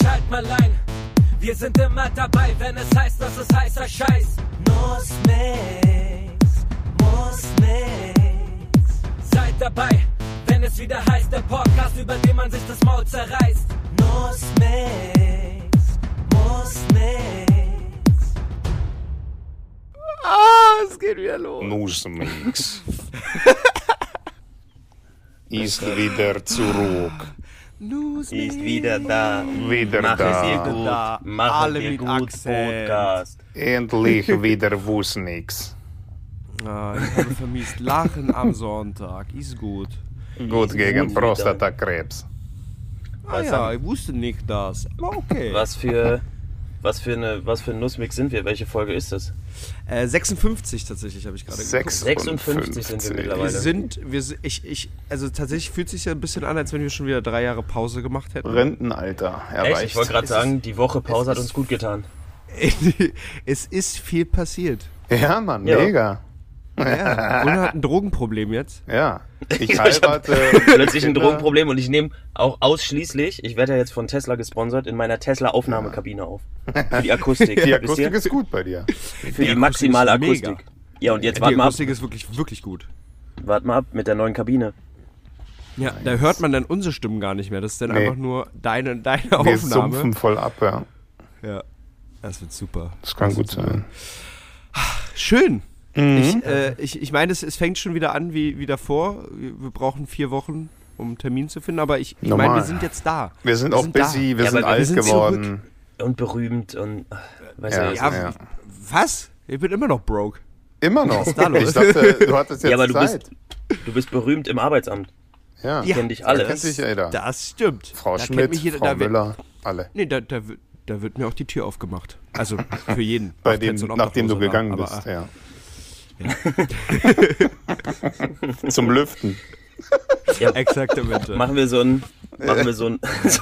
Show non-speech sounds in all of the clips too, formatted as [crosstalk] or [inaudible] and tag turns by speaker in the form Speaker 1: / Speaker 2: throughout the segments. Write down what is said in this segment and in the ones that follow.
Speaker 1: nicht mehr lang. Wir sind immer dabei, wenn es heißt, dass es heißer Scheiß.
Speaker 2: Muss nix, muss nix,
Speaker 1: Seid dabei, wenn es wieder heißt, der Podcast, über den man sich das Maul zerreißt.
Speaker 2: muss nix, muss nix.
Speaker 3: Ah, es geht wieder los.
Speaker 4: Muss
Speaker 5: [laughs]
Speaker 4: nix. Ist wieder zurück.
Speaker 3: News
Speaker 5: Ist wieder da.
Speaker 4: Wieder
Speaker 5: Mach
Speaker 4: da.
Speaker 5: es ihr gut. Mach
Speaker 3: Alle
Speaker 5: es ihr
Speaker 3: mit
Speaker 5: gut,
Speaker 3: Akzent.
Speaker 5: Podcast.
Speaker 4: Endlich wieder Wus nix.
Speaker 3: Ah, ich habe vermisst. Lachen am Sonntag. Ist gut.
Speaker 5: Mm.
Speaker 4: Gut gegen
Speaker 5: gut wieder.
Speaker 4: Prostatakrebs.
Speaker 3: Ah ja, ich wusste nicht das. Aber okay.
Speaker 5: Was für, was für eine, was für ein Nussmix sind wir? Welche Folge ist das?
Speaker 3: Äh, 56 tatsächlich habe ich gerade geguckt.
Speaker 5: 56
Speaker 4: 56
Speaker 5: sind wir
Speaker 3: Wir
Speaker 5: mittlerweile.
Speaker 3: sind, wir sind, ich, ich, also tatsächlich fühlt sich ja ein bisschen an, als wenn wir schon wieder drei Jahre Pause gemacht hätten. [laughs]
Speaker 4: Rentenalter
Speaker 5: Echt?
Speaker 4: erreicht.
Speaker 5: Ich wollte gerade sagen, die Woche Pause hat
Speaker 3: es
Speaker 5: uns gut getan.
Speaker 3: es ist viel passiert.
Speaker 4: Ja, Mann,
Speaker 5: Ja.
Speaker 4: mega. Ah,
Speaker 3: Ja, Gunnar hat ein Drogenproblem jetzt.
Speaker 4: Ja. Ich
Speaker 5: Ja, [laughs] ich hab
Speaker 4: heirate.
Speaker 5: Plötzlich ein
Speaker 3: Genau.
Speaker 4: Kinder.
Speaker 5: Drogenproblem und ich nehme auch ausschließlich, ich werde ja jetzt von Tesla gesponsert, in meiner Tesla-Aufnahmekabine auf. Für die
Speaker 3: [laughs]
Speaker 5: Akustik.
Speaker 4: Die
Speaker 5: wisst
Speaker 4: Akustik
Speaker 5: ihr?
Speaker 4: ist gut bei dir.
Speaker 5: Für die,
Speaker 3: Akustik
Speaker 5: maximale
Speaker 3: ist mega.
Speaker 5: Akustik. Ja, und jetzt
Speaker 3: Die
Speaker 5: wart mal, ab,
Speaker 3: Akustik ist wirklich, wirklich gut.
Speaker 5: wart mal ab mit der neuen Kabine.
Speaker 3: Ja, da hört man dann unsere Stimmen gar nicht mehr. Das ist dann
Speaker 4: Nee.
Speaker 3: einfach nur deine, deine
Speaker 4: Wir
Speaker 3: Aufnahme.
Speaker 4: sumpfen voll ab, ja.
Speaker 3: Ja. Das wird super.
Speaker 4: Das kann gut sein.
Speaker 3: Schön.
Speaker 4: Mhm.
Speaker 3: Ich, äh, ich, ich meine, es, es fängt schon wieder an wie, wie davor. Wir wir brauchen vier Wochen, um einen Termin zu finden, aber ich, ich meine,
Speaker 4: Normal.
Speaker 3: wir sind jetzt da.
Speaker 4: Wir sind auch
Speaker 3: da.
Speaker 4: busy, wir
Speaker 5: Ja,
Speaker 4: sind
Speaker 5: aber wir
Speaker 4: alt
Speaker 3: sind
Speaker 4: geworden.
Speaker 5: Und berühmt und, ach, weiß
Speaker 4: Ja,
Speaker 5: nicht.
Speaker 3: Ja,
Speaker 4: ja.
Speaker 3: was? Ich bin immer noch broke.
Speaker 4: Immer noch.
Speaker 3: da los?
Speaker 4: Ich dachte, du hattest jetzt
Speaker 5: Ja, aber du
Speaker 4: Zeit.
Speaker 5: bist, du bist berühmt im Arbeitsamt.
Speaker 4: ja.
Speaker 3: Ja.
Speaker 5: Kennt dich
Speaker 4: Da
Speaker 5: alle.
Speaker 4: kennt dich jeder.
Speaker 3: Das stimmt.
Speaker 4: Frau
Speaker 3: Da kennt
Speaker 4: Schmidt,
Speaker 3: mich jeder,
Speaker 4: Frau
Speaker 3: da wird-
Speaker 4: Müller, alle.
Speaker 3: Nee, da, da, wird- da wird mir auch die Tür aufgemacht. Also für jeden.
Speaker 4: Bei
Speaker 3: Auch
Speaker 4: dem,
Speaker 3: Tänzer und
Speaker 4: nachdem du
Speaker 3: Obdachlose
Speaker 4: gegangen
Speaker 3: da, aber,
Speaker 4: bist,
Speaker 3: äh,
Speaker 4: ja. [laughs] Zum Lüften.
Speaker 3: [laughs]
Speaker 5: Ja,
Speaker 3: Exaktamente.
Speaker 5: machen wir so ein, machen wir so ein, [laughs] so,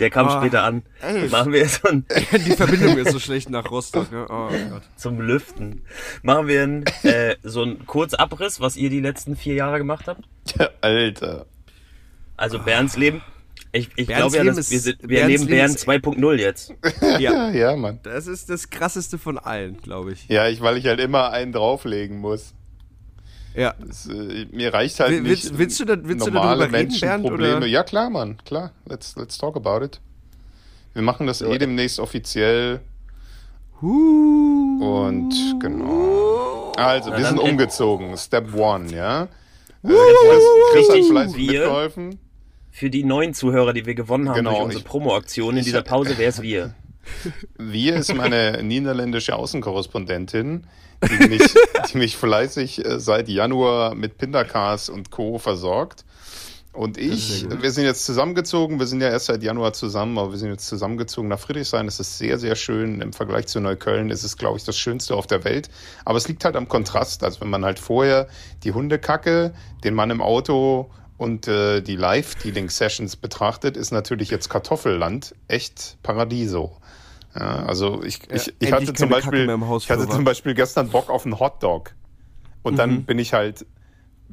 Speaker 5: der kam
Speaker 3: Ah,
Speaker 5: später an. Machen wir so ein,
Speaker 3: [laughs] Die Verbindung ist so schlecht nach Rostock. Ne? Oh Gott.
Speaker 5: zum Lüften. Machen wir ein, äh, so einen Kurzabriss, was ihr die letzten vier Jahre gemacht habt.
Speaker 4: Ja, Alter.
Speaker 5: Also Bernds Leben. Ich, ich
Speaker 3: Bernds
Speaker 5: glaube ja,
Speaker 3: Leben
Speaker 5: dass
Speaker 3: ist-
Speaker 5: wir, sind, wir
Speaker 3: Bernds
Speaker 5: erleben
Speaker 3: Leben
Speaker 5: Bern 2.0
Speaker 3: ist-
Speaker 5: jetzt.
Speaker 3: Ja,
Speaker 4: Ja, Mann.
Speaker 3: das ist das krasseste von allen, glaube ich.
Speaker 4: Ja, ich, weil ich halt immer einen drauflegen muss.
Speaker 3: Ja.
Speaker 4: Das, äh, mir reicht halt
Speaker 3: Will-
Speaker 4: nicht.
Speaker 3: willst- willst du da- willst du da
Speaker 4: normale
Speaker 3: drüber reden, Bernd,
Speaker 4: Menschenprobleme.
Speaker 3: oder?
Speaker 4: Ja, klar, Mann, klar. Let's, let's talk about it. Wir machen das eh demnächst offiziell.
Speaker 3: Huh.
Speaker 4: Und genau. Also, wir
Speaker 5: Na,
Speaker 4: sind
Speaker 5: dann-
Speaker 4: umgezogen. Step one, ja. Äh, Chris, Chris hat
Speaker 5: Richtig
Speaker 4: fleißig
Speaker 5: Bier.
Speaker 4: mitgeholfen.
Speaker 5: Für die neuen Zuhörer, die wir gewonnen haben
Speaker 4: Genau,
Speaker 5: durch unsere
Speaker 4: ich-
Speaker 5: Promo-Aktion in
Speaker 4: ich-
Speaker 5: dieser Pause, wer es
Speaker 4: [laughs]
Speaker 5: wir?
Speaker 4: Wir ist meine niederländische Außenkorrespondentin, die mich, die mich fleißig äh, seit Januar mit Pindercars und Co. versorgt. Und ich, wir sind jetzt zusammengezogen, wir sind ja erst seit Januar zusammen, aber wir sind jetzt zusammengezogen nach Friedrichshain. Es ist sehr, sehr schön. Im Vergleich zu Neukölln ist es, glaube ich, das Schönste auf der Welt. Aber es liegt halt am Kontrast. Also wenn man halt vorher die Hundekacke, den Mann im Auto und äh, die Live-Dealing-Sessions betrachtet, ist natürlich jetzt Kartoffelland echt Paradiso. Ja, also ich, ich, ich
Speaker 3: endlich
Speaker 4: hatte zum
Speaker 3: keine Kacke
Speaker 4: Beispiel,
Speaker 3: mehr im Haus
Speaker 4: ich hatte
Speaker 3: für
Speaker 4: zum
Speaker 3: was.
Speaker 4: Beispiel gestern Bock auf einen Hotdog. Und
Speaker 3: Mhm.
Speaker 4: dann bin ich halt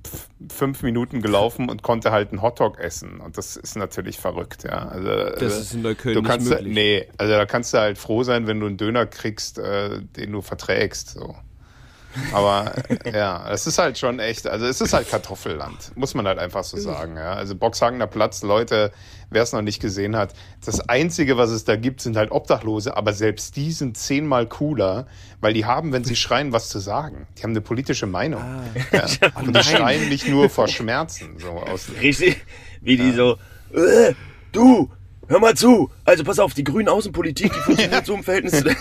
Speaker 4: pf- fünf Minuten gelaufen und konnte halt einen Hotdog essen. Und das ist natürlich verrückt, ja. Also,
Speaker 3: Das ist in Neukölln
Speaker 4: du
Speaker 3: nicht
Speaker 4: kannst,
Speaker 3: möglich.
Speaker 4: Nee, also da kannst du halt froh sein, wenn du einen Döner kriegst, äh, den du verträgst. So. Aber ja, es ist halt schon echt, also es ist halt Kartoffelland, muss man halt einfach so sagen. Ja. Also Boxhagener Platz, Leute, wer es noch nicht gesehen hat, das Einzige, was es da gibt, sind halt Obdachlose, aber selbst die sind zehnmal cooler, weil die haben,
Speaker 3: [laughs]
Speaker 4: wenn sie schreien, was zu sagen. Die haben eine politische Meinung.
Speaker 3: Ah.
Speaker 4: Ja.
Speaker 3: [laughs]
Speaker 4: Und die schreien nicht nur vor Schmerzen. So aus,
Speaker 5: Richtig, wie die so, äh, du, hör mal zu. Also pass auf, die grünen Außenpolitik, die funktioniert so im
Speaker 4: [laughs]
Speaker 5: Verhältnis zu...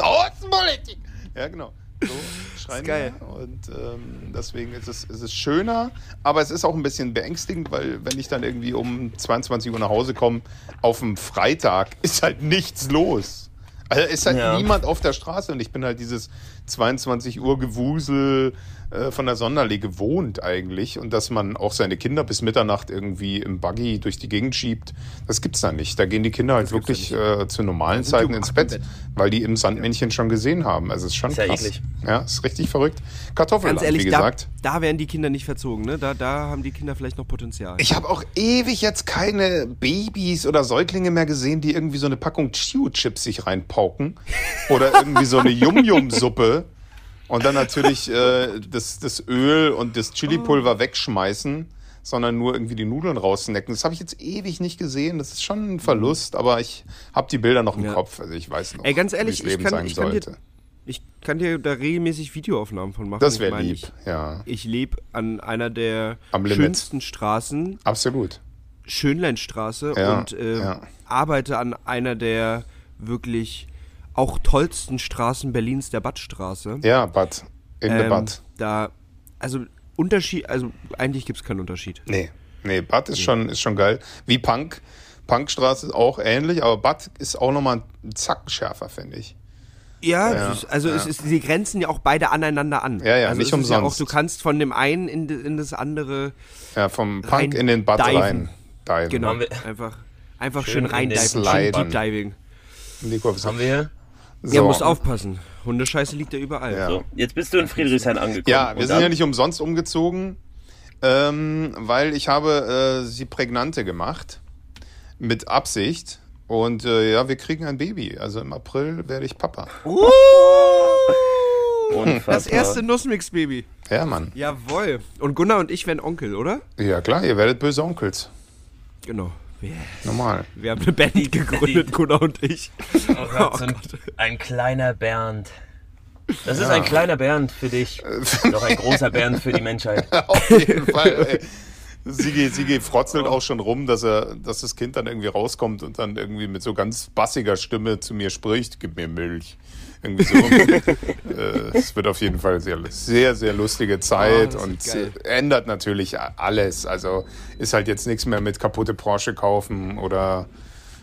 Speaker 4: Außenpolitik. Ja, genau. So schreien
Speaker 3: geil.
Speaker 4: wir. Und ähm, deswegen ist es, ist es schöner, aber es ist auch ein bisschen beängstigend, weil wenn ich dann irgendwie um 22 Uhr nach Hause komme, auf dem Freitag ist halt nichts los. Also ist halt
Speaker 5: Ja.
Speaker 4: niemand auf der Straße und ich bin halt dieses 22 Uhr Gewusel äh, von der Sonderlege wohnt eigentlich und dass man auch seine Kinder bis Mitternacht irgendwie im Buggy durch die Gegend schiebt, das gibt's da nicht. Da gehen die Kinder halt wirklich äh, zu normalen Zeiten
Speaker 3: um
Speaker 4: ins
Speaker 3: acht
Speaker 4: Bett,
Speaker 3: im Bett.
Speaker 4: weil die im Sandmännchen schon gesehen haben. Also ist schon
Speaker 5: Ist ja
Speaker 4: krass.
Speaker 5: eklig.
Speaker 4: Ja, ist richtig verrückt. Kartoffeln,
Speaker 3: Ganz ehrlich,
Speaker 4: wie
Speaker 3: da,
Speaker 4: gesagt.
Speaker 3: da werden die Kinder nicht verzogen, ne? Da, da haben die Kinder vielleicht noch Potenzial.
Speaker 4: Ich habe auch ewig jetzt keine Babys oder Säuglinge mehr gesehen, die irgendwie so eine Packung Chio-Chips sich
Speaker 3: [laughs]
Speaker 4: reinpauken oder irgendwie so eine Yum-Yum-Suppe und dann natürlich äh, das, das Öl und das
Speaker 3: Oh.
Speaker 4: Chili-Pulver wegschmeißen, sondern nur irgendwie die Nudeln rausnecken. Das habe ich jetzt ewig nicht gesehen. Das ist schon ein Verlust, aber ich habe die Bilder noch im
Speaker 3: Ja.
Speaker 4: Kopf. Also ich weiß noch,
Speaker 3: Ey, ganz ehrlich,
Speaker 4: wie das
Speaker 3: ich
Speaker 4: Leben
Speaker 3: kann-
Speaker 4: sein
Speaker 3: ich kann dir-
Speaker 4: sollte.
Speaker 3: Ich kann dir da regelmäßig Videoaufnahmen von machen.
Speaker 4: Das
Speaker 3: Ich
Speaker 4: wäre
Speaker 3: meine,
Speaker 4: lieb,
Speaker 3: Ich,
Speaker 4: ja.
Speaker 3: ich lebe an einer der
Speaker 4: Am Limit.
Speaker 3: schönsten Straßen,
Speaker 4: Absolut.
Speaker 3: Schönleinstraße,
Speaker 4: Ja,
Speaker 3: und äh,
Speaker 4: ja.
Speaker 3: arbeite an einer der wirklich auch tollsten Straßen Berlins, der Badstraße.
Speaker 4: Ja, Bad. In der
Speaker 3: Ähm,
Speaker 4: Bad.
Speaker 3: Da, also Unterschied, also eigentlich gibt es keinen Unterschied.
Speaker 4: Nee, nee, Bad ist schon, ist schon geil. Wie Punk. Punkstraße ist auch ähnlich, aber Bad ist auch nochmal ein Zacken schärfer, finde ich.
Speaker 3: Ja,
Speaker 4: Ja,
Speaker 3: es ist, also
Speaker 4: ja.
Speaker 3: Es ist, sie grenzen ja auch beide aneinander an.
Speaker 4: Ja, ja,
Speaker 3: also
Speaker 4: nicht
Speaker 3: es ist Ja auch,
Speaker 4: umsonst.
Speaker 3: du kannst von dem einen in, de- in das andere,
Speaker 4: Ja, vom Punk
Speaker 3: Rein
Speaker 4: in den Bad
Speaker 3: diven.
Speaker 4: rein. Diven.
Speaker 3: genau,
Speaker 5: Haben wir-
Speaker 3: einfach, einfach
Speaker 5: Schön
Speaker 3: schön,
Speaker 5: in den
Speaker 3: reindiven, schön
Speaker 4: Sliden.
Speaker 3: Deep Diving.
Speaker 4: Die Kurve ist
Speaker 5: Haben wir hier?
Speaker 4: so.
Speaker 3: Ja, musst aufpassen. Hundescheiße liegt da überall.
Speaker 4: Ja.
Speaker 5: So, jetzt bist du in Friedrichshain angekommen.
Speaker 4: Ja, wir
Speaker 5: Und
Speaker 4: sind ja
Speaker 5: dann-
Speaker 4: nicht umsonst umgezogen, ähm, weil ich habe äh, sie prägnante gemacht. Mit Absicht. Und äh, ja, wir kriegen ein Baby. Also im April werde ich Papa.
Speaker 5: [laughs] Unfassbar.
Speaker 3: Uh! Das erste Nussmix-Baby.
Speaker 4: Ja, Mann.
Speaker 3: Jawohl. Und Gunnar und ich werden Onkel, oder?
Speaker 4: Ja, klar, ihr werdet böse Onkels.
Speaker 3: Genau. Wir,
Speaker 4: Normal.
Speaker 3: wir haben eine
Speaker 5: [laughs]
Speaker 3: Band gegründet, Gunnar und ich.
Speaker 5: Oh Gott, sind ein kleiner Bernd. Das ist ein kleiner Bernd für
Speaker 4: [laughs]
Speaker 5: dich. Doch ein großer Bernd für die Menschheit.
Speaker 4: Auf
Speaker 3: [laughs]
Speaker 4: jeden Fall. Ey. Sigi, Sigi frotzelt auch schon rum, dass er, dass das Kind dann irgendwie rauskommt und dann irgendwie mit so ganz bassiger Stimme zu mir spricht, gib mir Milch. Irgendwie
Speaker 3: [laughs]
Speaker 4: so. äh, es wird auf jeden Fall sehr, sehr, sehr lustige Zeit
Speaker 3: Oh, das
Speaker 4: und
Speaker 3: ist geil.
Speaker 4: ändert natürlich alles. Also ist halt jetzt nichts mehr mit kaputte Porsche kaufen oder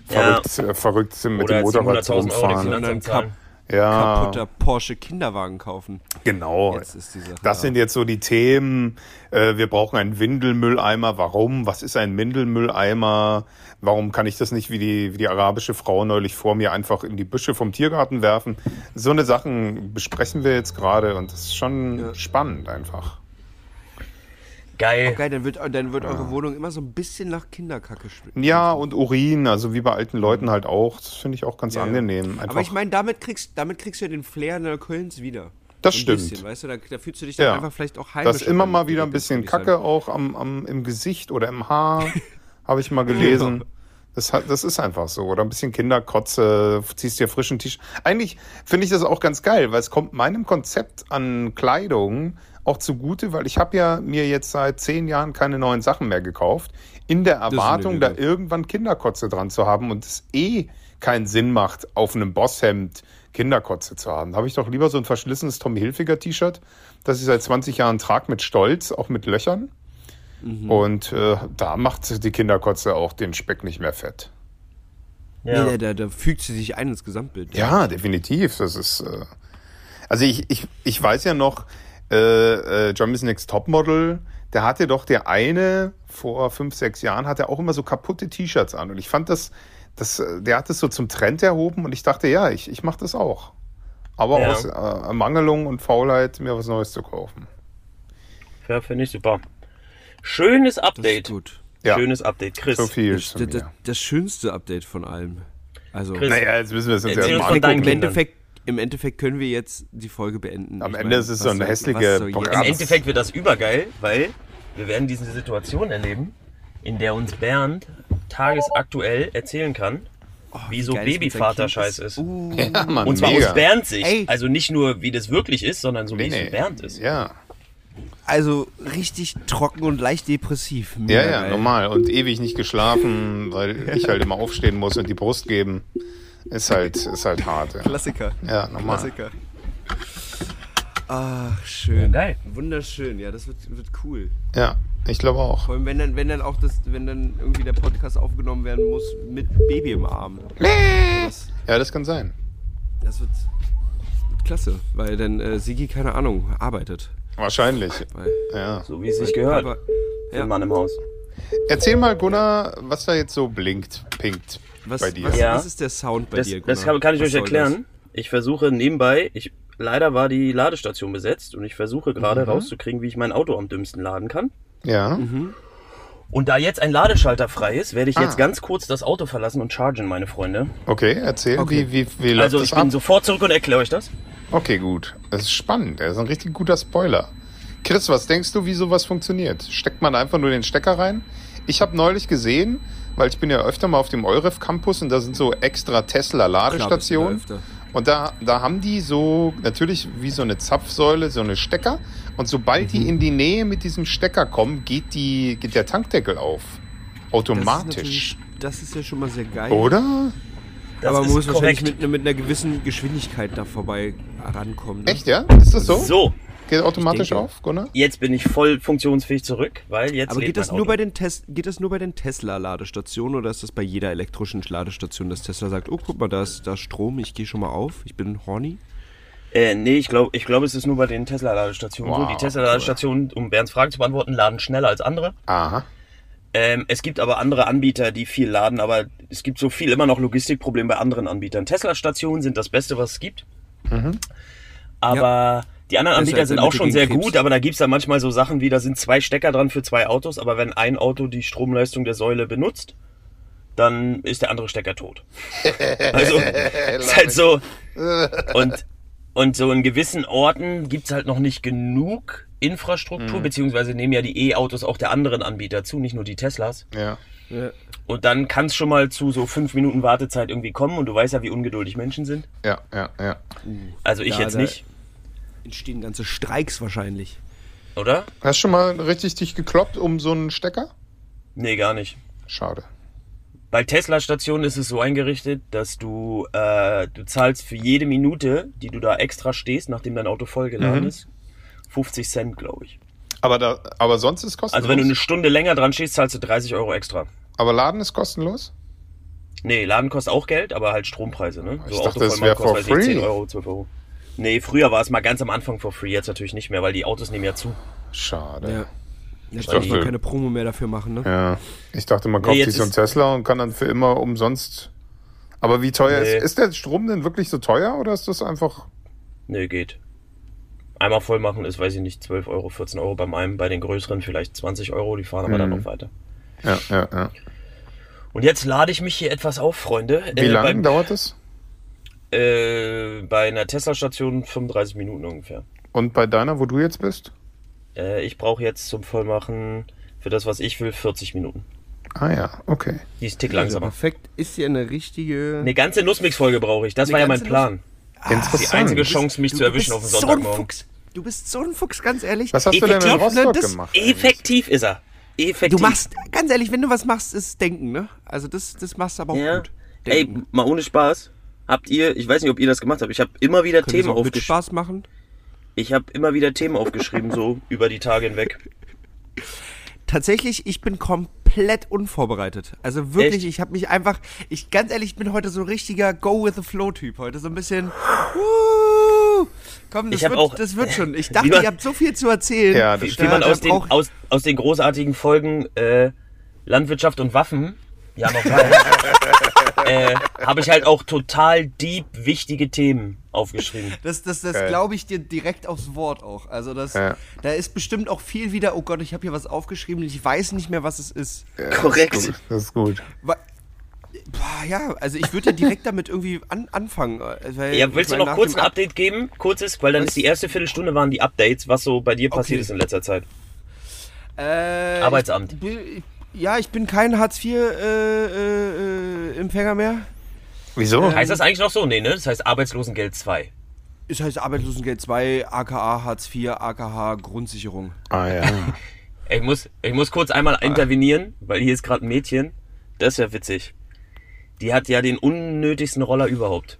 Speaker 5: Ja.
Speaker 4: verrückt, äh, verrückt mit
Speaker 5: Oder
Speaker 4: dem
Speaker 5: als
Speaker 4: Motorrad
Speaker 5: 700.000 Euro den
Speaker 4: rumfahren.
Speaker 5: Finanzamt
Speaker 3: Dann kap-
Speaker 5: zahlen.
Speaker 4: Ja.
Speaker 3: Kaputter Porsche Kinderwagen kaufen.
Speaker 4: Genau.
Speaker 3: Jetzt ist die Sache
Speaker 4: das
Speaker 3: da.
Speaker 4: sind jetzt so die Themen. Äh, wir brauchen einen Windelmülleimer. Warum? Was ist ein Windelmülleimer? Warum kann ich das nicht wie die, wie die arabische Frau neulich vor mir einfach in die Büsche vom Tiergarten werfen? So eine Sachen besprechen wir jetzt gerade und das ist schon spannend einfach.
Speaker 5: Geil.
Speaker 3: Geil, dann wird, dann wird
Speaker 4: Ah.
Speaker 3: eure Wohnung immer so ein bisschen nach Kinderkacke schmecken.
Speaker 4: Ja, und Urin, also wie bei alten Leuten halt auch. Das finde ich auch ganz angenehm. Einfach.
Speaker 3: Aber ich meine, damit kriegst, damit kriegst du ja den Flair der Kölns wieder.
Speaker 4: Das
Speaker 3: ein
Speaker 4: stimmt.
Speaker 3: Bisschen, weißt du, da, da fühlst du dich dann
Speaker 4: Ja.
Speaker 3: einfach vielleicht auch heimisch.
Speaker 4: Das ist immer mal wieder ein bisschen Kacke auch am, am, im Gesicht oder im
Speaker 3: [laughs]
Speaker 4: Haar, habe ich mal gelesen. Das, hat, das ist einfach so. Oder ein bisschen Kinderkotze, ziehst dir frischen Tisch. Eigentlich finde ich das auch ganz geil, weil es kommt meinem Konzept an Kleidung auch zugute, weil ich habe ja mir jetzt seit zehn Jahren keine neuen Sachen mehr gekauft, in der
Speaker 3: eine
Speaker 4: Erwartung, da
Speaker 3: Lüge.
Speaker 4: irgendwann Kinderkotze dran zu haben und es eh keinen Sinn macht, auf einem Bosshemd Kinderkotze zu haben. Da habe ich doch lieber so ein verschlissenes Tom Hilfiger T-Shirt, das ich seit 20 Jahren trage, mit Stolz, auch mit Löchern. Und äh, da macht die Kinderkotze auch den Speck nicht mehr fett.
Speaker 5: Ja.
Speaker 3: Nee, da, da, da fügt sie sich ein ins Gesamtbild.
Speaker 4: Ja, definitiv. Das ist. Äh, also ich, ich, ich weiß ja noch, äh, äh, Germany's Next Topmodel, der hatte doch der eine vor fünf, sechs Jahren, hat er auch immer so kaputte T-Shirts an. Und ich fand das, das, äh, der hat das so zum Trend erhoben und ich dachte, ja, ich, ich mache das auch. Aber
Speaker 5: Ja.
Speaker 4: aus äh, Ermangelung und Faulheit, mir was Neues zu kaufen.
Speaker 5: Ja, finde ich super. Schönes
Speaker 3: Das ist
Speaker 5: Update.
Speaker 3: gut.
Speaker 4: Ja,
Speaker 5: Schönes Update. Chris,
Speaker 4: so viel
Speaker 3: Das,
Speaker 4: zu
Speaker 3: das, das,
Speaker 4: mir.
Speaker 3: schönste Update von allem. Also
Speaker 5: Chris,
Speaker 4: Naja, jetzt müssen wir es uns
Speaker 5: Erzähl
Speaker 4: erst
Speaker 5: uns
Speaker 4: mal
Speaker 5: von
Speaker 4: angucken.
Speaker 5: deinen
Speaker 3: im
Speaker 5: Kindern.
Speaker 3: Endeffekt, im Endeffekt können wir jetzt die Folge beenden.
Speaker 4: Am
Speaker 3: Ich
Speaker 4: Ende
Speaker 3: meine,
Speaker 4: ist es
Speaker 3: was
Speaker 4: so eine
Speaker 3: soll-
Speaker 4: hässliche
Speaker 3: was soll
Speaker 4: Bockrate.
Speaker 5: im
Speaker 3: jetzt-
Speaker 5: Endeffekt wird das übergeil, weil wir werden diese Situation erleben, in der uns Bernd tagesaktuell erzählen kann, wie so
Speaker 3: Oh, geil es mit seinem
Speaker 5: Babyvater-Scheiß
Speaker 3: Kind Uh,
Speaker 5: ist.
Speaker 4: [laughs] Ja, Mann,
Speaker 5: Und zwar aus Bernd Sicht.
Speaker 3: Ey.
Speaker 5: Also nicht nur, wie das wirklich ist, sondern so, wie
Speaker 4: Nee,
Speaker 5: es
Speaker 4: nee.
Speaker 5: in Bernd ist.
Speaker 4: Ja.
Speaker 3: Also richtig trocken und leicht depressiv. Mega
Speaker 4: Ja, ja,
Speaker 3: geil.
Speaker 4: normal. Und ewig nicht geschlafen, weil ich halt immer aufstehen muss und die Brust geben. Ist halt, ist halt hart. Ja,
Speaker 3: Klassiker.
Speaker 4: ja normal.
Speaker 3: Klassiker. Ach, schön.
Speaker 5: Geil.
Speaker 3: Wunderschön, ja, das wird, wird cool.
Speaker 4: Ja, ich glaube auch.
Speaker 3: Vor allem, wenn dann, wenn dann auch das, wenn dann irgendwie der Podcast aufgenommen werden muss mit Baby im Arm. Das,
Speaker 4: Ja, das kann sein.
Speaker 3: das wird, wird klasse, weil dann äh, Sigi, keine Ahnung, arbeitet.
Speaker 4: Wahrscheinlich.
Speaker 3: Weil,
Speaker 4: Ja.
Speaker 5: So wie es sich gehört.
Speaker 3: aber,
Speaker 5: für
Speaker 3: ja.
Speaker 5: einen Mann im Haus.
Speaker 4: Erzähl mal, Gunnar, was da jetzt so blinkt, pinkt
Speaker 3: was,
Speaker 4: bei dir.
Speaker 3: Was,
Speaker 5: Ja.
Speaker 3: was ist der Sound bei
Speaker 5: das,
Speaker 3: dir?
Speaker 5: Das
Speaker 3: Gunnar?
Speaker 5: kann, kann ich
Speaker 3: Was
Speaker 5: euch
Speaker 3: soll
Speaker 5: erklären. Ich versuche nebenbei, ich, leider war die Ladestation besetzt und ich versuche gerade
Speaker 3: Mhm.
Speaker 5: rauszukriegen, wie ich mein Auto am dümmsten laden kann.
Speaker 4: Ja.
Speaker 5: Und da jetzt ein Ladeschalter frei ist, werde ich
Speaker 4: Ah.
Speaker 5: jetzt ganz kurz das Auto verlassen und chargen, meine Freunde.
Speaker 4: Okay, erzähl,
Speaker 3: Okay.
Speaker 4: wie, wie, wie läuft
Speaker 5: Also
Speaker 4: das
Speaker 5: ich bin
Speaker 4: ab?
Speaker 5: sofort zurück und erkläre euch das.
Speaker 4: okay, gut. Das ist spannend. Das ist ein richtig guter Spoiler. Chris, was denkst du, wie sowas funktioniert? Steckt man einfach nur den Stecker rein? Ich habe neulich gesehen, weil ich bin ja öfter mal auf dem Euref Campus und da sind so extra
Speaker 3: Klar, bist du da
Speaker 4: Tesla-Ladestationen.
Speaker 3: öfter.
Speaker 4: Und da, da haben die so natürlich wie so eine Zapfsäule, so eine Stecker. Und sobald
Speaker 3: Mhm.
Speaker 4: die in die Nähe mit diesem Stecker kommen, geht, die, geht der Tankdeckel auf.
Speaker 3: Das ist
Speaker 4: Automatisch.
Speaker 3: natürlich- Das ist ja schon mal sehr geil.
Speaker 5: Oh,
Speaker 4: Oder?
Speaker 5: Das
Speaker 3: aber man
Speaker 5: ist
Speaker 3: muss
Speaker 5: korrekt.
Speaker 3: wahrscheinlich mit, mit einer gewissen Geschwindigkeit da vorbei rankommen. Ne?
Speaker 4: Echt, ja? Ist das so?
Speaker 5: so,
Speaker 4: Geht automatisch
Speaker 3: denke.
Speaker 4: auf, Gunnar?
Speaker 5: jetzt bin ich voll funktionsfähig zurück, weil jetzt
Speaker 3: Aber
Speaker 5: lädt
Speaker 3: geht das,
Speaker 5: mein
Speaker 3: nur
Speaker 5: Auto.
Speaker 3: bei den Tes geht das nur bei den Tesla-Ladestationen oder ist das bei jeder elektrischen Ladestation, dass Tesla sagt, oh, guck mal, da ist, da ist Strom, ich gehe schon mal auf, ich bin horny?
Speaker 5: Äh, nee, ich glaube, ich glaub, es ist nur bei den Tesla-Ladestationen
Speaker 4: Wow,
Speaker 5: so. Die Tesla-Ladestationen, um Bernds Frage zu beantworten, laden schneller als andere.
Speaker 4: Aha.
Speaker 5: Ähm, es gibt aber andere Anbieter, die viel laden, aber es gibt so viel immer noch Logistikprobleme bei anderen Anbietern. Tesla-Stationen sind das Beste, was es gibt. Aber die anderen
Speaker 3: Mhm. Besser
Speaker 5: Anbieter
Speaker 3: als
Speaker 5: sind
Speaker 3: wenn
Speaker 5: auch
Speaker 3: du
Speaker 5: schon
Speaker 3: gegen
Speaker 5: sehr
Speaker 3: Krebs.
Speaker 5: gut, aber da gibt's dann manchmal so Sachen wie, da sind zwei Stecker dran für zwei Autos, aber wenn ein Auto die Stromleistung der Säule benutzt, dann ist der andere Stecker tot. also ist halt so. Und, und so in gewissen Orten gibt's halt noch nicht genug Infrastruktur,
Speaker 3: Mhm.
Speaker 5: beziehungsweise nehmen ja die E-Autos auch der anderen Anbieter zu, nicht nur die Teslas.
Speaker 4: Ja.
Speaker 5: Und dann kann es schon mal zu so fünf Minuten Wartezeit irgendwie kommen und du weißt ja, wie ungeduldig Menschen sind.
Speaker 4: Ja, ja, ja.
Speaker 5: Also ich
Speaker 3: Ja,
Speaker 5: jetzt
Speaker 3: da-
Speaker 5: nicht,
Speaker 3: Entstehen ganze Streiks wahrscheinlich.
Speaker 5: oder?
Speaker 4: Hast du schon mal richtig dich gekloppt um so einen Stecker?
Speaker 5: Nee, gar nicht.
Speaker 4: Schade.
Speaker 5: Bei Tesla-Stationen ist es so eingerichtet, dass du, äh, du zahlst für jede Minute, die du da extra stehst, nachdem dein Auto vollgeladen
Speaker 4: Mhm.
Speaker 5: ist, 50 Cent, glaube ich.
Speaker 4: Aber, da, aber sonst ist kostenlos.
Speaker 5: Also wenn du eine Stunde länger dran stehst, zahlst du 30 Euro extra.
Speaker 4: aber Laden ist kostenlos?
Speaker 5: Nee, Laden kostet auch Geld, aber halt Strompreise, ne?
Speaker 4: Ich dachte, das
Speaker 5: voll machen
Speaker 4: wär for
Speaker 5: weiß ich, 10
Speaker 4: free.
Speaker 5: halt Euro, 12 Euro. Nee, früher war es mal ganz am Anfang for free, jetzt natürlich nicht mehr, weil die Autos nehmen ja zu.
Speaker 4: Schade.
Speaker 3: Jetzt
Speaker 4: dachte-
Speaker 3: darf man keine Promo mehr dafür machen, ne?
Speaker 4: Ja. Ich dachte, man kauft
Speaker 5: Nee, jetzt
Speaker 4: sich so einen
Speaker 5: ist-
Speaker 4: Tesla und kann dann für immer umsonst. Aber wie teuer
Speaker 5: Nee.
Speaker 4: ist, ist der Strom denn wirklich so teuer oder ist das einfach.
Speaker 5: Nee, geht. Einmal voll machen ist, weiß ich nicht, 12 Euro, 14 Euro beim einen, bei den größeren vielleicht 20 Euro, die fahren aber dann
Speaker 3: Mhm.
Speaker 5: noch weiter.
Speaker 4: Ja, ja, ja.
Speaker 5: Und jetzt lade ich mich hier etwas auf, Freunde.
Speaker 4: Wie lange
Speaker 5: Bei,
Speaker 4: dauert das?
Speaker 5: äh, bei einer Tesla-Station 35 Minuten ungefähr.
Speaker 4: Und bei deiner, wo du jetzt bist?
Speaker 5: Äh, ich brauche jetzt zum Vollmachen für das, was ich will, 40 Minuten.
Speaker 4: Ah ja, okay.
Speaker 5: Die ist tick
Speaker 3: Also
Speaker 5: langsamer.
Speaker 3: perfekt ist ja eine richtige.
Speaker 5: Eine ganze Nussmix-Folge brauche ich. Das war ja mein
Speaker 3: ganze
Speaker 5: Plan. Ah, Die
Speaker 4: Interessant.
Speaker 5: einzige Chance, mich zu erwischen auf den
Speaker 3: So ein
Speaker 5: Sonntagmorgen.
Speaker 3: Fuchs. Du bist so ein Fuchs, ganz ehrlich.
Speaker 4: Was hast du denn in
Speaker 3: Effektiv, ne?
Speaker 4: Rostock
Speaker 3: Das-
Speaker 4: gemacht?
Speaker 5: Effektiv ist er. Effektiv.
Speaker 3: Du machst, ganz ehrlich, wenn du was machst, ist es Denken, ne? Also das, das machst du aber auch
Speaker 5: Ja.
Speaker 3: gut.
Speaker 5: Ey,
Speaker 3: Denken.
Speaker 5: mal ohne Spaß. Habt ihr, ich weiß nicht, ob ihr das gemacht habt, ich habe immer wieder
Speaker 3: Können wir es
Speaker 5: Themen
Speaker 3: auch mit
Speaker 5: aufgeschrieben.
Speaker 3: Spaß machen.
Speaker 5: Ich habe immer wieder Themen aufgeschrieben,
Speaker 3: [laughs]
Speaker 5: so über die Tage hinweg.
Speaker 3: Tatsächlich, ich bin komplett unvorbereitet. Also wirklich,
Speaker 5: Echt?
Speaker 3: ich habe mich einfach, ich ganz ehrlich, ich bin heute so ein richtiger Go with the Flow Typ heute, so ein bisschen. wuhu. komm, das
Speaker 5: Ich hab
Speaker 3: wird,
Speaker 5: auch-
Speaker 3: das wird
Speaker 5: [laughs]
Speaker 3: schon. Ich
Speaker 5: Wie
Speaker 3: dachte,
Speaker 5: man-
Speaker 3: ihr habt so viel zu erzählen.
Speaker 4: Ja, das
Speaker 5: Wie, wie
Speaker 4: stimmt.
Speaker 5: man
Speaker 3: da
Speaker 5: aus den,
Speaker 3: brauch ich-
Speaker 5: aus, aus den großartigen Folgen äh, Landwirtschaft und Waffen ja noch
Speaker 3: [laughs]
Speaker 5: weiß, äh, habe ich halt auch total deep wichtige Themen aufgeschrieben.
Speaker 3: Das, das, das
Speaker 4: Geil.
Speaker 3: glaube ich dir direkt aufs Wort auch. Also das,
Speaker 4: Ja.
Speaker 3: da ist bestimmt auch viel wieder, oh Gott, ich habe hier was aufgeschrieben und ich weiß nicht mehr, was es ist.
Speaker 5: Korrekt.
Speaker 4: Das ist gut.
Speaker 3: Wa- Boah, ja, also ich würde ja direkt [laughs] damit irgendwie an, anfangen. äh, Weil,
Speaker 5: Ja, willst du
Speaker 3: ich mein,
Speaker 5: noch
Speaker 3: nach
Speaker 5: kurz
Speaker 3: dem
Speaker 5: ein
Speaker 3: Ab-
Speaker 5: Update geben? Kurzes, weil dann
Speaker 3: Was?
Speaker 5: ist die erste Viertelstunde waren die Updates, was so bei dir passiert
Speaker 3: Okay.
Speaker 5: ist in letzter Zeit.
Speaker 3: Äh,
Speaker 5: Arbeitsamt.
Speaker 3: Ich, bin- ja, ich bin kein Hartz-IV-Empfänger äh, mehr.
Speaker 4: Wieso?
Speaker 5: Heißt
Speaker 3: Mhm.
Speaker 5: das eigentlich noch so? Nee, ne? Das heißt Arbeitslosengeld 2.
Speaker 3: Es heißt Arbeitslosengeld 2, aka Hartz IV, aka Grundsicherung.
Speaker 4: ah ja.
Speaker 5: Ich muss, ich muss kurz einmal intervenieren, weil hier ist gerade ein Mädchen. Das ist ja witzig. Die hat ja den unnötigsten Roller überhaupt.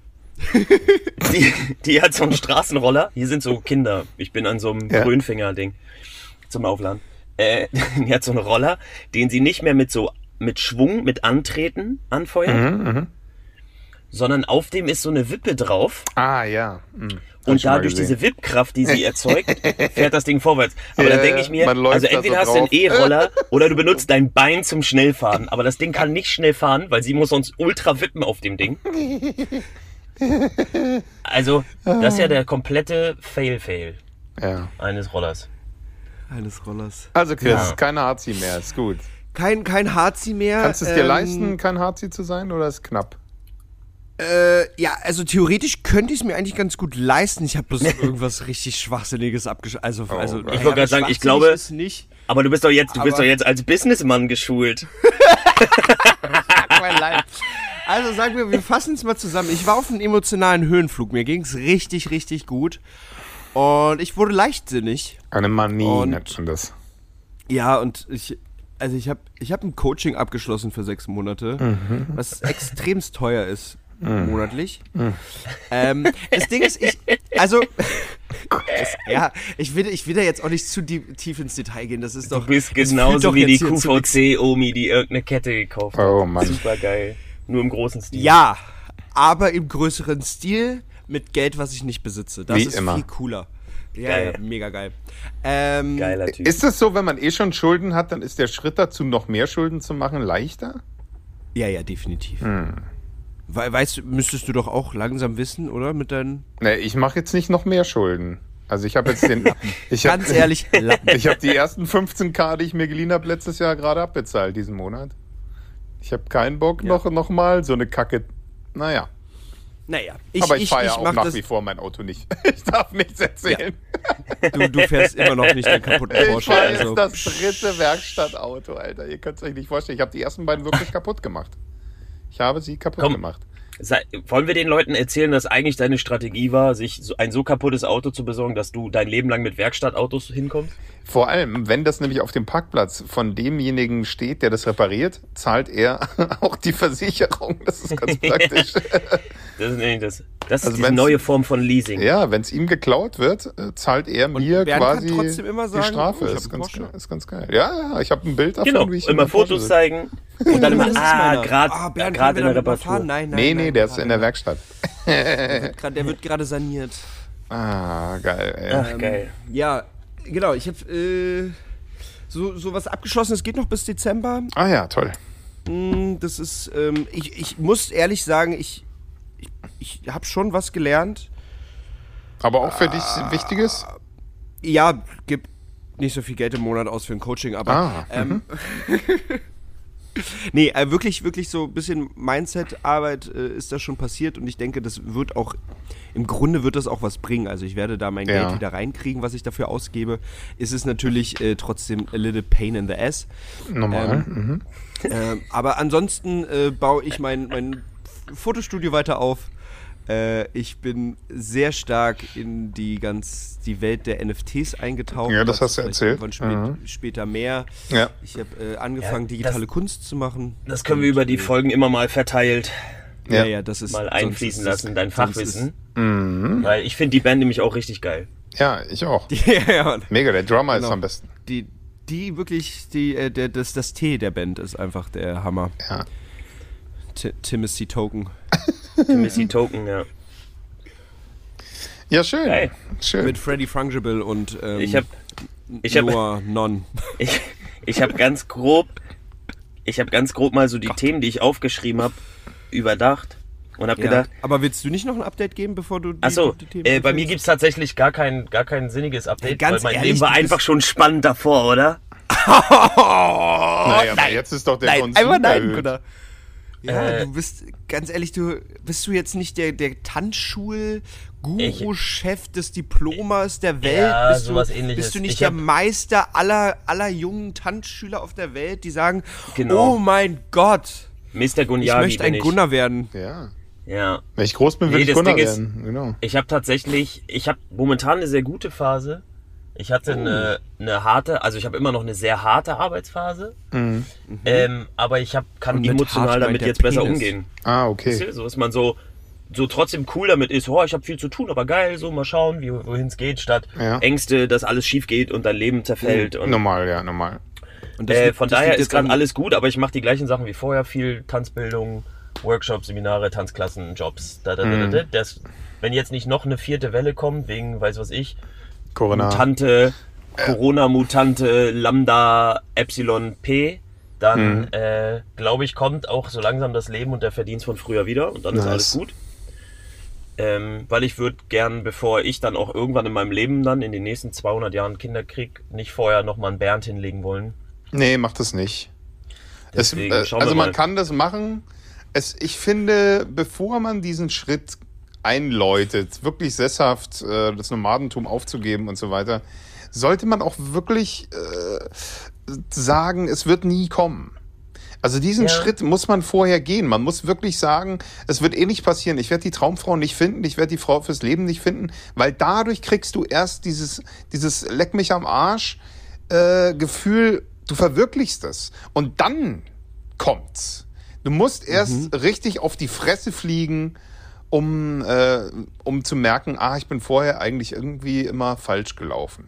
Speaker 5: die, die hat so einen Straßenroller. Hier sind so Kinder. Ich bin an so einem
Speaker 4: Ja.
Speaker 5: Grünfinger-Ding zum Aufladen. Äh, [laughs] die hat so einen Roller, den sie nicht mehr mit so mit Schwung, mit Antreten anfeuert, sondern auf dem ist so eine Wippe drauf.
Speaker 4: Ah ja. Mhm.
Speaker 5: und dadurch diese Wippkraft, die sie erzeugt, fährt das Ding vorwärts. Aber
Speaker 4: Ja,
Speaker 5: da denke ich mir,
Speaker 4: man läuft
Speaker 5: also
Speaker 4: da so
Speaker 5: entweder hast du einen
Speaker 4: drauf. [laughs]
Speaker 5: E-Roller oder du benutzt dein Bein zum Schnellfahren. Aber das Ding kann nicht schnell fahren, weil sie muss sonst ultra wippen auf dem Ding. Also, das ist ja der komplette Fail-Fail
Speaker 4: Ja.
Speaker 5: eines Rollers.
Speaker 3: Eines Rollers.
Speaker 4: Also Chris,
Speaker 5: Ja.
Speaker 4: keine Harzi mehr, ist gut.
Speaker 3: Kein, kein Harzi mehr.
Speaker 4: Kannst du es dir
Speaker 3: ähm,
Speaker 4: leisten, kein Harzi zu sein oder ist knapp?
Speaker 3: Äh, ja, also theoretisch könnte ich es mir eigentlich ganz gut leisten. Ich habe [laughs] bloß irgendwas richtig Schwachsinniges abgeschlossen. Also,
Speaker 4: Oh
Speaker 3: also,
Speaker 4: Gott. Ich
Speaker 5: wollte gerade sagen, ich glaube-
Speaker 3: Es nicht.
Speaker 5: Aber du bist doch jetzt, du bist
Speaker 3: Aber-
Speaker 5: doch jetzt als Businessmann geschult.
Speaker 3: Mein Leid. Also sagen wir, wir fassen es mal zusammen. Ich war auf einem emotionalen Höhenflug. Mir ging es richtig, richtig gut. Und ich wurde leichtsinnig.
Speaker 4: Eine Manie
Speaker 3: Und-
Speaker 4: nennt man das.
Speaker 3: Ja, und ich, also ich habe ich hab ein Coaching abgeschlossen für sechs Monate,
Speaker 5: Mhm.
Speaker 3: was extremst teuer ist, monatlich.
Speaker 5: Mhm.
Speaker 3: Ähm, das Ding ist, ich, also, es, ja, ich will, ich will da jetzt auch nicht zu die, tief ins Detail gehen, das ist doch...
Speaker 5: Du bist
Speaker 3: das fühlt
Speaker 5: genauso
Speaker 3: doch
Speaker 5: wie
Speaker 3: jetzt
Speaker 5: die
Speaker 3: hier zu-
Speaker 5: QVC-Omi, die irgendeine Kette gekauft hat.
Speaker 4: Oh Mann.
Speaker 5: Super geil. Nur im großen Stil.
Speaker 3: Ja, aber im größeren Stil mit Geld, was ich nicht besitze. Das
Speaker 4: Wie
Speaker 3: ist
Speaker 4: immer.
Speaker 3: viel cooler. Ja,
Speaker 5: Geil.
Speaker 3: ja, mega geil. Ähm,
Speaker 5: Geiler Typ.
Speaker 4: Ist es so, wenn man eh schon Schulden hat, dann ist der Schritt dazu, noch mehr Schulden zu machen, leichter?
Speaker 3: Ja, ja, definitiv.
Speaker 5: Mhm.
Speaker 3: We weißt du, müsstest du doch auch langsam wissen, oder? Mit deinen...
Speaker 4: Nee, Ne, ich mache jetzt nicht noch mehr Schulden. Also ich habe jetzt
Speaker 3: [laughs]
Speaker 4: den. Ich hab,
Speaker 3: Ganz ehrlich, Lappen.
Speaker 4: [laughs] Ich habe die ersten 15k, die ich mir geliehen habe, letztes Jahr gerade abbezahlt, diesen Monat. Ich habe keinen Bock noch, noch mal so eine Kacke. Naja,
Speaker 3: Naja, ich,
Speaker 4: aber ich,
Speaker 3: ich,
Speaker 4: fahre
Speaker 3: ich
Speaker 4: ja auch
Speaker 3: mach
Speaker 4: nach
Speaker 3: das.
Speaker 4: wie vor mein Auto nicht. [laughs] Ich darf nichts erzählen.
Speaker 3: Du, du fährst immer noch nicht den kaputten
Speaker 4: ich
Speaker 3: Porsche.
Speaker 4: fahre
Speaker 3: Also.
Speaker 4: jetzt das dritte Werkstattauto, Alter. Ihr könnt es euch nicht vorstellen. Ich habe die ersten beiden
Speaker 3: [laughs]
Speaker 4: wirklich kaputt gemacht. Ich habe sie kaputt
Speaker 5: Komm.
Speaker 4: gemacht.
Speaker 5: Sei, wollen wir den Leuten erzählen, dass eigentlich deine Strategie war, sich so, ein so kaputtes Auto zu besorgen, dass du dein Leben lang mit Werkstattautos hinkommst?
Speaker 4: Vor allem, wenn das nämlich auf dem Parkplatz von demjenigen steht, der das repariert, zahlt er [laughs] auch die Versicherung. Das ist ganz
Speaker 3: [laughs]
Speaker 4: praktisch.
Speaker 5: Das ist nämlich das. Das
Speaker 4: Also
Speaker 5: ist die
Speaker 4: wenn's-
Speaker 5: neue Form von Leasing.
Speaker 4: Ja, wenn es ihm geklaut wird, äh, zahlt er mir
Speaker 3: Bernd
Speaker 4: quasi
Speaker 3: kann trotzdem immer sagen,
Speaker 4: die Strafe.
Speaker 3: oh, ich hab
Speaker 4: ist,
Speaker 3: einen
Speaker 4: ganz,
Speaker 3: Porsche.
Speaker 4: ge- ist ganz geil. Ja, ja, ich habe ein Bild davon,
Speaker 5: genau.
Speaker 4: wie ich
Speaker 5: Immer
Speaker 4: in der Porsche
Speaker 5: Fotos
Speaker 4: sitze.
Speaker 5: zeigen und dann immer,
Speaker 3: Das ist
Speaker 5: ah,
Speaker 3: meiner.
Speaker 5: gerade
Speaker 3: Ah, Bernd,
Speaker 5: grad in
Speaker 3: können wir
Speaker 5: der
Speaker 3: damit mal
Speaker 5: Reparatur.
Speaker 3: fahren? Nein, nein.
Speaker 4: Nee,
Speaker 3: nein,
Speaker 4: nee, der ist in der Werkstatt.
Speaker 3: Werkstatt. Der wird gerade saniert.
Speaker 4: Ah, geil. Ja.
Speaker 3: Ähm,
Speaker 5: Ach, geil.
Speaker 3: Ja, genau. Ich habe äh, so, so was abgeschlossen. Es geht noch bis Dezember.
Speaker 4: Ah ja, toll.
Speaker 3: Mm, Das ist, ähm, ich, ich muss ehrlich sagen, ich, ich, ich habe schon was gelernt.
Speaker 4: Aber auch für dich
Speaker 3: Ah.
Speaker 4: ein Wichtiges?
Speaker 3: Ja, gibt nicht so viel Geld im Monat aus für ein Coaching, aber
Speaker 4: Ah,
Speaker 3: ähm, [laughs] nee, äh, wirklich, wirklich so ein bisschen Mindset-Arbeit äh, ist das schon passiert und ich denke, das wird auch, im Grunde wird das auch was bringen. Also ich werde da mein
Speaker 4: Ja.
Speaker 3: Geld wieder reinkriegen, was ich dafür ausgebe. Es ist natürlich äh, trotzdem a little pain in the ass.
Speaker 4: Normal. mhm.
Speaker 3: Ähm, aber ansonsten äh, baue ich mein, mein F- Fotostudio weiter auf. Äh, ich bin sehr stark in die ganz die Welt der NFTs eingetaucht.
Speaker 4: Ja, das
Speaker 3: Dazu
Speaker 4: hast du
Speaker 3: vielleicht
Speaker 4: erzählt. Mhm.
Speaker 3: irgendwann Spät, Später mehr.
Speaker 4: Ja.
Speaker 3: Ich habe äh, angefangen,
Speaker 5: Ja,
Speaker 3: digitale
Speaker 5: das-
Speaker 3: Kunst zu machen. äh,
Speaker 5: Das können wir über die Folgen immer mal verteilt
Speaker 3: ja,
Speaker 4: Ja.
Speaker 3: ja, das ist
Speaker 5: mal
Speaker 3: sonst
Speaker 5: einfließen
Speaker 3: ist Mhm. es-
Speaker 5: lassen, dein
Speaker 3: sonst
Speaker 5: Fachwissen. Weil ich finde die Band nämlich auch richtig geil.
Speaker 4: ja, ich auch.
Speaker 3: ist- [laughs] ja, ja, Mann.
Speaker 4: Mega, der Drummer ist
Speaker 3: Genau.
Speaker 4: am besten.
Speaker 3: die, die wirklich die äh, der, das das T der Band ist einfach der Hammer.
Speaker 4: Ja.
Speaker 3: T Timothy Token Mhm.
Speaker 5: Missy Token, ja.
Speaker 4: Ja, schön.
Speaker 5: Geil.
Speaker 4: Schön.
Speaker 3: mit Freddy Fungible und ähm,
Speaker 5: Ich habe ich hab,
Speaker 3: Noah Non.
Speaker 5: Ich, ich habe ganz grob, ich habe ganz grob mal so die Themen, die ich aufgeschrieben habe, überdacht und habe gedacht,
Speaker 3: Aber willst du nicht noch ein Update geben, bevor du die,
Speaker 5: achso,
Speaker 3: die Themen
Speaker 5: äh, bei mir
Speaker 3: erzählst?
Speaker 5: gibt's tatsächlich gar kein, gar kein sinniges Update,
Speaker 3: Ganz
Speaker 5: weil mein
Speaker 3: ehrlich,
Speaker 5: Leben war
Speaker 3: du bist-
Speaker 5: einfach schon spannend davor, oder?
Speaker 4: naja, aber Oh, jetzt ist doch der
Speaker 3: Nein,
Speaker 4: Konsum
Speaker 3: einfach nein,
Speaker 4: erhöht.
Speaker 3: Gunnar. Ja,
Speaker 5: um Äh,
Speaker 3: du bist, ganz ehrlich, du bist du jetzt nicht der, der Tanzschul-Guru-Chef des Diplomas der Welt?
Speaker 5: Ja,
Speaker 3: bist,
Speaker 5: sowas
Speaker 3: du,
Speaker 5: ähnliches.
Speaker 3: bist du nicht
Speaker 5: Ich
Speaker 3: der
Speaker 5: hab-
Speaker 3: Meister aller, aller jungen Tanzschüler auf der Welt, die sagen,
Speaker 5: Genau.
Speaker 3: oh mein Gott,
Speaker 5: Mr.
Speaker 3: ich
Speaker 5: Gunyagi
Speaker 3: möchte
Speaker 5: bin
Speaker 3: ein
Speaker 5: ich.
Speaker 3: Gunnar werden.
Speaker 4: Ja.
Speaker 5: Ja.
Speaker 4: Wenn ich groß bin, will
Speaker 5: Nee,
Speaker 4: ich
Speaker 5: das
Speaker 4: Gunnar
Speaker 5: Ding ist-
Speaker 4: werden. Genau.
Speaker 5: Ich habe tatsächlich, ich habe momentan eine sehr gute Phase. Ich hatte
Speaker 3: Oh.
Speaker 5: eine, eine harte, also ich habe immer noch eine sehr harte Arbeitsphase, ähm, aber ich hab, kann
Speaker 3: Mhm. Und mit hart
Speaker 5: emotional
Speaker 3: meint
Speaker 5: damit
Speaker 3: der
Speaker 5: jetzt besser
Speaker 3: Penis.
Speaker 5: umgehen.
Speaker 4: Ah,
Speaker 5: Weißt
Speaker 4: okay.
Speaker 5: du, So dass man so, so trotzdem cool damit ist, oh, ich habe viel zu tun, aber geil, so mal schauen, wie, wohin es geht, statt
Speaker 4: Ja.
Speaker 5: Ängste, dass alles schief geht und dein Leben zerfällt. Und,
Speaker 4: Normal, ja, normal.
Speaker 3: Und das
Speaker 5: äh,
Speaker 3: liegt-
Speaker 5: von
Speaker 3: das
Speaker 5: daher
Speaker 3: liegt
Speaker 5: ist
Speaker 3: jetzt
Speaker 5: gerade
Speaker 3: an-
Speaker 5: alles gut, aber ich mache die gleichen Sachen wie
Speaker 3: Mhm.
Speaker 5: vorher, viel Tanzbildung, Workshops, Seminare, Tanzklassen, Jobs. Da, da, da, da, da. Das, wenn jetzt nicht noch eine vierte Welle kommt, wegen, weiß was ich,
Speaker 4: Corona.
Speaker 5: Mutante, Corona-Mutante, Lambda, Epsilon, P, dann
Speaker 4: Mhm.
Speaker 5: äh, glaube ich, kommt auch so langsam das Leben und der Verdienst von früher wieder und dann ist
Speaker 4: Nice.
Speaker 5: alles gut. Ähm, weil ich würde gern, bevor ich dann auch irgendwann in meinem Leben dann in den nächsten 200 Jahren Kinder krieg, nicht vorher nochmal einen Bernd hinlegen wollen.
Speaker 4: Nee, mach das nicht. Es,
Speaker 5: Deswegen
Speaker 4: äh,
Speaker 5: schauen wir
Speaker 4: also man
Speaker 5: mal.
Speaker 4: kann das machen. Es, ich finde, bevor man diesen Schritt einläutet, wirklich sesshaft äh, das Nomadentum aufzugeben und so weiter, sollte man auch wirklich äh, sagen, es wird nie kommen. Also diesen
Speaker 5: Ja.
Speaker 4: Schritt muss man vorher gehen. Man muss wirklich sagen, es wird eh nicht passieren. Ich werde die Traumfrau nicht finden. Ich werde die Frau fürs Leben nicht finden, weil dadurch kriegst du erst dieses, dieses leck mich am Arsch äh, Gefühl, du verwirklichst das. Und dann kommt's. Du musst erst richtig auf die Fresse fliegen, um, äh, um zu merken, ah, ich bin vorher eigentlich irgendwie immer falsch gelaufen.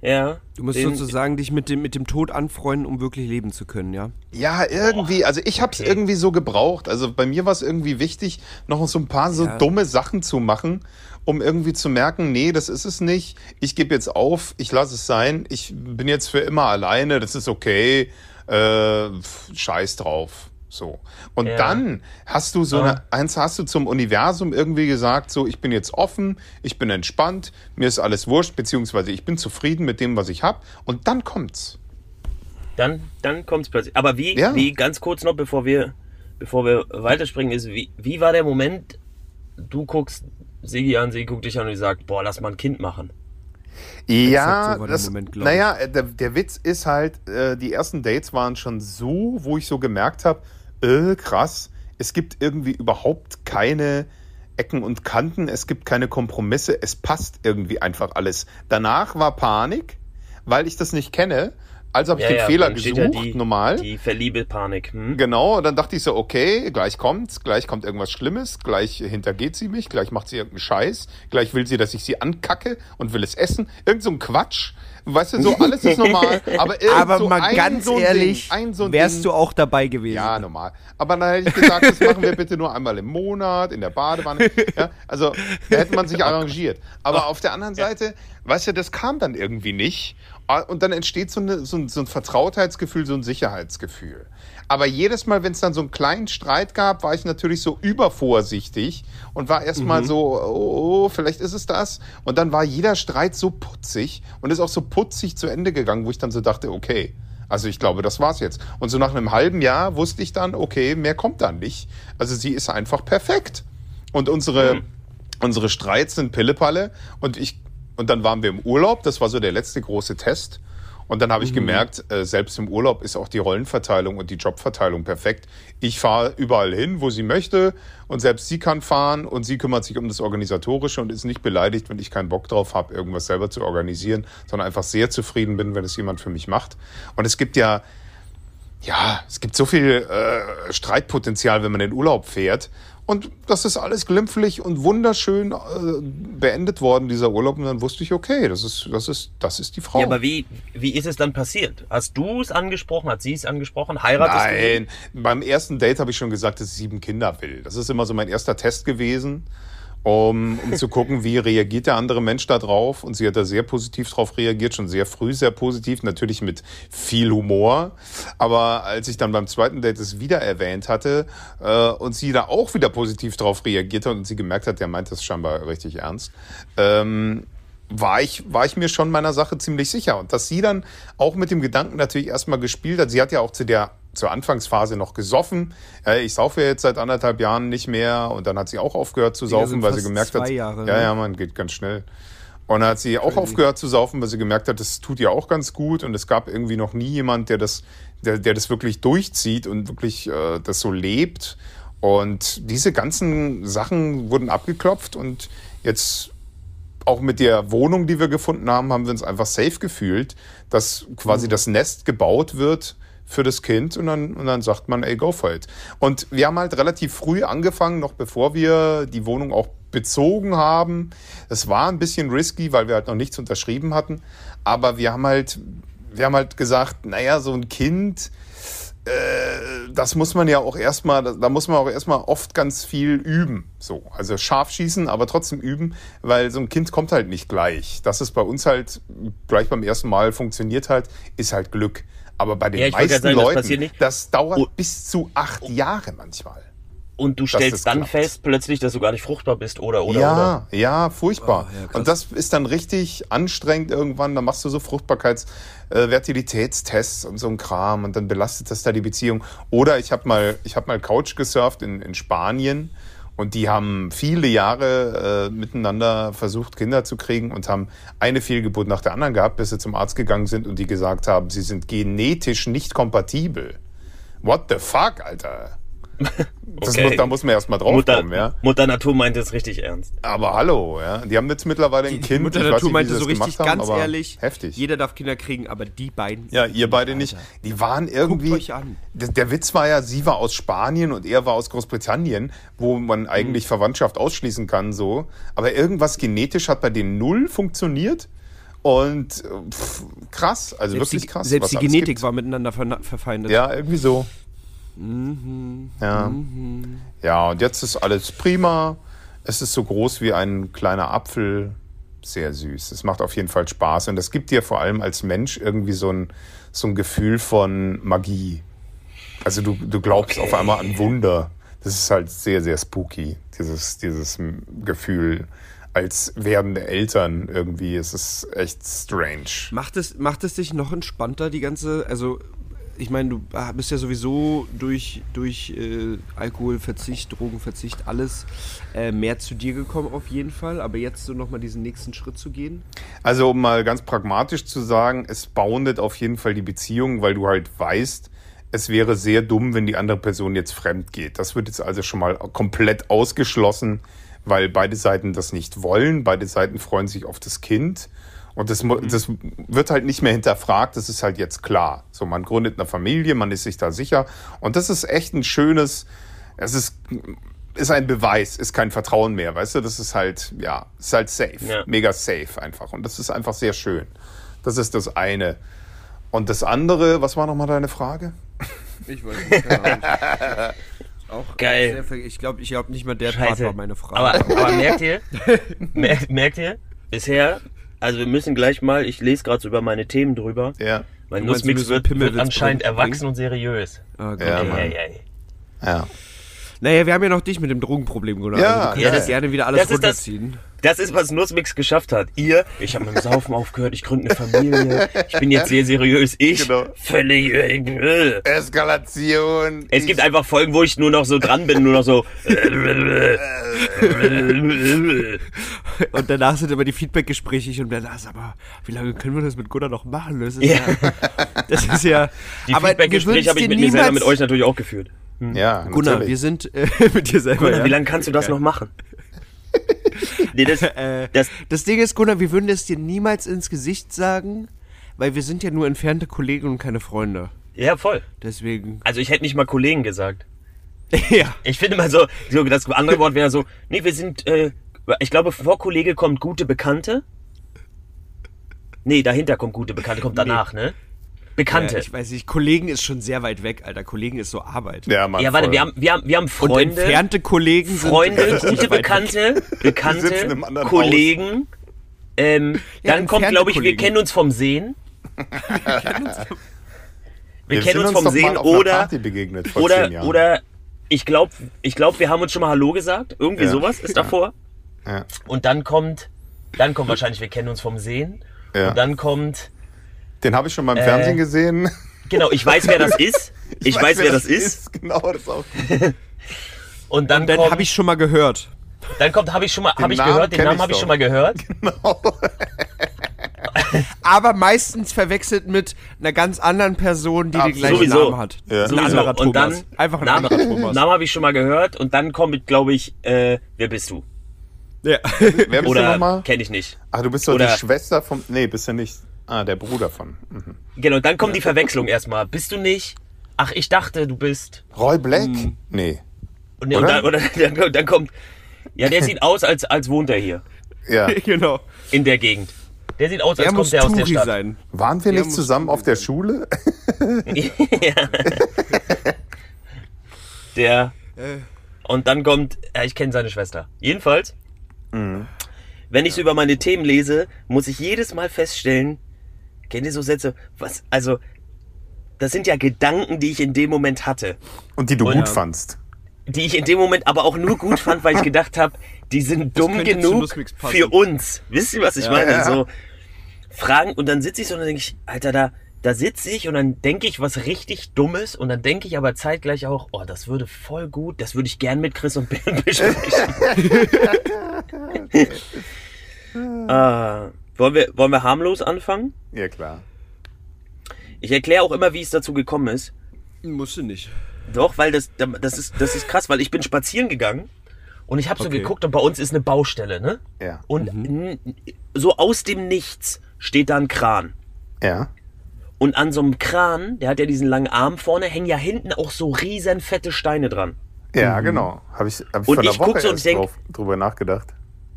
Speaker 5: Ja.
Speaker 3: Du musst
Speaker 5: den-
Speaker 3: sozusagen dich mit dem, mit dem Tod anfreunden, um wirklich leben zu können, ja?
Speaker 4: Ja, irgendwie. Also ich hab's
Speaker 5: okay.
Speaker 4: irgendwie so gebraucht. Also bei mir war es irgendwie wichtig, noch so ein paar so
Speaker 3: Ja.
Speaker 4: dumme Sachen zu machen, um irgendwie zu merken, nee, das ist es nicht. Ich gebe jetzt auf, ich lasse es sein. Ich bin jetzt für immer alleine. Das ist okay. Äh, pf, scheiß drauf. So. Und
Speaker 5: Ja.
Speaker 4: dann hast du so
Speaker 5: Ja.
Speaker 4: eine, eins hast du zum Universum irgendwie gesagt, so, ich bin jetzt offen, ich bin entspannt, mir ist alles wurscht, beziehungsweise ich bin zufrieden mit dem, was ich hab. Und dann kommt's.
Speaker 5: Dann, dann kommt's plötzlich. Aber wie,
Speaker 4: Ja.
Speaker 5: wie, ganz kurz noch, bevor wir, bevor wir weiterspringen, ist, wie, wie war der Moment, du guckst Sigi an, Sigi guckt dich an und sagt, boah, lass mal ein Kind machen.
Speaker 4: Ja,
Speaker 3: so war der
Speaker 4: das,
Speaker 3: Moment, glaub ich.
Speaker 4: naja, äh, der, der Witz ist halt, äh, die ersten Dates waren schon so, wo ich so gemerkt habe, äh, krass, es gibt irgendwie überhaupt keine Ecken und Kanten, es gibt keine Kompromisse, es passt irgendwie einfach alles. Danach war Panik, weil ich das nicht kenne, also habe ich den Fehler
Speaker 5: dann
Speaker 4: gesucht,
Speaker 5: steht die,
Speaker 4: normal.
Speaker 5: Die Verliebe-Panik.
Speaker 3: Mhm.
Speaker 5: Hm?
Speaker 4: Genau, und dann dachte ich so, okay, gleich kommt's, gleich kommt irgendwas Schlimmes, gleich hintergeht sie mich, gleich macht sie irgendeinen Scheiß, gleich will sie, dass ich sie ankacke und will es essen. Irgend so ein Quatsch. Weißt
Speaker 3: [laughs]
Speaker 4: du, so alles ist normal, aber irgend
Speaker 3: Aber
Speaker 4: so
Speaker 3: mal
Speaker 4: ein
Speaker 3: ganz
Speaker 4: so ein
Speaker 3: ehrlich,
Speaker 4: Ding, ein so ein
Speaker 3: wärst
Speaker 4: Ding.
Speaker 3: du auch dabei gewesen.
Speaker 4: Ja, normal. Aber dann hätte ich gesagt, das machen wir bitte nur einmal im Monat, in der Badewanne. Ja, also da hätte man sich arrangiert. Aber auf der anderen Seite, weißt du, das kam dann irgendwie nicht. Ah, Und dann entsteht so, eine, so, ein, so ein Vertrautheitsgefühl, so ein Sicherheitsgefühl. Aber jedes Mal, wenn es dann so einen kleinen Streit gab, war ich natürlich so übervorsichtig und war erstmal so, oh, oh, vielleicht ist es das. Und dann war jeder Streit so putzig und ist auch so putzig zu Ende gegangen, wo ich dann so dachte, okay, also ich glaube, das war's jetzt. Und so nach einem halben Jahr wusste ich dann, okay, mehr kommt dann nicht. Also sie ist einfach perfekt. Und unsere, unsere Streits sind Pillepalle. Und ich, und dann waren wir im Urlaub. Das war so der letzte große Test. Und dann habe ich gemerkt, äh, selbst im Urlaub ist auch die Rollenverteilung und die Jobverteilung perfekt. Ich fahre überall hin, wo sie möchte. Und selbst sie kann fahren und sie kümmert sich um das Organisatorische und ist nicht beleidigt, wenn ich keinen Bock drauf habe, irgendwas selber zu organisieren, sondern einfach sehr zufrieden bin, wenn es jemand für mich macht. Und es gibt ja, ja, es gibt so viel äh, Streitpotenzial, wenn man in Urlaub fährt. Und das ist alles glimpflich und wunderschön äh, beendet worden, dieser Urlaub. Und dann wusste ich, okay, das ist, das ist, das ist die Frau.
Speaker 5: Ja, aber wie, wie ist es dann passiert? Hast du es angesprochen? Hat sie es angesprochen? Heiratest
Speaker 4: Nein, beim ersten Date habe ich schon gesagt, dass ich sieben Kinder will. Das ist immer so mein erster Test gewesen, um, um zu gucken, wie reagiert der andere Mensch da drauf. Und sie hat da sehr positiv drauf reagiert, schon sehr früh sehr positiv, natürlich mit viel Humor. Aber als ich dann beim zweiten Date es wieder erwähnt hatte äh, und sie da auch wieder positiv drauf reagiert hat und sie gemerkt hat, der meint das scheinbar richtig ernst, ähm, war ich, war ich mir schon meiner Sache ziemlich sicher. Und dass sie dann auch mit dem Gedanken natürlich erstmal gespielt hat, sie hat ja auch zu der zur Anfangsphase noch gesoffen. Äh, ich saufe ja jetzt seit anderthalb Jahren nicht mehr und dann hat sie auch aufgehört zu
Speaker 3: Digga,
Speaker 4: saufen,
Speaker 3: sind
Speaker 4: weil sie
Speaker 3: fast
Speaker 4: gemerkt hat.
Speaker 3: zwei Jahre,
Speaker 4: ja,
Speaker 3: ne?
Speaker 4: ja, man geht ganz schnell. Und dann hat sie auch aufgehört zu saufen, weil sie gemerkt hat, das tut ihr auch ganz gut und es gab irgendwie noch nie jemand, der das, der, der das wirklich durchzieht und wirklich äh, das so lebt. Und diese ganzen Sachen wurden abgeklopft und jetzt auch mit der Wohnung, die wir gefunden haben, haben wir uns einfach safe gefühlt, dass quasi das Nest gebaut wird für das Kind und dann, und dann sagt man, ey, go for it. Und wir haben halt relativ früh angefangen, noch bevor wir die Wohnung auch bezogen haben. Es war ein bisschen risky, weil wir halt noch nichts unterschrieben hatten, aber wir haben halt, wir haben halt gesagt, naja, so ein Kind, das muss man ja auch erstmal, da muss man auch erstmal oft ganz viel üben. So, also scharf schießen, aber trotzdem üben, weil so ein Kind kommt halt nicht gleich. Dass es bei uns halt gleich beim ersten Mal funktioniert halt, ist halt Glück. Aber bei den
Speaker 5: Ja, ich wollte
Speaker 4: meisten
Speaker 5: gerade sagen, das passiert
Speaker 4: Leuten, das,
Speaker 5: nicht.
Speaker 4: dauert
Speaker 5: Oh.
Speaker 4: bis zu acht Jahre manchmal.
Speaker 5: Und du
Speaker 4: das
Speaker 5: stellst dann
Speaker 4: klappt.
Speaker 5: fest plötzlich, dass du gar nicht fruchtbar bist oder oder oder.
Speaker 4: ja, ja, furchtbar.
Speaker 3: Oh, ja, krass.
Speaker 4: und das ist dann richtig anstrengend irgendwann. Dann machst du so Fruchtbarkeits-, äh, Fertilitätstests und so ein Kram und dann belastet das da die Beziehung. Oder ich habe mal, ich habe mal Couch gesurft in, in Spanien und die haben viele Jahre äh, miteinander versucht, Kinder zu kriegen und haben eine Fehlgeburt nach der anderen gehabt, bis sie zum Arzt gegangen sind und die gesagt haben, sie sind genetisch nicht kompatibel. What the fuck, Alter? Das
Speaker 5: [laughs] Okay.
Speaker 4: muss, da muss man erstmal drauf
Speaker 5: Mutter,
Speaker 4: kommen, ja.
Speaker 5: Mutter Natur meint es richtig ernst.
Speaker 4: Aber hallo, ja. Die haben jetzt mittlerweile ein
Speaker 3: Die
Speaker 4: Kind.
Speaker 3: Mutter
Speaker 4: Ich weiß
Speaker 3: Natur
Speaker 4: nicht, wie
Speaker 3: meinte
Speaker 4: sie
Speaker 3: so
Speaker 4: das
Speaker 3: richtig
Speaker 4: gemacht haben,
Speaker 3: ganz
Speaker 4: aber
Speaker 3: ehrlich,
Speaker 4: Heftig.
Speaker 3: jeder darf Kinder kriegen, aber die beiden.
Speaker 4: ja, ihr beide nicht. Die waren irgendwie.
Speaker 3: Guckt euch an.
Speaker 4: Der, der Witz war ja, sie war aus Spanien und er war aus Großbritannien, wo
Speaker 3: Mhm.
Speaker 4: man eigentlich Verwandtschaft ausschließen kann, so. Aber irgendwas genetisch hat bei denen null funktioniert. Und äh, pff, krass, also
Speaker 3: Selbst,
Speaker 4: wirklich
Speaker 3: die,
Speaker 4: krass. was
Speaker 3: selbst die
Speaker 4: alles
Speaker 3: Genetik
Speaker 4: gibt.
Speaker 3: war miteinander ver verfeindet.
Speaker 4: Ja, irgendwie so. Ja. ja, und jetzt ist alles prima. Es ist so groß wie ein kleiner Apfel. Sehr süß. Es macht auf jeden Fall Spaß. Und das gibt dir vor allem als Mensch irgendwie so ein, so ein Gefühl von Magie. Also du, du glaubst auf einmal an Wunder. Das ist halt sehr, sehr spooky, dieses, dieses Gefühl als werdende Eltern irgendwie. Es ist echt strange.
Speaker 3: Macht es, macht es dich noch entspannter, die ganze, also ich meine, du bist ja sowieso durch, durch äh, Alkoholverzicht, Drogenverzicht, alles äh, mehr zu dir gekommen auf jeden Fall, aber jetzt so nochmal diesen nächsten Schritt zu gehen.
Speaker 4: Also, um mal ganz pragmatisch zu sagen, es boundet auf jeden Fall die Beziehung, weil du halt weißt, es wäre sehr dumm, wenn die andere Person jetzt fremd geht. Das wird jetzt also schon mal komplett ausgeschlossen, weil beide Seiten das nicht wollen. Beide Seiten freuen sich auf das Kind. Und das, mu- das wird halt nicht mehr hinterfragt, das ist halt jetzt klar. So, man gründet eine Familie, man ist sich da sicher. Und das ist echt ein schönes, es ist, ist ein Beweis, ist kein Vertrauen mehr, weißt du? Das ist halt, ja, ist halt safe.
Speaker 5: Ja.
Speaker 4: Mega safe einfach. Und das ist einfach sehr schön. Das ist das eine. Und das andere, was war nochmal deine Frage?
Speaker 3: Ich weiß nicht, keine Ahnung.
Speaker 5: [laughs]
Speaker 3: Auch
Speaker 5: Geil.
Speaker 3: sehr ver- ich glaube, ich glaube nicht mal der Part
Speaker 5: Scheiße.
Speaker 3: war meine Frage.
Speaker 5: Aber, aber merkt ihr,
Speaker 3: [laughs]
Speaker 5: merkt, merkt ihr, bisher, also wir müssen gleich mal, ich lese gerade so über meine Themen drüber.
Speaker 4: Ja.
Speaker 5: Mein
Speaker 3: Du meinst, wir
Speaker 5: Nussmix
Speaker 3: müssen
Speaker 5: wird, wird
Speaker 3: Pimmelwitz
Speaker 5: anscheinend
Speaker 3: bringen?
Speaker 5: erwachsen und seriös.
Speaker 3: Ah, Gott.
Speaker 4: Ja, Mann.
Speaker 5: Ey, ey, ey.
Speaker 4: Ja.
Speaker 3: Naja, wir haben ja noch dich mit dem Drogenproblem, Gunnar.
Speaker 4: Ja,
Speaker 3: also, du kannst
Speaker 4: ja,
Speaker 3: das
Speaker 4: das-
Speaker 3: gerne wieder alles
Speaker 5: das ist das- [laughs]
Speaker 3: runterziehen.
Speaker 5: Das ist, was Nussmix geschafft hat. Ihr, ich habe mit dem Saufen aufgehört, ich gründe eine Familie, ich bin jetzt sehr seriös. Ich,
Speaker 4: Genau.
Speaker 5: völlig. äh,
Speaker 4: Eskalation.
Speaker 5: Es
Speaker 4: Ich-
Speaker 5: gibt einfach Folgen, wo ich nur noch so dran bin, nur noch so. äh, ja,
Speaker 3: Und danach sind immer die Feedbackgespräche ich und danach sag mal, wie lange können wir das mit Gunnar noch machen? Das ist ja, das ist ja.
Speaker 5: [laughs] die
Speaker 3: aber wir würden's
Speaker 5: Feedback-Gespräche habe ich
Speaker 3: dir
Speaker 5: mit mir selber
Speaker 3: niemals-
Speaker 5: mit euch natürlich auch geführt.
Speaker 4: Ja,
Speaker 3: Gunnar,
Speaker 4: natürlich.
Speaker 3: wir sind äh, [laughs] mit dir selber.
Speaker 5: Gunnar,
Speaker 3: ja.
Speaker 5: wie lange kannst du das noch machen? Nee, das,
Speaker 3: [laughs] Äh,
Speaker 5: das,
Speaker 3: das Ding ist, Gunnar, wir würden es dir niemals ins Gesicht sagen, weil wir sind ja nur entfernte Kollegen und keine Freunde.
Speaker 5: [laughs] ja, voll.
Speaker 3: Deswegen.
Speaker 5: [laughs] Also ich hätte nicht mal Kollegen gesagt.
Speaker 3: ja.
Speaker 5: Ich finde mal so, so das andere Wort wäre so, nee, wir sind, äh, ich glaube, vor Kollege kommt gute Bekannte. Nee, dahinter kommt gute Bekannte, kommt danach, ne? Bekannte.
Speaker 3: Ja, ich weiß nicht, Kollegen ist schon sehr weit weg, Alter. Kollegen ist so Arbeit.
Speaker 4: ja, Mann,
Speaker 5: ja, warte,
Speaker 4: voll.
Speaker 5: wir haben, wir haben, wir haben
Speaker 3: Und
Speaker 5: Freunde.
Speaker 3: entfernte Kollegen
Speaker 5: Freunde,
Speaker 3: sind richtig
Speaker 5: gute
Speaker 3: weit weg.
Speaker 5: Bekannte,
Speaker 4: Die sitzen
Speaker 5: Bekannte,
Speaker 4: im anderen
Speaker 5: Kollegen. Ähm,
Speaker 3: Ja,
Speaker 5: dann kommt,
Speaker 3: entfernte
Speaker 5: glaube ich, wir
Speaker 3: Kollegen.
Speaker 5: kennen uns vom
Speaker 4: [laughs]
Speaker 5: Sehen. wir
Speaker 4: sind
Speaker 5: kennen uns vom
Speaker 4: doch mal
Speaker 5: Sehen
Speaker 4: auf einer
Speaker 5: oder,
Speaker 4: Party begegnet vor zehn
Speaker 5: oder,
Speaker 4: Jahren.
Speaker 5: oder ich glaube, ich glaub, wir haben uns schon mal Hallo gesagt. Irgendwie
Speaker 4: Ja.
Speaker 5: sowas ist davor.
Speaker 4: Ja.
Speaker 5: Und dann kommt, dann kommt wahrscheinlich, wir kennen uns vom Sehen.
Speaker 4: Ja.
Speaker 5: Und dann kommt,
Speaker 4: Den habe ich schon mal im Fernsehen gesehen.
Speaker 5: genau, ich weiß, wer
Speaker 4: [laughs]
Speaker 5: das ist. Ich, weiß, wer das ist.
Speaker 4: Genau, das auch.
Speaker 5: Und dann,
Speaker 3: Dann
Speaker 5: kommt,
Speaker 3: habe ich schon mal gehört.
Speaker 5: dann kommt, habe ich schon mal, habe ich
Speaker 4: Namen
Speaker 5: gehört, den
Speaker 4: kenn
Speaker 5: Namen
Speaker 4: ich
Speaker 5: habe ich
Speaker 4: doch.
Speaker 5: schon mal gehört.
Speaker 3: aber meistens verwechselt mit einer ganz anderen Person, die den
Speaker 4: Absolut.
Speaker 3: gleichen
Speaker 5: Sowieso.
Speaker 3: Namen hat.
Speaker 4: Ja.
Speaker 3: Ein
Speaker 5: Sowieso.
Speaker 3: anderer
Speaker 5: Und
Speaker 3: Thomas.
Speaker 5: dann-
Speaker 3: Einfach ein
Speaker 5: Name,
Speaker 3: anderer Thomas.
Speaker 5: Name habe ich schon mal gehört und dann kommt, glaube ich, äh, wer bist du?
Speaker 3: Ja.
Speaker 4: Wer bist du
Speaker 5: Oder
Speaker 4: nochmal?
Speaker 5: kenne ich nicht.
Speaker 4: Ach, du bist doch
Speaker 5: Oder-
Speaker 4: die Schwester vom. Nee, bist du nicht. Ah, der Bruder von. Mhm.
Speaker 5: Genau, dann kommt die Verwechslung erstmal. Bist du nicht? Ach, ich dachte, du bist.
Speaker 4: Roy Black?
Speaker 5: Hm.
Speaker 4: Nee.
Speaker 5: Und, und
Speaker 4: Oder?
Speaker 5: dann, oder, [laughs] dann, kommt- [laughs] dann kommt. Ja, der sieht aus, als, als wohnt er hier
Speaker 4: Ja.
Speaker 3: [laughs] genau.
Speaker 5: in der Gegend. Der sieht aus, als
Speaker 3: Er muss
Speaker 5: kommt der aus der
Speaker 3: Turi
Speaker 5: Stadt.
Speaker 3: sein.
Speaker 4: Waren wir
Speaker 3: Ja,
Speaker 4: nicht
Speaker 3: muss
Speaker 4: zusammen
Speaker 3: gut
Speaker 4: auf der Schule? [laughs]
Speaker 5: ja. Der. Und dann kommt, ja, ich kenne seine Schwester. Jedenfalls, wenn ich so über meine Themen lese, muss ich jedes Mal feststellen, kennt ihr so Sätze, was, also, das sind ja Gedanken, die ich in dem Moment hatte.
Speaker 4: Und die du
Speaker 5: Und-
Speaker 4: gut
Speaker 5: Oh Ja.
Speaker 4: fandst.
Speaker 5: Die ich in dem Moment aber auch nur gut fand, weil ich gedacht habe, die sind dumm
Speaker 3: könnte zu
Speaker 5: genug
Speaker 3: Nusmix passen.
Speaker 5: für uns. Wisst ihr, was ich meine?
Speaker 4: ja.
Speaker 5: So Fragen und dann sitze ich so und dann denke ich, Alter, da, da sitze ich und dann denke ich was richtig Dummes und dann denke ich aber zeitgleich auch, oh, das würde voll gut, das würde ich gern mit Chris und Ben [laughs]
Speaker 4: [laughs]
Speaker 5: besprechen. ah, wollen, wir, wollen wir harmlos anfangen?
Speaker 4: Ja, klar.
Speaker 5: Ich erkläre auch immer, wie es dazu gekommen ist.
Speaker 3: Musst du nicht.
Speaker 5: Doch, weil das, das, ist, das ist krass, weil ich bin spazieren gegangen und ich habe so
Speaker 3: Okay.
Speaker 5: geguckt und bei uns ist eine Baustelle, ne?
Speaker 4: Ja.
Speaker 5: Und
Speaker 4: Mhm.
Speaker 5: n- so aus dem Nichts steht da ein Kran.
Speaker 4: Ja.
Speaker 5: Und an so einem Kran, der hat ja diesen langen Arm vorne, hängen ja hinten auch so riesen fette Steine dran.
Speaker 4: Ja, genau. Habe ich, hab ich
Speaker 5: Mhm. Und
Speaker 4: vor
Speaker 5: ich
Speaker 4: der
Speaker 5: guck
Speaker 4: Woche
Speaker 5: so und
Speaker 4: erst
Speaker 5: denk-
Speaker 4: drauf, drüber nachgedacht.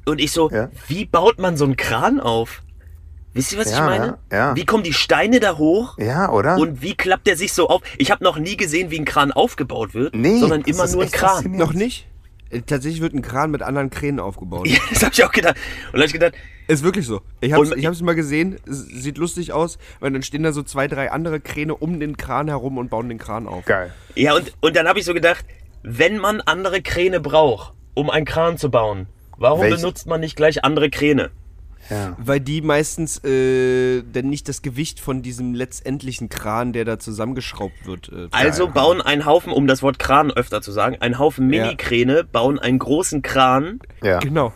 Speaker 5: Und ich so,
Speaker 4: Ja.
Speaker 5: wie baut man so einen Kran auf? Wisst ihr, was ich
Speaker 4: Ja,
Speaker 5: meine?
Speaker 4: ja.
Speaker 5: Wie kommen die Steine da hoch?
Speaker 4: Ja, oder?
Speaker 5: Und wie klappt der sich so auf? Ich habe noch nie gesehen, wie ein Kran aufgebaut wird,
Speaker 4: Nee,
Speaker 5: sondern
Speaker 4: das
Speaker 5: immer
Speaker 4: ist
Speaker 5: nur ein
Speaker 4: echt
Speaker 5: Kran.
Speaker 4: faszinierend.
Speaker 3: Noch nicht? Äh, Tatsächlich wird ein Kran mit anderen Kränen aufgebaut.
Speaker 5: [laughs] Ja, das habe ich auch gedacht. Und dann hab ich gedacht,
Speaker 3: Ist wirklich so. Ich hab's,
Speaker 5: Und-
Speaker 3: ich hab's mal gesehen, es sieht lustig aus, weil dann stehen da so zwei, drei andere Kräne um den Kran herum und bauen den Kran auf.
Speaker 4: Geil.
Speaker 5: Ja, und, und dann habe ich so gedacht, wenn man andere Kräne braucht, um einen Kran zu bauen, warum
Speaker 4: Welche?
Speaker 5: benutzt man nicht gleich andere Kräne?
Speaker 4: Ja.
Speaker 3: Weil die meistens äh, denn nicht das Gewicht von diesem letztendlichen Kran, der da zusammengeschraubt wird. Äh,
Speaker 5: Also bauen einen Haufen, um das Wort Kran öfter zu sagen, einen Haufen
Speaker 3: Ja.
Speaker 5: Mini-Kräne, bauen einen großen Kran,
Speaker 4: Ja.
Speaker 3: genau.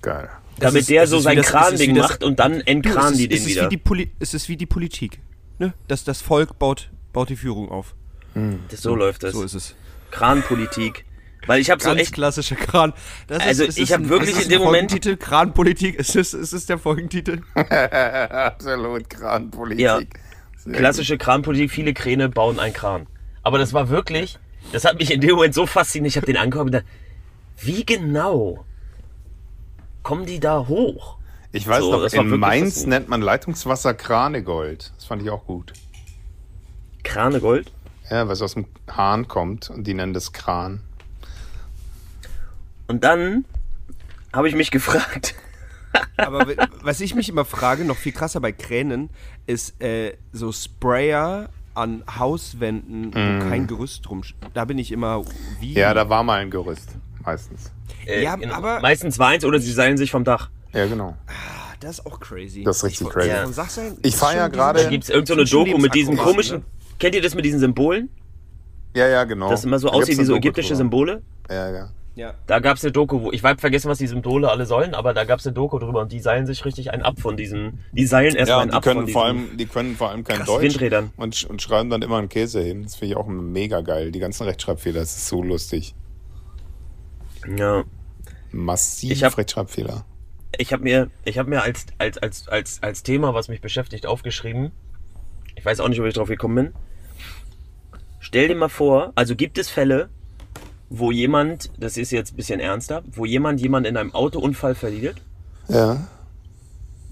Speaker 4: Geil.
Speaker 5: damit
Speaker 3: ist-
Speaker 5: der
Speaker 3: es
Speaker 5: so
Speaker 3: ist wie
Speaker 5: sein
Speaker 3: das- es ist
Speaker 5: Kran-Ding
Speaker 3: wie das-
Speaker 5: macht und dann
Speaker 3: Du,
Speaker 5: entkran
Speaker 3: es
Speaker 5: die
Speaker 3: ist,
Speaker 5: den
Speaker 3: es, ist
Speaker 5: wieder.
Speaker 3: wie die Poli es ist wie die Politik, ne? Dass das Volk baut, baut die Führung auf.
Speaker 5: Das- so läuft das.
Speaker 3: So ist es.
Speaker 5: Kranpolitik. Weil ich habe so
Speaker 3: Ganz
Speaker 5: echt,
Speaker 3: klassischer Kran. Das
Speaker 5: Also,
Speaker 3: ist, es
Speaker 5: ich
Speaker 3: ist
Speaker 5: hab
Speaker 3: ein-
Speaker 5: wirklich
Speaker 3: es ist
Speaker 5: in dem
Speaker 3: ein
Speaker 5: Moment-
Speaker 3: Folgentitel Kranpolitik. Es ist, es ist der Folgentitel.
Speaker 4: Absolut Kranpolitik.
Speaker 5: Ja.
Speaker 4: Sehr
Speaker 5: klassische Kranpolitik, viele Kräne bauen einen Kran. Aber das war wirklich, das hat mich in dem Moment so fasziniert, ich habe den angeguckt und gedacht, wie genau kommen die da hoch?
Speaker 4: gut. Ich weiß
Speaker 5: So,
Speaker 4: noch,
Speaker 5: das war
Speaker 4: in
Speaker 5: wirklich
Speaker 4: Mainz
Speaker 5: faszinierend.
Speaker 4: nennt man Leitungswasser Kranegold. Das fand ich auch gut.
Speaker 5: Kranegold?
Speaker 4: Ja, was aus dem Hahn kommt und die nennen das Kran.
Speaker 5: Und dann habe ich mich gefragt,
Speaker 3: Aber w- was ich mich immer frage, noch viel krasser bei Kränen, ist äh, so Sprayer an Hauswänden, wo kein Gerüst drum. sch- Da bin ich immer wie.
Speaker 4: Mhm.
Speaker 5: Mhm.
Speaker 4: Ja, da war mal ein Gerüst. Meistens.
Speaker 5: äh,
Speaker 3: Ja,
Speaker 5: in-
Speaker 3: aber-
Speaker 5: meistens war eins oder sie seilen sich vom Dach.
Speaker 4: Ja, genau.
Speaker 3: Ah, das ist auch crazy.
Speaker 4: Das ist richtig
Speaker 3: ich,
Speaker 4: crazy.
Speaker 5: Ja.
Speaker 3: Warum sagst du denn-
Speaker 4: Ich feier
Speaker 3: schon diese-
Speaker 4: gerade-
Speaker 5: Da gibt es irgendeine
Speaker 3: schon
Speaker 5: Doku mit diesem
Speaker 3: Lebensakrobaten,
Speaker 5: komischen,
Speaker 3: ne?
Speaker 5: kennt ihr das mit diesen Symbolen?
Speaker 4: Ja, ja, genau.
Speaker 5: Das immer so
Speaker 4: Da
Speaker 5: aussieht
Speaker 4: gibt's
Speaker 5: wie
Speaker 4: eine
Speaker 5: so
Speaker 4: Doku
Speaker 5: ägyptische
Speaker 4: drüber.
Speaker 5: Symbole?
Speaker 4: Ja, ja.
Speaker 3: Ja.
Speaker 5: Da gab es eine Doku, wo ich habe vergessen, was die Symbole alle sollen, aber da gab es eine Doku drüber und die seilen sich richtig einen ab von diesen, die seilen erstmal
Speaker 4: Ja,
Speaker 5: einen
Speaker 4: und die
Speaker 5: ab von
Speaker 4: können,
Speaker 5: diesen.
Speaker 4: vor allem, die können vor allem kein
Speaker 5: Krass,
Speaker 4: Deutsch
Speaker 5: Windrädern.
Speaker 4: Und, sch- und schreiben dann immer einen Käse hin. Das finde ich auch mega geil. Die ganzen Rechtschreibfehler, das ist so lustig.
Speaker 5: ja.
Speaker 4: Massiv
Speaker 5: Ich hab-
Speaker 4: Rechtschreibfehler.
Speaker 5: ich habe mir, ich habe mir als, als, als, als, als Thema, was mich beschäftigt, aufgeschrieben. Ich weiß auch nicht, ob ich drauf gekommen bin. Stell dir mal vor, also gibt es Fälle, wo jemand, das ist jetzt ein bisschen ernster, wo jemand jemand in einem Autounfall verliert,
Speaker 4: Ja.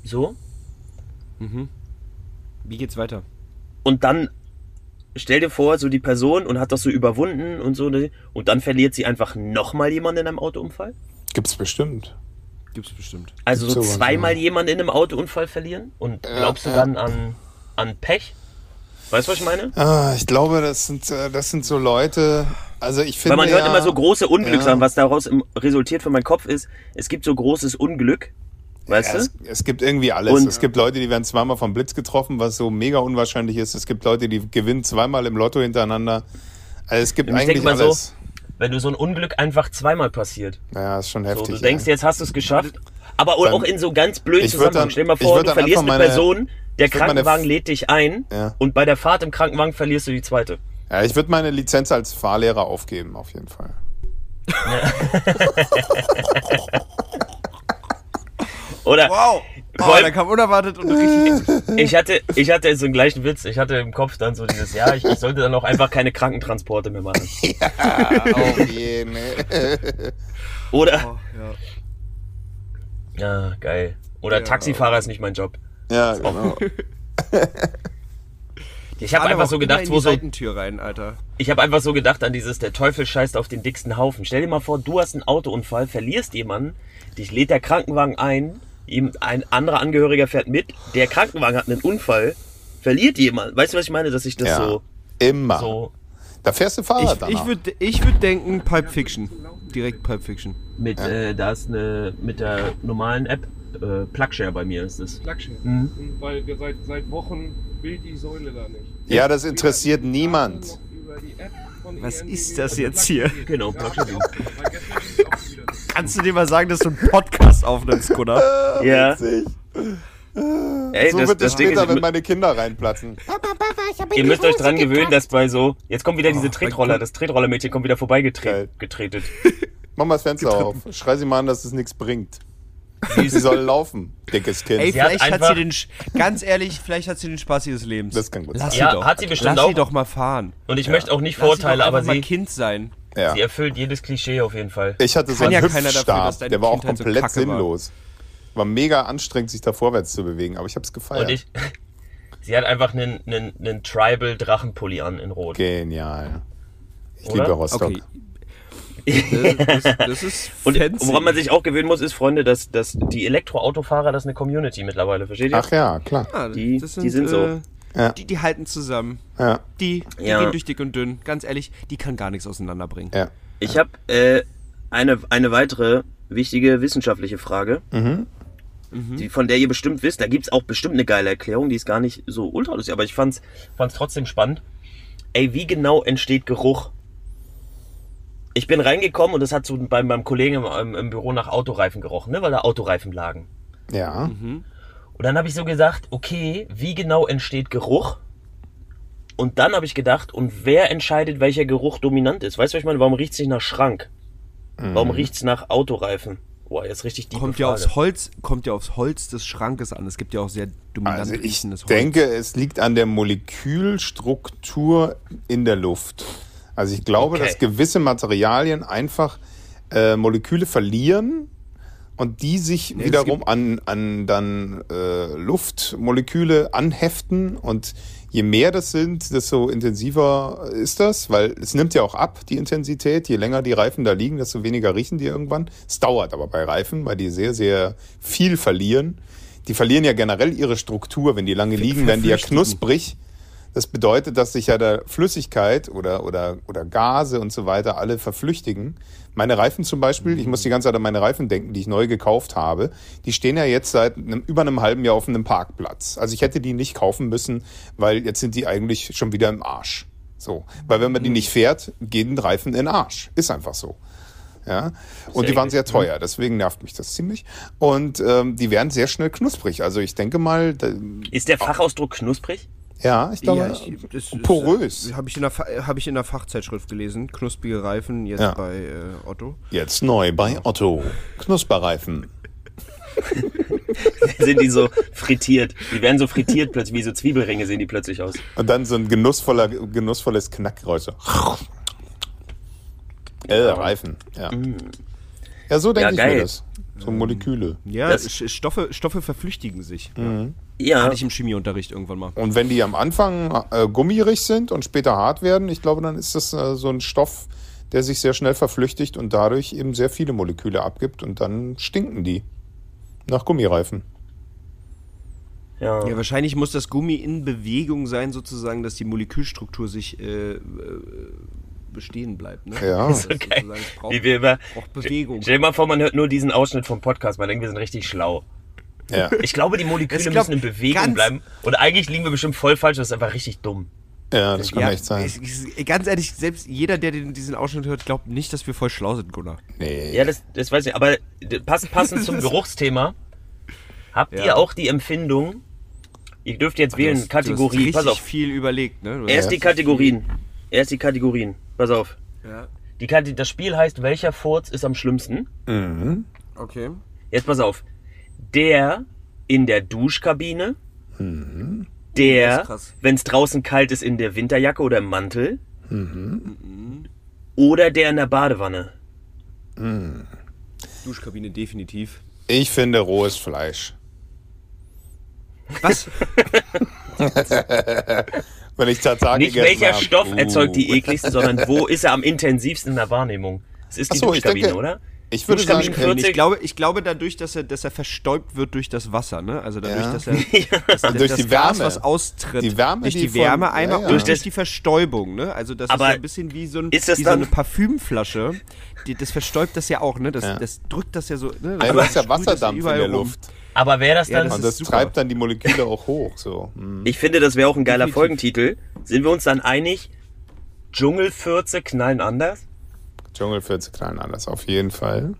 Speaker 5: so,
Speaker 3: Wie geht's weiter?
Speaker 5: und dann stell dir vor, so die Person und hat das so überwunden und so, ne, und dann verliert sie einfach nochmal jemanden in einem Autounfall?
Speaker 4: Gibt's bestimmt.
Speaker 3: Gibt's bestimmt.
Speaker 5: Also so
Speaker 4: Sowas,
Speaker 5: zweimal
Speaker 4: ja.
Speaker 5: jemanden in einem Autounfall verlieren? Und glaubst du dann an, an Pech? Weißt du, was ich meine?
Speaker 4: Ah, ich glaube, das sind, äh, das sind so Leute. Also ich finde.
Speaker 5: Weil man hört
Speaker 4: ja,
Speaker 5: immer so große Unglückssachen,
Speaker 4: ja.
Speaker 5: was daraus im- resultiert für meinen Kopf ist, es gibt so großes Unglück, weißt
Speaker 4: Ja, es,
Speaker 5: du?
Speaker 4: es gibt irgendwie alles.
Speaker 5: Und-
Speaker 4: es gibt Leute, die werden zweimal vom Blitz getroffen, was so mega unwahrscheinlich ist. Es gibt Leute, die gewinnen zweimal im Lotto hintereinander. Also es gibt
Speaker 5: Ich denk
Speaker 4: eigentlich
Speaker 5: mal so,
Speaker 4: alles.
Speaker 5: Wenn du so ein Unglück einfach zweimal passiert.
Speaker 4: ja, ist schon
Speaker 5: So,
Speaker 4: heftig.
Speaker 5: du
Speaker 4: ja.
Speaker 5: denkst, jetzt hast du es geschafft, aber o-
Speaker 4: Dann-
Speaker 5: auch in so ganz blöden
Speaker 4: Ich würd
Speaker 5: Zusammenhang.
Speaker 4: dann-
Speaker 5: Stell dir mal
Speaker 4: ich
Speaker 5: vor,
Speaker 4: würd
Speaker 5: du
Speaker 4: dann
Speaker 5: verlierst
Speaker 4: einfach
Speaker 5: eine
Speaker 4: meine-
Speaker 5: Person, der
Speaker 4: ich würd meine
Speaker 5: Krankenwagen
Speaker 4: F-
Speaker 5: lädt dich ein
Speaker 4: Ja.
Speaker 5: und bei der Fahrt im Krankenwagen verlierst du die zweite.
Speaker 4: Ja, ich würde meine Lizenz als Fahrlehrer aufgeben, auf jeden Fall.
Speaker 5: Oder
Speaker 3: Wow!
Speaker 5: Vor
Speaker 3: Oh,
Speaker 5: allem-
Speaker 3: da kam unerwartet
Speaker 4: [laughs]
Speaker 3: und richtig.
Speaker 5: ich hatte, ich hatte so einen gleichen Witz. Ich hatte im Kopf dann so dieses, ja, ich, ich sollte dann auch einfach keine Krankentransporte mehr machen.
Speaker 4: auf jeden
Speaker 5: Oder,
Speaker 3: Oh, ja.
Speaker 5: ja, geil. Oder
Speaker 3: Ja.
Speaker 4: Oh.
Speaker 5: Taxifahrer ist nicht mein Job.
Speaker 4: [laughs] Ja, genau.
Speaker 5: Ich habe einfach so gedacht,
Speaker 3: in
Speaker 5: wo
Speaker 3: die
Speaker 5: so,
Speaker 3: Seitentür rein, Alter.
Speaker 5: ich habe einfach so gedacht an dieses, der Teufel scheißt auf den dicksten Haufen. Stell dir mal vor, du hast einen Autounfall, verlierst jemanden, dich lädt der Krankenwagen ein, ihm ein anderer Angehöriger fährt mit, der Krankenwagen hat einen Unfall, verliert jemand. Weißt du, was ich meine, dass ich das
Speaker 4: ja.
Speaker 5: so,
Speaker 4: Immer.
Speaker 5: so
Speaker 4: Da fährst du Fahrrad
Speaker 3: Ich, ich
Speaker 4: Ah, danach.
Speaker 3: würde ich würd denken, Pipe Fiction. Direkt Pipe Fiction.
Speaker 5: mit, äh, da ist eine, mit der normalen App, äh, Plugshare bei mir ist es.
Speaker 6: Klatschen.
Speaker 5: Mhm.
Speaker 6: Und Weil wir seit, seit Wochen will die Säule da nicht.
Speaker 4: ja, das interessiert niemand.
Speaker 6: E
Speaker 3: Was ist das jetzt hier?
Speaker 5: Genau,
Speaker 4: [laughs]
Speaker 5: Plugshare.
Speaker 3: Kannst du dir mal sagen, dass du einen Podcast aufnimmst,
Speaker 4: [laughs]
Speaker 3: Gunnar?
Speaker 5: Ja. Ey,
Speaker 4: so
Speaker 5: das,
Speaker 4: wird
Speaker 5: das
Speaker 4: es
Speaker 5: Ding ist,
Speaker 4: später,
Speaker 5: ihr
Speaker 4: wenn
Speaker 5: mü-
Speaker 4: meine Kinder reinplatzen.
Speaker 5: ihr müsst euch dran gewöhnen, dass bei so, jetzt kommt wieder diese Tretroller, das Tretrollermädchen kommt wieder
Speaker 4: Oh, Geil.
Speaker 5: vorbeigetretet.
Speaker 4: Mach mal das Fenster auf. Schrei sie mal an, dass es nichts bringt. Sie soll laufen, dickes Kind.
Speaker 3: Ey,
Speaker 5: Sie hat
Speaker 3: vielleicht hat,
Speaker 5: einfach-
Speaker 3: sie den. Sch- Ganz ehrlich, vielleicht hat sie den Spaß ihres Lebens.
Speaker 4: Das kann gut
Speaker 3: Lass
Speaker 5: Ja,
Speaker 3: sie doch.
Speaker 5: hat sie bestimmt
Speaker 3: Lass
Speaker 5: auch.
Speaker 3: sie doch mal fahren.
Speaker 5: Und ich möchte auch nicht
Speaker 3: Lass sie doch
Speaker 5: Vorteile,
Speaker 3: einfach
Speaker 5: aber
Speaker 3: mal
Speaker 5: sie,
Speaker 3: Kind sein.
Speaker 4: ja.
Speaker 5: sie erfüllt jedes Klischee auf jeden Fall.
Speaker 4: Ich hatte so einen
Speaker 3: ja keiner dafür,
Speaker 4: Hüftstab,
Speaker 3: dass deine
Speaker 4: der war auch
Speaker 3: Kindheit so
Speaker 4: komplett
Speaker 3: kacke war.
Speaker 4: sinnlos. War mega anstrengend, sich da vorwärts zu bewegen, aber ich hab's gefeiert.
Speaker 5: Und ich, [laughs] sie hat einfach einen, einen, einen Tribal Drachenpulli an in Rot.
Speaker 4: Genial. Ich
Speaker 5: Oder?
Speaker 4: liebe Rostock.
Speaker 3: Okay. Das, das, das [laughs] ist
Speaker 5: Und
Speaker 3: fancy.
Speaker 5: woran man sich auch gewöhnen muss, ist, Freunde, dass, dass die Elektroautofahrer, das ist eine Community mittlerweile, versteht ihr?
Speaker 4: Ach ja, klar.
Speaker 3: Ja,
Speaker 5: die-
Speaker 3: das
Speaker 5: die sind so.
Speaker 3: äh,
Speaker 4: Ja.
Speaker 3: Die, die halten zusammen.
Speaker 4: Ja,
Speaker 3: Die, die
Speaker 5: Ja.
Speaker 3: gehen durch dick und dünn. Ganz ehrlich, die kann gar nichts auseinanderbringen.
Speaker 4: ja.
Speaker 5: Ich habe äh, eine, eine weitere wichtige wissenschaftliche Frage, die, von der ihr bestimmt wisst. Da gibt's auch bestimmt eine geile Erklärung, die ist gar nicht so ultra lustig, aber ich fand's, fand's trotzdem spannend. Ey, wie genau entsteht Geruch? Ich bin reingekommen und das hat so bei meinem Kollegen im, im, im Büro nach Autoreifen gerochen, ne, weil da Autoreifen lagen.
Speaker 4: Ja.
Speaker 5: Und dann habe ich so gesagt, okay, wie genau entsteht Geruch? Und dann habe ich gedacht, und wer entscheidet, welcher Geruch dominant ist? Weißt du, was ich meine? Warum riecht's nicht nach Schrank? Warum riecht's nach Autoreifen? Boah, jetzt richtig die
Speaker 3: Kommt ja, aufs Holz, kommt ja aufs Holz des Schrankes an. Es gibt ja auch sehr dominant
Speaker 4: Also ich
Speaker 3: riechendes Holz.
Speaker 4: denke, es liegt an der Molekülstruktur in der Luft. Also ich glaube,
Speaker 5: Okay.
Speaker 4: dass gewisse Materialien einfach äh, Moleküle verlieren und die sich
Speaker 3: es
Speaker 4: wiederum
Speaker 3: gibt-
Speaker 4: an, an dann äh, Luftmoleküle anheften und je mehr das sind, desto intensiver ist das, weil es nimmt ja auch ab, die Intensität. Je länger die Reifen da liegen, desto weniger riechen die irgendwann. Es dauert aber bei Reifen, weil die sehr, sehr viel verlieren. Die verlieren ja generell ihre Struktur. Wenn die lange liegen, werden die ja
Speaker 3: verflüchtigen.
Speaker 4: knusprig. Das bedeutet, dass sich ja der Flüssigkeit oder, oder, oder Gase und so weiter alle verflüchtigen. Meine Reifen zum Beispiel, ich muss die ganze Zeit an meine Reifen denken, die ich neu gekauft habe, die stehen ja jetzt seit einem, über einem halben Jahr auf einem Parkplatz. Also ich hätte die nicht kaufen müssen, weil jetzt sind die eigentlich schon wieder im Arsch. So. Weil wenn man die nicht fährt, gehen Reifen in den Arsch. Ist einfach so. Ja. Und die waren sehr teuer, deswegen nervt mich das ziemlich. Und ähm, die werden sehr schnell knusprig. Also ich denke mal, da,
Speaker 5: Ist der Fachausdruck knusprig?
Speaker 4: ja, ich glaube,
Speaker 3: ja, ich, das ist, äh,
Speaker 4: porös.
Speaker 3: Habe ich, in der Fa- hab ich in der Fachzeitschrift gelesen. Knuspige Reifen jetzt
Speaker 4: Ja.
Speaker 3: bei äh, Otto.
Speaker 4: Jetzt neu bei Otto. Knusperreifen.
Speaker 5: [laughs] Sind die so frittiert? Die werden so [laughs] frittiert plötzlich, wie so Zwiebelringe sehen die plötzlich aus.
Speaker 4: Und dann so ein genussvoller, genussvolles Knackgeräusch. so. Äh, Reifen, ja. Ja, so denke
Speaker 5: Ja,
Speaker 4: ich
Speaker 5: geil.
Speaker 4: mir das. So Moleküle.
Speaker 3: Ähm, Ja,
Speaker 5: Das-
Speaker 3: Sch- Stoffe, Stoffe verflüchtigen sich.
Speaker 4: Mhm.
Speaker 5: Ja,
Speaker 3: Hatte ich im Chemieunterricht irgendwann mal.
Speaker 4: Und wenn die am Anfang äh, gummierig sind und später hart werden, ich glaube, dann ist das äh, so ein Stoff, der sich sehr schnell verflüchtigt und dadurch eben sehr viele Moleküle abgibt und dann stinken die nach Gummireifen.
Speaker 5: ja.
Speaker 3: Ja, wahrscheinlich muss das Gummi in Bewegung sein, sozusagen, dass die Molekülstruktur sich äh, äh, bestehen bleibt. Ne?
Speaker 4: Ja.
Speaker 3: Das
Speaker 5: So geil.
Speaker 3: sozusagen braucht-
Speaker 5: Wie wir über,
Speaker 3: braucht Bewegung.
Speaker 5: Stell dir mal vor, man hört nur diesen Ausschnitt vom Podcast, man denkt, wir sind richtig schlau.
Speaker 4: Ja,
Speaker 5: Ich glaube, die Moleküle
Speaker 3: Ich glaub,
Speaker 5: müssen in Bewegung
Speaker 3: ganz-
Speaker 5: bleiben. Und eigentlich liegen wir bestimmt voll falsch, das ist einfach richtig dumm.
Speaker 4: ja das kann
Speaker 3: Ja,
Speaker 4: echt sein.
Speaker 3: ich- ich- ganz ehrlich, selbst jeder, der den, diesen Ausschnitt hört, glaubt nicht, dass wir voll schlau sind, Gunnar.
Speaker 4: Nee.
Speaker 5: Ja, das, das weiß ich. Aber d- passend, passend
Speaker 3: [laughs]
Speaker 5: zum Geruchsthema, habt ihr auch die Empfindung, ihr dürft jetzt
Speaker 3: Ah, Du
Speaker 5: wählen,
Speaker 3: hast- Du hast
Speaker 5: Kategorie,
Speaker 3: richtig
Speaker 5: pass auf.
Speaker 3: viel überlegt, ne? Du hast-
Speaker 5: Erst die Kategorien. Erst die Kategorien. Pass auf.
Speaker 3: Ja.
Speaker 5: Die Kate das Spiel heißt, welcher Furz ist am schlimmsten?
Speaker 3: Okay.
Speaker 5: Jetzt pass auf. Der in der Duschkabine. Der,
Speaker 3: Mhm. ist krass.
Speaker 5: wenn es draußen kalt ist, in der Winterjacke oder im Mantel.
Speaker 3: Mhm.
Speaker 5: Oder der in der Badewanne.
Speaker 4: [laughs]
Speaker 3: Duschkabine definitiv.
Speaker 4: Ich finde rohes Fleisch.
Speaker 3: Was?
Speaker 4: Wenn ich Tatar
Speaker 5: Nicht
Speaker 4: gegessen
Speaker 5: welcher
Speaker 4: hab.
Speaker 5: Stoff
Speaker 4: Uh.
Speaker 5: erzeugt die ekligsten, sondern wo ist er am intensivsten in der Wahrnehmung? Es ist
Speaker 4: Ach
Speaker 5: die
Speaker 4: so, ich
Speaker 5: Duschkabine,
Speaker 4: denke-
Speaker 5: oder?
Speaker 4: Ich würde
Speaker 5: Buchstaben
Speaker 4: sagen,
Speaker 5: Kürze.
Speaker 4: äh,
Speaker 3: Ich glaube, ich glaube dadurch, dass er, dass er verstäubt wird durch das Wasser, ne? Also dadurch,
Speaker 4: Ja.
Speaker 3: dass
Speaker 4: [laughs]
Speaker 3: er
Speaker 5: [laughs]
Speaker 3: dass, dass
Speaker 4: Durch
Speaker 3: das
Speaker 4: die Wärme.
Speaker 3: Gas, was austritt,
Speaker 4: Die Wärme,
Speaker 3: durch die,
Speaker 4: die von-
Speaker 3: Wärme
Speaker 4: ja,
Speaker 3: einmal
Speaker 4: ja.
Speaker 3: und
Speaker 4: Durch
Speaker 3: durch
Speaker 5: das-
Speaker 3: die Verstäubung, ne? Also das
Speaker 5: Aber
Speaker 3: ist ja ein bisschen wie so, ein,
Speaker 5: ist das
Speaker 3: wie so eine
Speaker 5: dann-
Speaker 3: Parfümflasche. Die, das verstäubt das ja auch, ne? Das,
Speaker 4: Ja.
Speaker 3: das drückt das ja so. Ne? Das
Speaker 4: Einmal ist der
Speaker 3: sprüht das
Speaker 4: Wasserdampf in
Speaker 3: überall
Speaker 4: der
Speaker 3: rum.
Speaker 4: Luft.
Speaker 5: Aber wäre das
Speaker 3: Ja,
Speaker 5: dann.
Speaker 3: das
Speaker 4: und
Speaker 3: ist
Speaker 4: das
Speaker 3: super.
Speaker 4: treibt dann die Moleküle auch hoch. So. Hm.
Speaker 5: ich finde, das wäre auch ein geiler Folgentitel. Sind wir uns dann einig? Dschungelfürze knallen anders?
Speaker 4: Dschungel führt zu klein anders, auf jeden Fall.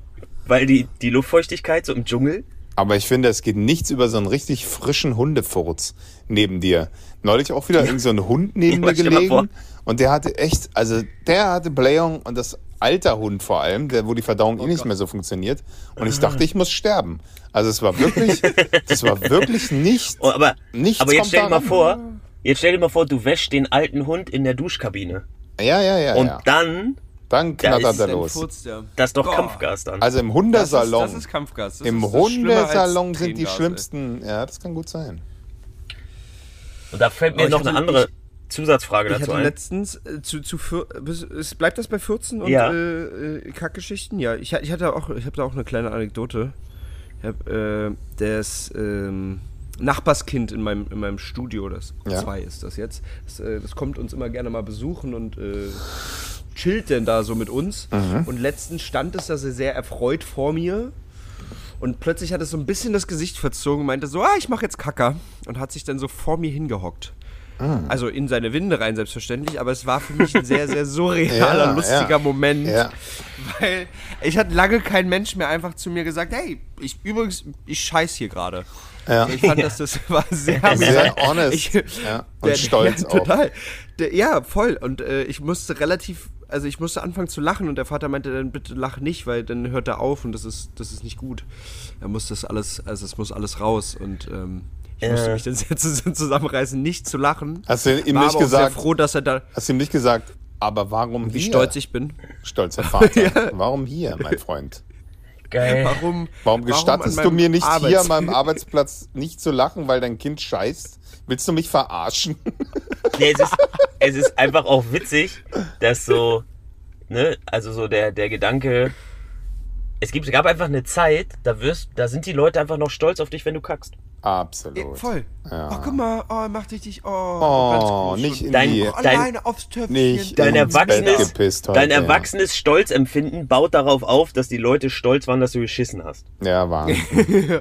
Speaker 5: Weil die, die Luftfeuchtigkeit so im Dschungel.
Speaker 4: Aber ich finde, es geht nichts über so einen richtig frischen Hundefurz neben dir. Neulich auch wieder irgend so ein Hund neben
Speaker 5: Ja,
Speaker 4: mir
Speaker 5: stell mal vor.
Speaker 4: gelegen. Und der hatte echt, also der hatte Blähung und das alter Hund vor allem, der, wo die
Speaker 5: Oh
Speaker 4: Verdauung eh nicht mehr so funktioniert. Und ich dachte, ich muss sterben. Also es
Speaker 5: [laughs]
Speaker 4: war wirklich, das war wirklich nicht.
Speaker 5: Oh, aber,
Speaker 4: Nichts
Speaker 5: aber jetzt
Speaker 4: kommt
Speaker 5: stell dir mal
Speaker 4: daran.
Speaker 5: vor, jetzt stell dir mal vor, du wäschst den alten Hund in der Duschkabine.
Speaker 4: Ja, ja, ja,
Speaker 5: Und
Speaker 4: ja.
Speaker 5: dann,
Speaker 4: Dann knattert
Speaker 5: ist
Speaker 4: er
Speaker 3: Dann
Speaker 4: los.
Speaker 3: furzt er.
Speaker 5: das ist doch
Speaker 3: Boah.
Speaker 5: Kampfgas dann.
Speaker 4: Also im
Speaker 3: Das ist,
Speaker 4: Hundesalon.
Speaker 3: das ist Kampfgas. Das
Speaker 4: Im
Speaker 3: ist, das ist schlimmer als
Speaker 4: Hundesalon sind die
Speaker 3: Tränengas, ey.
Speaker 4: schlimmsten. Ja, das kann gut sein.
Speaker 5: Und da fällt
Speaker 3: Aber
Speaker 5: mir
Speaker 3: ich
Speaker 5: noch
Speaker 3: hatte-
Speaker 5: eine andere Zusatzfrage
Speaker 3: Ich
Speaker 5: dazu
Speaker 3: hatte
Speaker 5: ein.
Speaker 3: letztens äh, zu, zu vier, bis- es bleibt das bei 14 und
Speaker 5: Ja.
Speaker 3: äh, äh, Kackgeschichten? Ja, ich, ha- ich hatte auch, ich habe da auch eine kleine Anekdote. Ich habe äh, das ähm, Nachbarskind in meinem, in meinem Studio, das
Speaker 4: Ja.
Speaker 3: zwei ist das jetzt. Das, äh, das kommt uns immer gerne mal besuchen und äh, chillt denn da so mit uns. Und letztens stand es, dass er sehr erfreut vor mir. Und plötzlich hat es so ein bisschen das Gesicht verzogen und meinte so, ah, ich mache jetzt Kacker. Und hat sich dann so vor mir hingehockt.
Speaker 4: Ah.
Speaker 3: Also in seine Winde rein, selbstverständlich, aber es war für mich ein sehr, sehr surrealer,
Speaker 4: [laughs] Ja,
Speaker 3: lustiger
Speaker 4: ja.
Speaker 3: Moment.
Speaker 4: Ja.
Speaker 3: Weil ich hat lange kein Mensch mehr einfach zu mir gesagt, hey, ich übrigens, ich scheiß hier gerade.
Speaker 4: Ja.
Speaker 3: Ich fand, dass das
Speaker 4: [laughs]
Speaker 3: war sehr amüsant.
Speaker 4: Sehr honest.
Speaker 3: Ich-
Speaker 4: ja. Und stolz
Speaker 3: ja,
Speaker 4: auch.
Speaker 3: total. Der, ja, voll. Und äh, ich musste relativ, also ich musste anfangen zu lachen und der Vater meinte dann bitte lach nicht, weil dann hört er auf und das ist, das ist nicht gut. Er muss das alles, also es muss alles raus und ähm, ich musste
Speaker 5: Äh.
Speaker 3: mich dann [laughs] sehr zus- zusammenreißen, nicht zu lachen.
Speaker 4: Hast du ihm
Speaker 3: War
Speaker 4: nicht
Speaker 3: aber auch
Speaker 4: gesagt-
Speaker 3: sehr froh, dass er da,
Speaker 4: Hast du ihm nicht gesagt, aber warum
Speaker 3: wie
Speaker 4: hier?
Speaker 3: stolz ich bin.
Speaker 4: Stolzer
Speaker 3: [laughs]
Speaker 4: Vater. Warum hier, mein Freund?
Speaker 5: Geil.
Speaker 3: Warum?
Speaker 4: Äh. Warum
Speaker 3: an
Speaker 4: gestattest du
Speaker 3: meinem
Speaker 4: mir nicht hier
Speaker 3: Arbeits-
Speaker 4: an meinem Arbeitsplatz nicht zu lachen, weil dein Kind scheißt? Willst du mich verarschen? [laughs]
Speaker 5: Nee, es, ist, es ist einfach auch witzig, dass so, ne, also so der, der Gedanke, es gibt, gab einfach eine Zeit, da wirst, da sind die Leute einfach noch stolz auf dich, wenn du kackst.
Speaker 3: Ja,
Speaker 4: Absolut.
Speaker 3: Äh, voll.
Speaker 4: Ja.
Speaker 3: Oh, guck mal, oh, mach dich dich, oh.
Speaker 4: Oh,
Speaker 3: ganz
Speaker 4: nicht
Speaker 3: groß.
Speaker 4: in
Speaker 5: Dein-
Speaker 4: die.
Speaker 5: Dein-
Speaker 3: alleine aufs Töpfchen.
Speaker 4: Nicht
Speaker 5: Dein
Speaker 4: ins Bett
Speaker 5: erwachsenes,
Speaker 4: gepisst heute,
Speaker 5: dein
Speaker 4: ja.
Speaker 5: erwachsenes Stolzempfinden baut darauf auf, dass die Leute stolz waren, dass du geschissen hast.
Speaker 4: Ja, Wahnsinn.
Speaker 3: [laughs]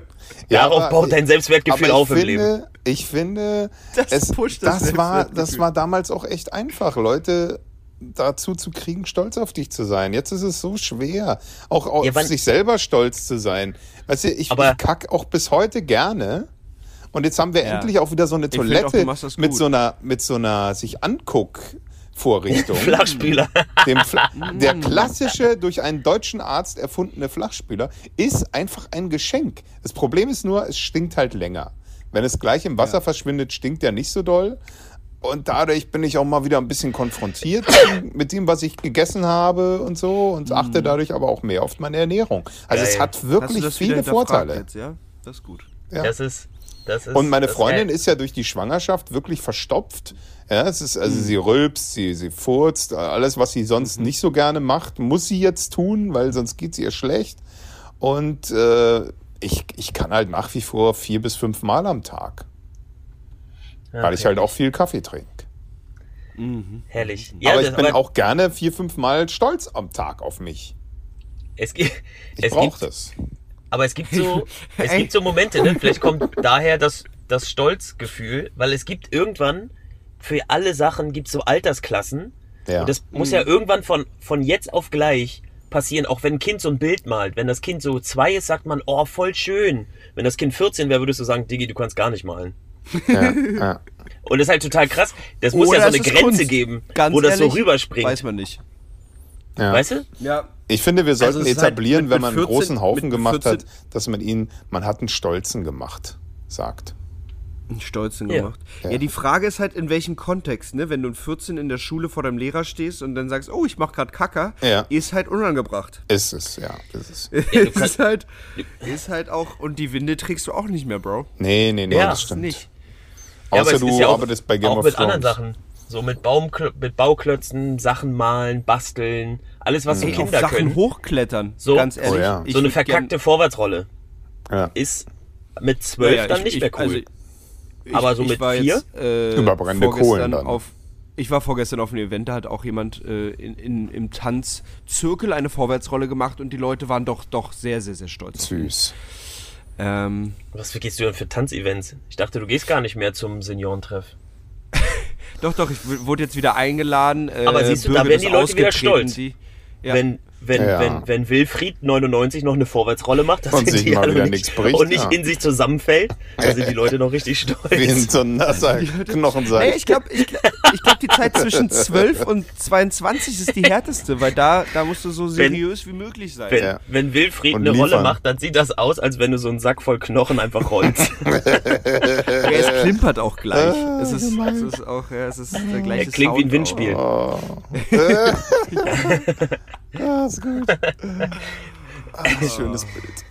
Speaker 4: ja,
Speaker 5: Darauf
Speaker 4: aber-
Speaker 5: baut dein Selbstwertgefühl
Speaker 4: aber ich
Speaker 5: auf im
Speaker 4: finde,
Speaker 5: Leben.
Speaker 4: Ich finde,
Speaker 3: Das
Speaker 4: es,
Speaker 3: pusht das
Speaker 4: das, war, das
Speaker 3: Selbstwertgefühl.
Speaker 4: war damals auch echt einfach, Leute dazu zu kriegen, stolz auf dich zu sein. Jetzt ist es so schwer, auch auf
Speaker 5: Ja, wann-
Speaker 4: sich selber stolz zu sein. Weißt du, ich,
Speaker 5: Aber-
Speaker 4: ich kack auch bis heute gerne. Und jetzt haben wir
Speaker 3: Ja.
Speaker 4: endlich auch wieder so eine
Speaker 3: Ich find auch,
Speaker 4: Toilette
Speaker 3: du machst das
Speaker 4: mit
Speaker 3: gut.
Speaker 4: so einer, mit so einer sich anguck
Speaker 5: [laughs]
Speaker 4: Vorrichtung.
Speaker 5: Flachspieler.
Speaker 4: Dem
Speaker 3: [laughs]
Speaker 4: Fla der klassische, durch einen deutschen Arzt erfundene Flachspüler ist einfach ein Geschenk. Das Problem ist nur, es stinkt halt länger. Wenn es gleich im Wasser verschwindet, stinkt er nicht so doll. Und dadurch bin ich auch mal wieder ein bisschen
Speaker 3: [coughs]
Speaker 4: konfrontiert mit dem, was ich gegessen habe und so und achte dadurch aber auch mehr auf meine Ernährung. Also es
Speaker 5: Geil.
Speaker 4: hat
Speaker 3: Mhm. Hast du
Speaker 4: wirklich
Speaker 3: das wieder
Speaker 4: viele
Speaker 3: hinterfragt
Speaker 4: Vorteile.
Speaker 3: Jetzt, ja? Das ist gut.
Speaker 4: Ja.
Speaker 5: Das ist, das ist.
Speaker 4: Und
Speaker 3: äh,
Speaker 4: meine
Speaker 5: das
Speaker 4: Freundin
Speaker 5: geil.
Speaker 4: ist ja durch die Schwangerschaft wirklich verstopft. Ja, es ist,
Speaker 3: Mhm.
Speaker 4: also sie rülpst, sie, sie furzt, alles, was sie sonst nicht so gerne macht, muss sie jetzt tun, weil sonst geht es ihr schlecht. Und äh, ich, ich kann halt nach wie vor vier bis fünf Mal am Tag,
Speaker 5: Ja,
Speaker 4: weil ich halt auch viel Kaffee trinke.
Speaker 3: Mhm.
Speaker 5: Herrlich.
Speaker 4: aber
Speaker 5: das-
Speaker 4: ich bin auch gerne vier, fünf Mal stolz am Tag auf mich.
Speaker 5: Es, gibt-
Speaker 4: Ich
Speaker 5: es gibt
Speaker 4: brauche das.
Speaker 5: Aber es gibt
Speaker 3: [laughs]
Speaker 5: so, es gibt so Momente, ne? Vielleicht kommt daher das, das Stolzgefühl, weil es gibt irgendwann für alle Sachen gibt so Altersklassen.
Speaker 4: Ja.
Speaker 5: Und das muss
Speaker 3: Mhm.
Speaker 5: ja irgendwann von, von jetzt auf gleich passieren, auch wenn ein Kind so ein Bild malt. Wenn das Kind so zwei ist, sagt man, oh, voll schön. Wenn das Kind 14 wäre, würdest du sagen, Digi, du kannst gar nicht malen.
Speaker 4: Ja,
Speaker 3: [laughs]
Speaker 4: ja.
Speaker 5: Und das ist halt total krass. Das muss ja so
Speaker 3: Oder
Speaker 5: eine
Speaker 3: es ist
Speaker 5: Grenze
Speaker 3: Kunst.
Speaker 5: geben,
Speaker 3: Ganz
Speaker 5: wo das
Speaker 3: ehrlich,
Speaker 5: so rüberspringt.
Speaker 3: Weiß man nicht.
Speaker 4: Ja.
Speaker 5: Weißt du?
Speaker 3: Ja.
Speaker 4: Ich finde, wir
Speaker 3: Also
Speaker 4: sollten
Speaker 3: es ist halt
Speaker 4: etablieren,
Speaker 3: mit-
Speaker 4: wenn
Speaker 3: mit
Speaker 4: man
Speaker 3: 14
Speaker 4: einen großen Haufen
Speaker 3: mit
Speaker 4: gemacht
Speaker 3: 14
Speaker 4: hat, dass man ihn, man hat einen Stolzen gemacht, sagt.
Speaker 3: Einen Stolzen
Speaker 5: Ja.
Speaker 3: gemacht. Ja. die Frage ist halt, in welchem Kontext, ne? Wenn du in 14 in der Schule vor deinem Lehrer stehst und dann sagst, oh, ich mach grad Kacker,
Speaker 4: Ja.
Speaker 3: ist halt unangebracht.
Speaker 4: Ist es, ja. Ist es.
Speaker 3: [laughs] ist, halt, ist halt auch, und die Winde trägst du auch nicht mehr, Bro.
Speaker 4: Nee, nee, nee,
Speaker 5: Ja,
Speaker 4: das stimmt.
Speaker 3: Nicht.
Speaker 5: Ja,
Speaker 4: Außer
Speaker 5: aber es
Speaker 4: du
Speaker 5: ist ja auch,
Speaker 4: arbeitest bei Game
Speaker 5: auch
Speaker 4: of
Speaker 5: mit
Speaker 4: Thrones.
Speaker 5: anderen Sachen. So mit, Baumkl mit Bauklötzen, Sachen malen, basteln, alles
Speaker 4: Mhm.
Speaker 5: was so
Speaker 3: Ey, auf
Speaker 5: Kinder
Speaker 3: Sachen
Speaker 5: können.
Speaker 3: hochklettern,
Speaker 5: So.
Speaker 3: ganz
Speaker 5: Oh,
Speaker 3: ehrlich.
Speaker 4: ja.
Speaker 3: Ich
Speaker 5: so eine
Speaker 3: würd gern-
Speaker 5: verkackte Vorwärtsrolle
Speaker 4: Ja.
Speaker 5: ist mit zwölf
Speaker 3: Ja, ja,
Speaker 5: dann
Speaker 3: ich-
Speaker 5: nicht
Speaker 3: ich-
Speaker 5: mehr cool.
Speaker 3: also
Speaker 5: Aber so mit vier?
Speaker 3: äh,
Speaker 4: Überbrennende Kohlen
Speaker 3: vorgestern
Speaker 4: dann.
Speaker 3: Auf, ich war vorgestern auf einem Event, da hat auch jemand äh, in, in, im Tanzzirkel eine Vorwärtsrolle gemacht und die Leute waren doch, doch sehr, sehr, sehr stolz.
Speaker 4: Süß.
Speaker 3: Ähm,
Speaker 5: Was wie gehst du denn für Tanzevents? Ich dachte, du gehst gar nicht mehr zum Seniorentreff.
Speaker 3: doch, doch, ich w- wurde jetzt wieder eingeladen. Äh,
Speaker 5: Aber siehst du, da
Speaker 3: Bürger
Speaker 5: werden die
Speaker 3: ist
Speaker 5: Leute wieder
Speaker 3: ausgetreten,
Speaker 5: stolz.
Speaker 3: Die, ja,
Speaker 5: Wenn, wenn,
Speaker 4: Ja.
Speaker 5: wenn, wenn Wilfried 99 noch eine Vorwärtsrolle macht, dass
Speaker 4: Und
Speaker 5: er
Speaker 4: sich
Speaker 5: die
Speaker 4: mal
Speaker 5: alle
Speaker 4: wieder
Speaker 5: nicht-
Speaker 4: nichts bricht,
Speaker 5: und nicht
Speaker 4: ja.
Speaker 5: in sich zusammenfällt, dann sind die Leute noch
Speaker 4: [laughs]
Speaker 5: richtig
Speaker 4: [laughs] Wie ein
Speaker 5: stolz.
Speaker 4: so ein
Speaker 5: [laughs]
Speaker 4: nasser
Speaker 3: Nee,
Speaker 4: Knochensack.
Speaker 3: ich glaube, ich, gl- ich glaub, die Zeit
Speaker 4: [laughs]
Speaker 3: zwischen 12 und 22 ist die härteste, weil da, da musst du so
Speaker 5: Wenn-
Speaker 3: seriös wie möglich sein.
Speaker 5: Wenn,
Speaker 4: Ja.
Speaker 5: wenn Wilfried
Speaker 4: Und
Speaker 5: eine Rolle
Speaker 4: liefern.
Speaker 5: macht, dann sieht das aus, als wenn du so einen Sack voll Knochen einfach
Speaker 4: [laughs]
Speaker 5: rollst.
Speaker 3: Ja,
Speaker 5: Äh.
Speaker 3: es klimpert auch gleich. es, ist, es ist auch, ja, es ist der
Speaker 5: Er
Speaker 3: gleiche
Speaker 5: klingt wie ein
Speaker 3: Sound
Speaker 5: Windspiel.
Speaker 4: Oh.
Speaker 5: [laughs]
Speaker 4: Ja, ist gut. Ah, schönes Bild.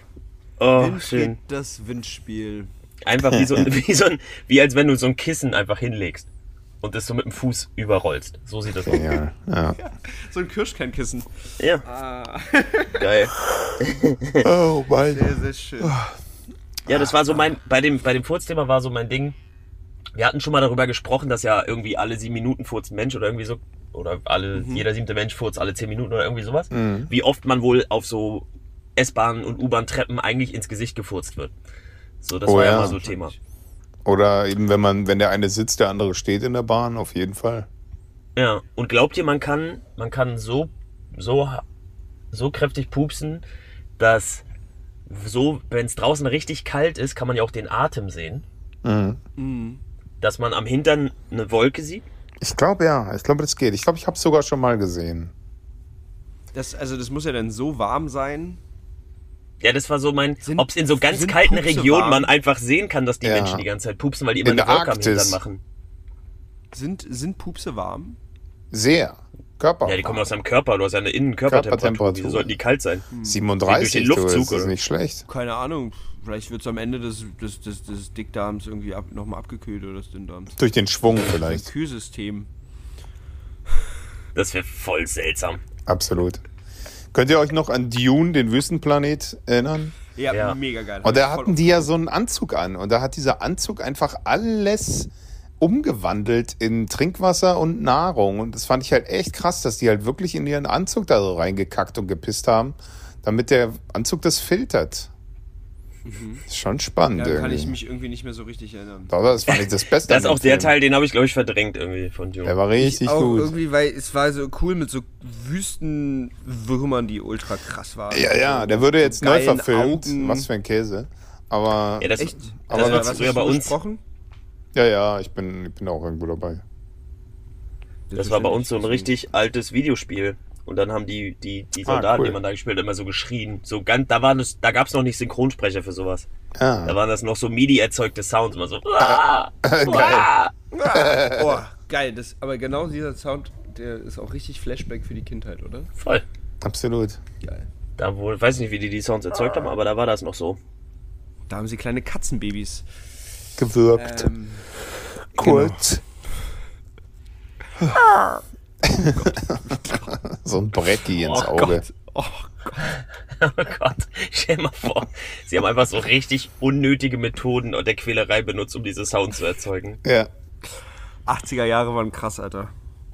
Speaker 3: auch.
Speaker 5: Oh,
Speaker 3: Wind
Speaker 5: schön.
Speaker 3: geht Das Windspiel.
Speaker 5: Einfach wie so, [laughs] ein- wie so ein, wie als wenn du so ein Kissen einfach hinlegst und das so mit dem Fuß überrollst. So sieht das aus.
Speaker 4: Ja, ja.
Speaker 3: So ein Kirschkernkissen.
Speaker 5: Ja. Geil.
Speaker 4: Oh mein.
Speaker 3: Ah. Sehr, sehr schön.
Speaker 5: Ja, das war so mein, bei dem, bei dem Furzthema war so mein Ding. Wir hatten schon mal darüber gesprochen, dass ja irgendwie alle sieben Minuten furzt ein Mensch oder irgendwie so, oder alle, jeder siebte Mensch furzt alle zehn Minuten oder irgendwie sowas. Wie oft man wohl auf so S-Bahnen und U-Bahn-Treppen eigentlich ins Gesicht gefurzt wird. So, das
Speaker 4: Oh
Speaker 5: war ja,
Speaker 4: ja,
Speaker 5: mal so Thema.
Speaker 4: Oder eben, wenn man, wenn der eine sitzt, der andere steht in der Bahn, auf jeden Fall.
Speaker 5: Ja, und glaubt ihr, man kann, man kann so, so, so kräftig pupsen, dass so, wenn es draußen richtig kalt ist, kann man ja auch den Atem sehen.
Speaker 4: Mhm.
Speaker 3: Mhm.
Speaker 5: Dass man am Hintern eine Wolke sieht.
Speaker 4: Ich glaube ja, ich glaube, das geht. Ich glaube, ich habe es sogar schon mal gesehen.
Speaker 3: Das, also das muss ja dann so warm sein.
Speaker 5: Ja, das war so mein,
Speaker 3: Sind-
Speaker 5: ob es in so ganz
Speaker 3: sind
Speaker 5: kalten
Speaker 3: Pupse
Speaker 5: Regionen
Speaker 3: warm?
Speaker 5: man einfach sehen kann, dass die
Speaker 4: Ja.
Speaker 5: Menschen die ganze Zeit pupsen, weil die immer
Speaker 4: In
Speaker 5: eine
Speaker 4: der
Speaker 5: Wolke am Hintern
Speaker 4: Arktis.
Speaker 5: machen.
Speaker 3: Sind, sind Pupse warm?
Speaker 4: Sehr. Körper.
Speaker 5: Ja, die kommen aus deinem Körper, du hast ja eine Innenkörpertemperatur. Wieso
Speaker 4: Körpertemperatur.
Speaker 5: sollten die kalt sein? durch
Speaker 4: 37
Speaker 5: den
Speaker 4: du,
Speaker 5: Luftzug,
Speaker 4: das ist
Speaker 5: oder?
Speaker 4: nicht schlecht.
Speaker 3: Keine Ahnung. Vielleicht wird es am Ende des, des, des, des Dickdarms irgendwie ab, nochmal abgekühlt oder des Dünndarms.
Speaker 4: Durch den Schwung
Speaker 3: Ein
Speaker 4: vielleicht.
Speaker 3: Kühlsystem.
Speaker 5: Das wäre voll seltsam.
Speaker 4: Absolut. Könnt ihr euch noch an Dune, den Wüstenplanet, erinnern?
Speaker 3: Ja,
Speaker 5: Ja. Oh,
Speaker 3: mega geil.
Speaker 4: Und da
Speaker 3: Voll-
Speaker 4: hatten die ja so einen Anzug an. Und da hat dieser Anzug einfach alles umgewandelt in Trinkwasser und Nahrung. Und das fand ich halt echt krass, dass die halt wirklich in ihren Anzug da so reingekackt und gepisst haben, damit der Anzug das filtert. Ist Schon spannend.
Speaker 3: Mhm. Ja,
Speaker 4: irgendwie.
Speaker 3: kann ich mich irgendwie nicht mehr so richtig erinnern.
Speaker 4: Aber das fand ich
Speaker 3: [laughs]
Speaker 4: das Beste.
Speaker 5: Das ist
Speaker 4: an dem
Speaker 5: auch der
Speaker 4: Film.
Speaker 5: Teil, den habe ich, glaube ich, verdrängt irgendwie von Dune.
Speaker 4: Der war richtig
Speaker 3: auch
Speaker 4: gut.
Speaker 3: irgendwie, weil es war so cool mit so Wüstenwürmern, die ultra krass waren.
Speaker 4: Ja, ja, der würde jetzt neu
Speaker 3: geilen
Speaker 4: verfilmt.
Speaker 3: Augen.
Speaker 4: Was für ein Käse. Aber
Speaker 5: Ja, das,
Speaker 3: Echt?
Speaker 5: das
Speaker 4: Aber
Speaker 5: war
Speaker 4: was
Speaker 5: früher bei uns.
Speaker 3: Gesprochen?
Speaker 4: ja, ja, ich bin, ich bin auch irgendwo dabei.
Speaker 5: Das war bei uns so ein richtig altes Videospiel. Und dann haben die, die, die
Speaker 4: Ah,
Speaker 5: Soldaten,
Speaker 4: cool.
Speaker 5: die man da gespielt hat, immer so geschrien. So ganz, da, waren es, da gab es noch nicht Synchronsprecher für sowas. Da
Speaker 4: Ah,
Speaker 5: waren das noch so MIDI-erzeugte Sounds. Immer so. "Ah, ah."
Speaker 3: Oh, geil. Das, aber genau dieser Sound, der ist auch richtig Flashback für die Kindheit, oder?
Speaker 5: Voll.
Speaker 4: absolut.
Speaker 3: Geil.
Speaker 5: Da wohl, weiß nicht, wie die die Sounds erzeugt haben, aber da war das noch so. [laughs]
Speaker 3: Da haben sie kleine Katzenbabys.
Speaker 4: Gewirkt.
Speaker 3: Ähm, Genau.
Speaker 4: Kurz. [laughs] so ein Brecki ins
Speaker 5: Oh
Speaker 4: Auge.
Speaker 5: Gott. Oh Gott. Oh Gott, stell mal vor, sie haben einfach so richtig unnötige Methoden der Quälerei benutzt, um diese Sounds zu erzeugen.
Speaker 4: Ja.
Speaker 3: 80er Jahre waren krass, Alter.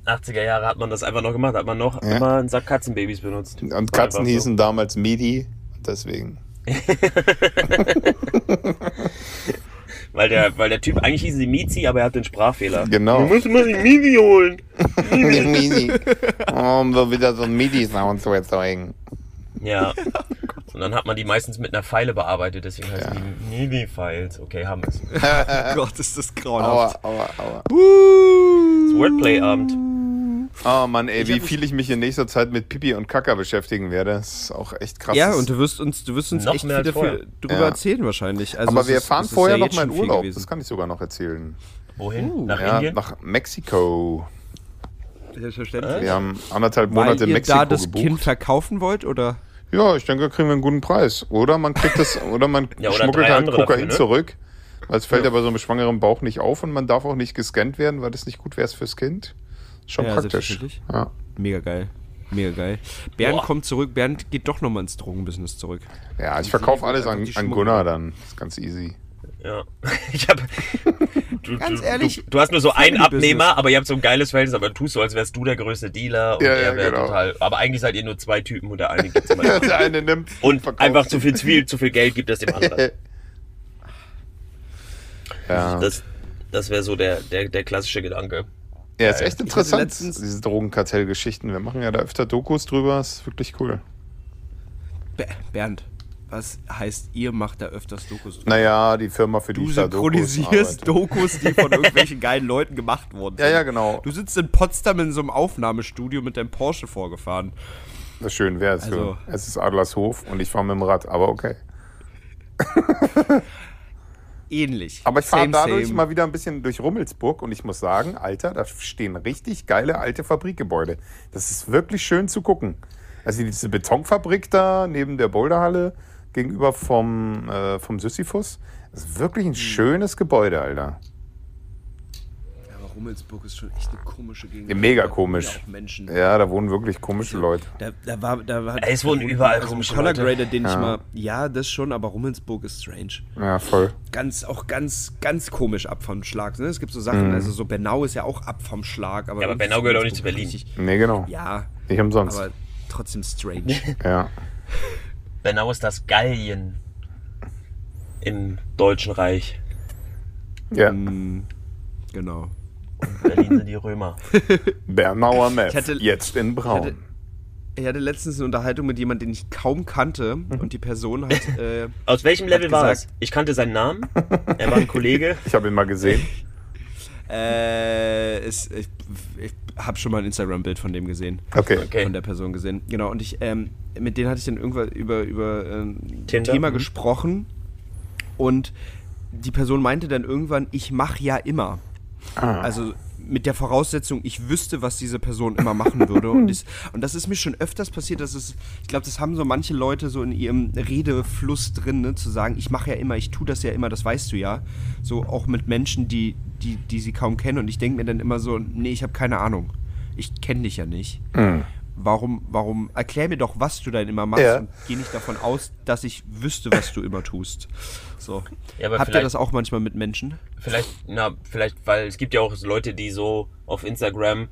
Speaker 5: 80er Jahre hat man das einfach noch gemacht, hat man noch
Speaker 4: Ja.
Speaker 5: immer einen Sack Katzenbabys benutzt.
Speaker 4: [laughs] Und Katzen
Speaker 5: Einfach so.
Speaker 4: hießen damals Midi. Deswegen.
Speaker 3: [laughs]
Speaker 5: Weil der, weil der Typ, eigentlich hieß sie Mizi, aber er hat den Sprachfehler.
Speaker 4: Genau.
Speaker 5: mal die Mizi holen.
Speaker 4: Midi. Um so wieder so ein Midi-Sound zu erzeugen.
Speaker 3: [laughs]
Speaker 5: Ja. Und dann hat man die meistens mit einer Pfeile bearbeitet, deswegen heißt die Midi-Files. Okay, haben wir's.
Speaker 3: Gott, ist das
Speaker 4: Aua,
Speaker 3: grauenhaft.
Speaker 4: aua, aua.
Speaker 5: Wordplay-Abend.
Speaker 4: Oh Mann, ey, wie viel ich mich in nächster Zeit mit Pipi und Kaka beschäftigen werde. Das ist auch echt krass.
Speaker 3: Ja,
Speaker 4: Das-
Speaker 3: und du wirst uns, du wirst uns
Speaker 5: Noch
Speaker 3: echt
Speaker 5: mehr
Speaker 3: viel
Speaker 5: als vorher.
Speaker 3: dafür, drüber
Speaker 4: Ja.
Speaker 3: erzählen wahrscheinlich. Also
Speaker 4: aber
Speaker 3: es
Speaker 4: wir
Speaker 3: ist-
Speaker 4: fahren
Speaker 3: es ist
Speaker 4: vorher
Speaker 3: ja
Speaker 4: noch
Speaker 3: jetzt
Speaker 4: mal in
Speaker 3: schon viel
Speaker 4: Urlaub.
Speaker 3: gewesen.
Speaker 4: Das kann ich sogar noch erzählen.
Speaker 5: Wohin?
Speaker 3: Uh,
Speaker 5: nach
Speaker 4: Ja,
Speaker 5: Indien?
Speaker 4: nach Mexiko.
Speaker 3: Selbstverständlich.
Speaker 4: Wir haben anderthalb
Speaker 3: Weil
Speaker 4: Äh? Monate in
Speaker 3: ihr
Speaker 4: Mexiko
Speaker 3: da das
Speaker 4: gebucht.
Speaker 3: Kind verkaufen wollt oder?
Speaker 4: Ja, ich denke, da kriegen wir einen guten Preis. Oder man kriegt
Speaker 3: [laughs]
Speaker 4: das, oder man
Speaker 5: Ja, oder
Speaker 4: schmuggelt
Speaker 5: drei
Speaker 4: halt
Speaker 5: andere
Speaker 4: Kokain
Speaker 5: dafür, ne?
Speaker 4: zurück. Weil es fällt ja. bei so einem schwangeren Bauch nicht auf und man darf auch nicht gescannt werden, weil das nicht gut wäre fürs Kind. Ist Schon
Speaker 3: Ja,
Speaker 4: praktisch.
Speaker 3: selbstverständlich.
Speaker 4: Ja.
Speaker 3: Mega geil. Mega geil. Bernd
Speaker 5: Boah.
Speaker 3: kommt zurück. Bernd geht doch nochmal ins Drogenbusiness zurück.
Speaker 4: ja, ich verkaufe
Speaker 3: sind
Speaker 4: alles
Speaker 3: einfach
Speaker 4: an,
Speaker 3: die
Speaker 4: an
Speaker 3: Schmuggler.
Speaker 4: Gunnar dann. Ist ganz easy. [laughs]
Speaker 5: Ja. [laughs] Ich
Speaker 3: [laughs]
Speaker 5: hab, du,
Speaker 3: Ganz
Speaker 5: du,
Speaker 3: ehrlich,
Speaker 5: Du, du hast nur so einen
Speaker 3: Family
Speaker 5: Abnehmer,
Speaker 3: Business.
Speaker 5: aber ihr habt so ein geiles Verhältnis, aber du tust so, als wärst du der größte Dealer und
Speaker 4: Ja, ja,
Speaker 5: er wäre
Speaker 4: genau.
Speaker 5: total. Aber eigentlich seid ihr nur zwei Typen und der eine gibt's immer
Speaker 4: [laughs]
Speaker 5: dem
Speaker 4: Der
Speaker 5: anderen.
Speaker 4: eine nimmt
Speaker 5: Und
Speaker 4: verkauft.
Speaker 5: einfach zu viel, zu viel, zu viel Geld gibt es dem
Speaker 4: [laughs]
Speaker 5: anderen.
Speaker 4: Ja,
Speaker 5: Das, das wäre so der, der, der klassische Gedanke.
Speaker 4: ja ist echt interessant,
Speaker 3: letztens-
Speaker 4: diese Drogenkartell-Geschichten. Wir machen ja da öfter Dokus drüber. Ist wirklich cool.
Speaker 3: Be Bernd, was heißt, ihr macht da öfters Dokus?
Speaker 4: Naja, die Firma für die
Speaker 3: Du
Speaker 4: ich da
Speaker 3: synchronisierst
Speaker 4: Dokus.
Speaker 3: Dokus, die
Speaker 4: [laughs]
Speaker 3: von irgendwelchen geilen Leuten gemacht wurden.
Speaker 4: Ja, ja, genau.
Speaker 3: Du sitzt in Potsdam in so einem Aufnahmestudio mit deinem Porsche vorgefahren.
Speaker 4: Das schön wäre es.
Speaker 3: Also-
Speaker 4: für- Es ist Adlershof und ich fahre mit dem Rad, aber okay.
Speaker 3: Ähnlich.
Speaker 4: Aber ich fahre
Speaker 3: Same,
Speaker 4: dadurch
Speaker 3: same.
Speaker 4: mal wieder ein bisschen durch Rummelsburg und ich muss sagen, Alter, da stehen richtig geile alte Fabrikgebäude. Das ist wirklich schön zu gucken. Also diese Betonfabrik da neben der Boulderhalle gegenüber vom, äh, vom Sisyphus. Das ist wirklich
Speaker 3: Hm.
Speaker 4: ein schönes Gebäude, Alter.
Speaker 3: Ja, aber Rummelsburg ist schon echt eine komische Gegend.
Speaker 4: Ja, mega
Speaker 3: Da wohnen
Speaker 4: komisch.
Speaker 3: ja auch Menschen. Also,
Speaker 4: Ja, da wohnen wirklich komische Leute.
Speaker 3: Da, da war, da war,
Speaker 5: Es wurden
Speaker 3: da
Speaker 5: überall
Speaker 3: ein
Speaker 5: komische
Speaker 3: Color
Speaker 5: Leute.
Speaker 3: Grader, den ich mal. Ja, das schon, aber Rummelsburg ist strange.
Speaker 4: Ja, voll.
Speaker 3: Ganz, auch ganz, ganz komisch ab vom Schlag. Ne? Es gibt so Sachen,
Speaker 4: Mhm.
Speaker 3: also so Bernau ist ja auch ab vom Schlag. Aber,
Speaker 5: Ja, aber
Speaker 3: irgendwie
Speaker 5: Bernau
Speaker 3: ist
Speaker 5: gehört auch nicht zu
Speaker 3: Rummelsburg
Speaker 5: Berlin.
Speaker 3: richtig-
Speaker 4: Nee, genau.
Speaker 3: Ja,
Speaker 4: Nicht umsonst.
Speaker 3: aber
Speaker 5: [laughs]
Speaker 3: trotzdem strange.
Speaker 4: Ja.
Speaker 5: Bernau ist das Gallien im Deutschen Reich.
Speaker 4: ja.
Speaker 3: ähm, Mhm. genau.
Speaker 5: Berlin sind die Römer.
Speaker 4: Bernauer Meth.
Speaker 3: Ich hatte-
Speaker 4: Jetzt in
Speaker 3: ich hatte-
Speaker 4: Braun.
Speaker 3: Ich hatte letztens eine Unterhaltung mit jemandem, den ich kaum kannte.
Speaker 5: Mhm.
Speaker 3: Und die Person hat. Äh,
Speaker 5: Aus welchem Level war es?
Speaker 3: gesagt-
Speaker 5: Ich kannte seinen Namen. Er war ein Kollege.
Speaker 4: Ich habe ihn mal gesehen.
Speaker 3: äh, es- ich ich habe schon mal ein Instagram-Bild von dem gesehen.
Speaker 4: Okay.
Speaker 5: Okay.
Speaker 3: von der Person gesehen. Genau, und ich, ähm, mit denen hatte ich dann irgendwann über, über ähm, ein
Speaker 5: Tinder,
Speaker 3: Thema
Speaker 5: mhm.
Speaker 3: gesprochen und die Person meinte dann irgendwann, ich mache ja immer. Also mit der Voraussetzung, ich wüsste, was diese Person immer machen würde. und, ich, und das ist mir schon öfters passiert. Das ist, ich glaube, das haben so manche Leute so in ihrem Redefluss drin, ne, zu sagen, ich mache ja immer, ich tue das ja immer, das weißt du ja. So auch mit Menschen, die, die, die sie kaum kennen. Und ich denke mir dann immer so, nee, ich habe keine Ahnung. Ich kenne dich ja nicht. Warum, warum, erklär mir doch, was du dann immer machst
Speaker 4: Ja.
Speaker 3: und geh nicht davon aus, dass ich wüsste, was du immer tust. So.
Speaker 5: Ja, aber
Speaker 3: Habt ihr
Speaker 5: vielleicht-
Speaker 3: das auch manchmal mit Menschen?
Speaker 5: Vielleicht, na, vielleicht, weil es gibt ja auch so Leute, die so auf Instagram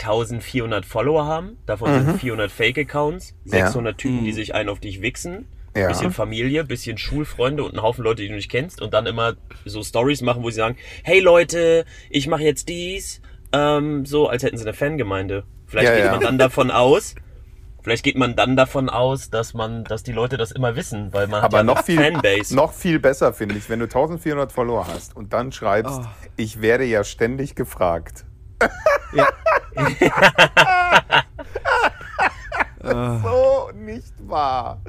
Speaker 5: 1400 Follower haben. Davon
Speaker 4: Mhm.
Speaker 5: sind 400 Fake-Accounts, 600 Typen, die sich einen auf dich wichsen.
Speaker 4: Ja.
Speaker 5: Bisschen Familie, bisschen Schulfreunde und einen Haufen Leute, die du nicht kennst. Und dann immer so Stories machen, wo sie sagen, hey Leute, ich mache jetzt dies. Ähm, so, als hätten sie eine Fangemeinde. Vielleicht
Speaker 4: Ja,
Speaker 5: geht
Speaker 4: ja.
Speaker 5: man dann davon aus, vielleicht geht man dann davon aus, dass man, dass die Leute das immer wissen, weil man hat ja
Speaker 4: Aber
Speaker 5: eine
Speaker 4: noch viel,
Speaker 5: Fanbase.
Speaker 4: noch viel besser finde ich, wenn du 1400 Follower hast und dann schreibst,
Speaker 5: Oh.
Speaker 4: ich werde ja ständig gefragt. [laughs] Ja. so nicht wahr.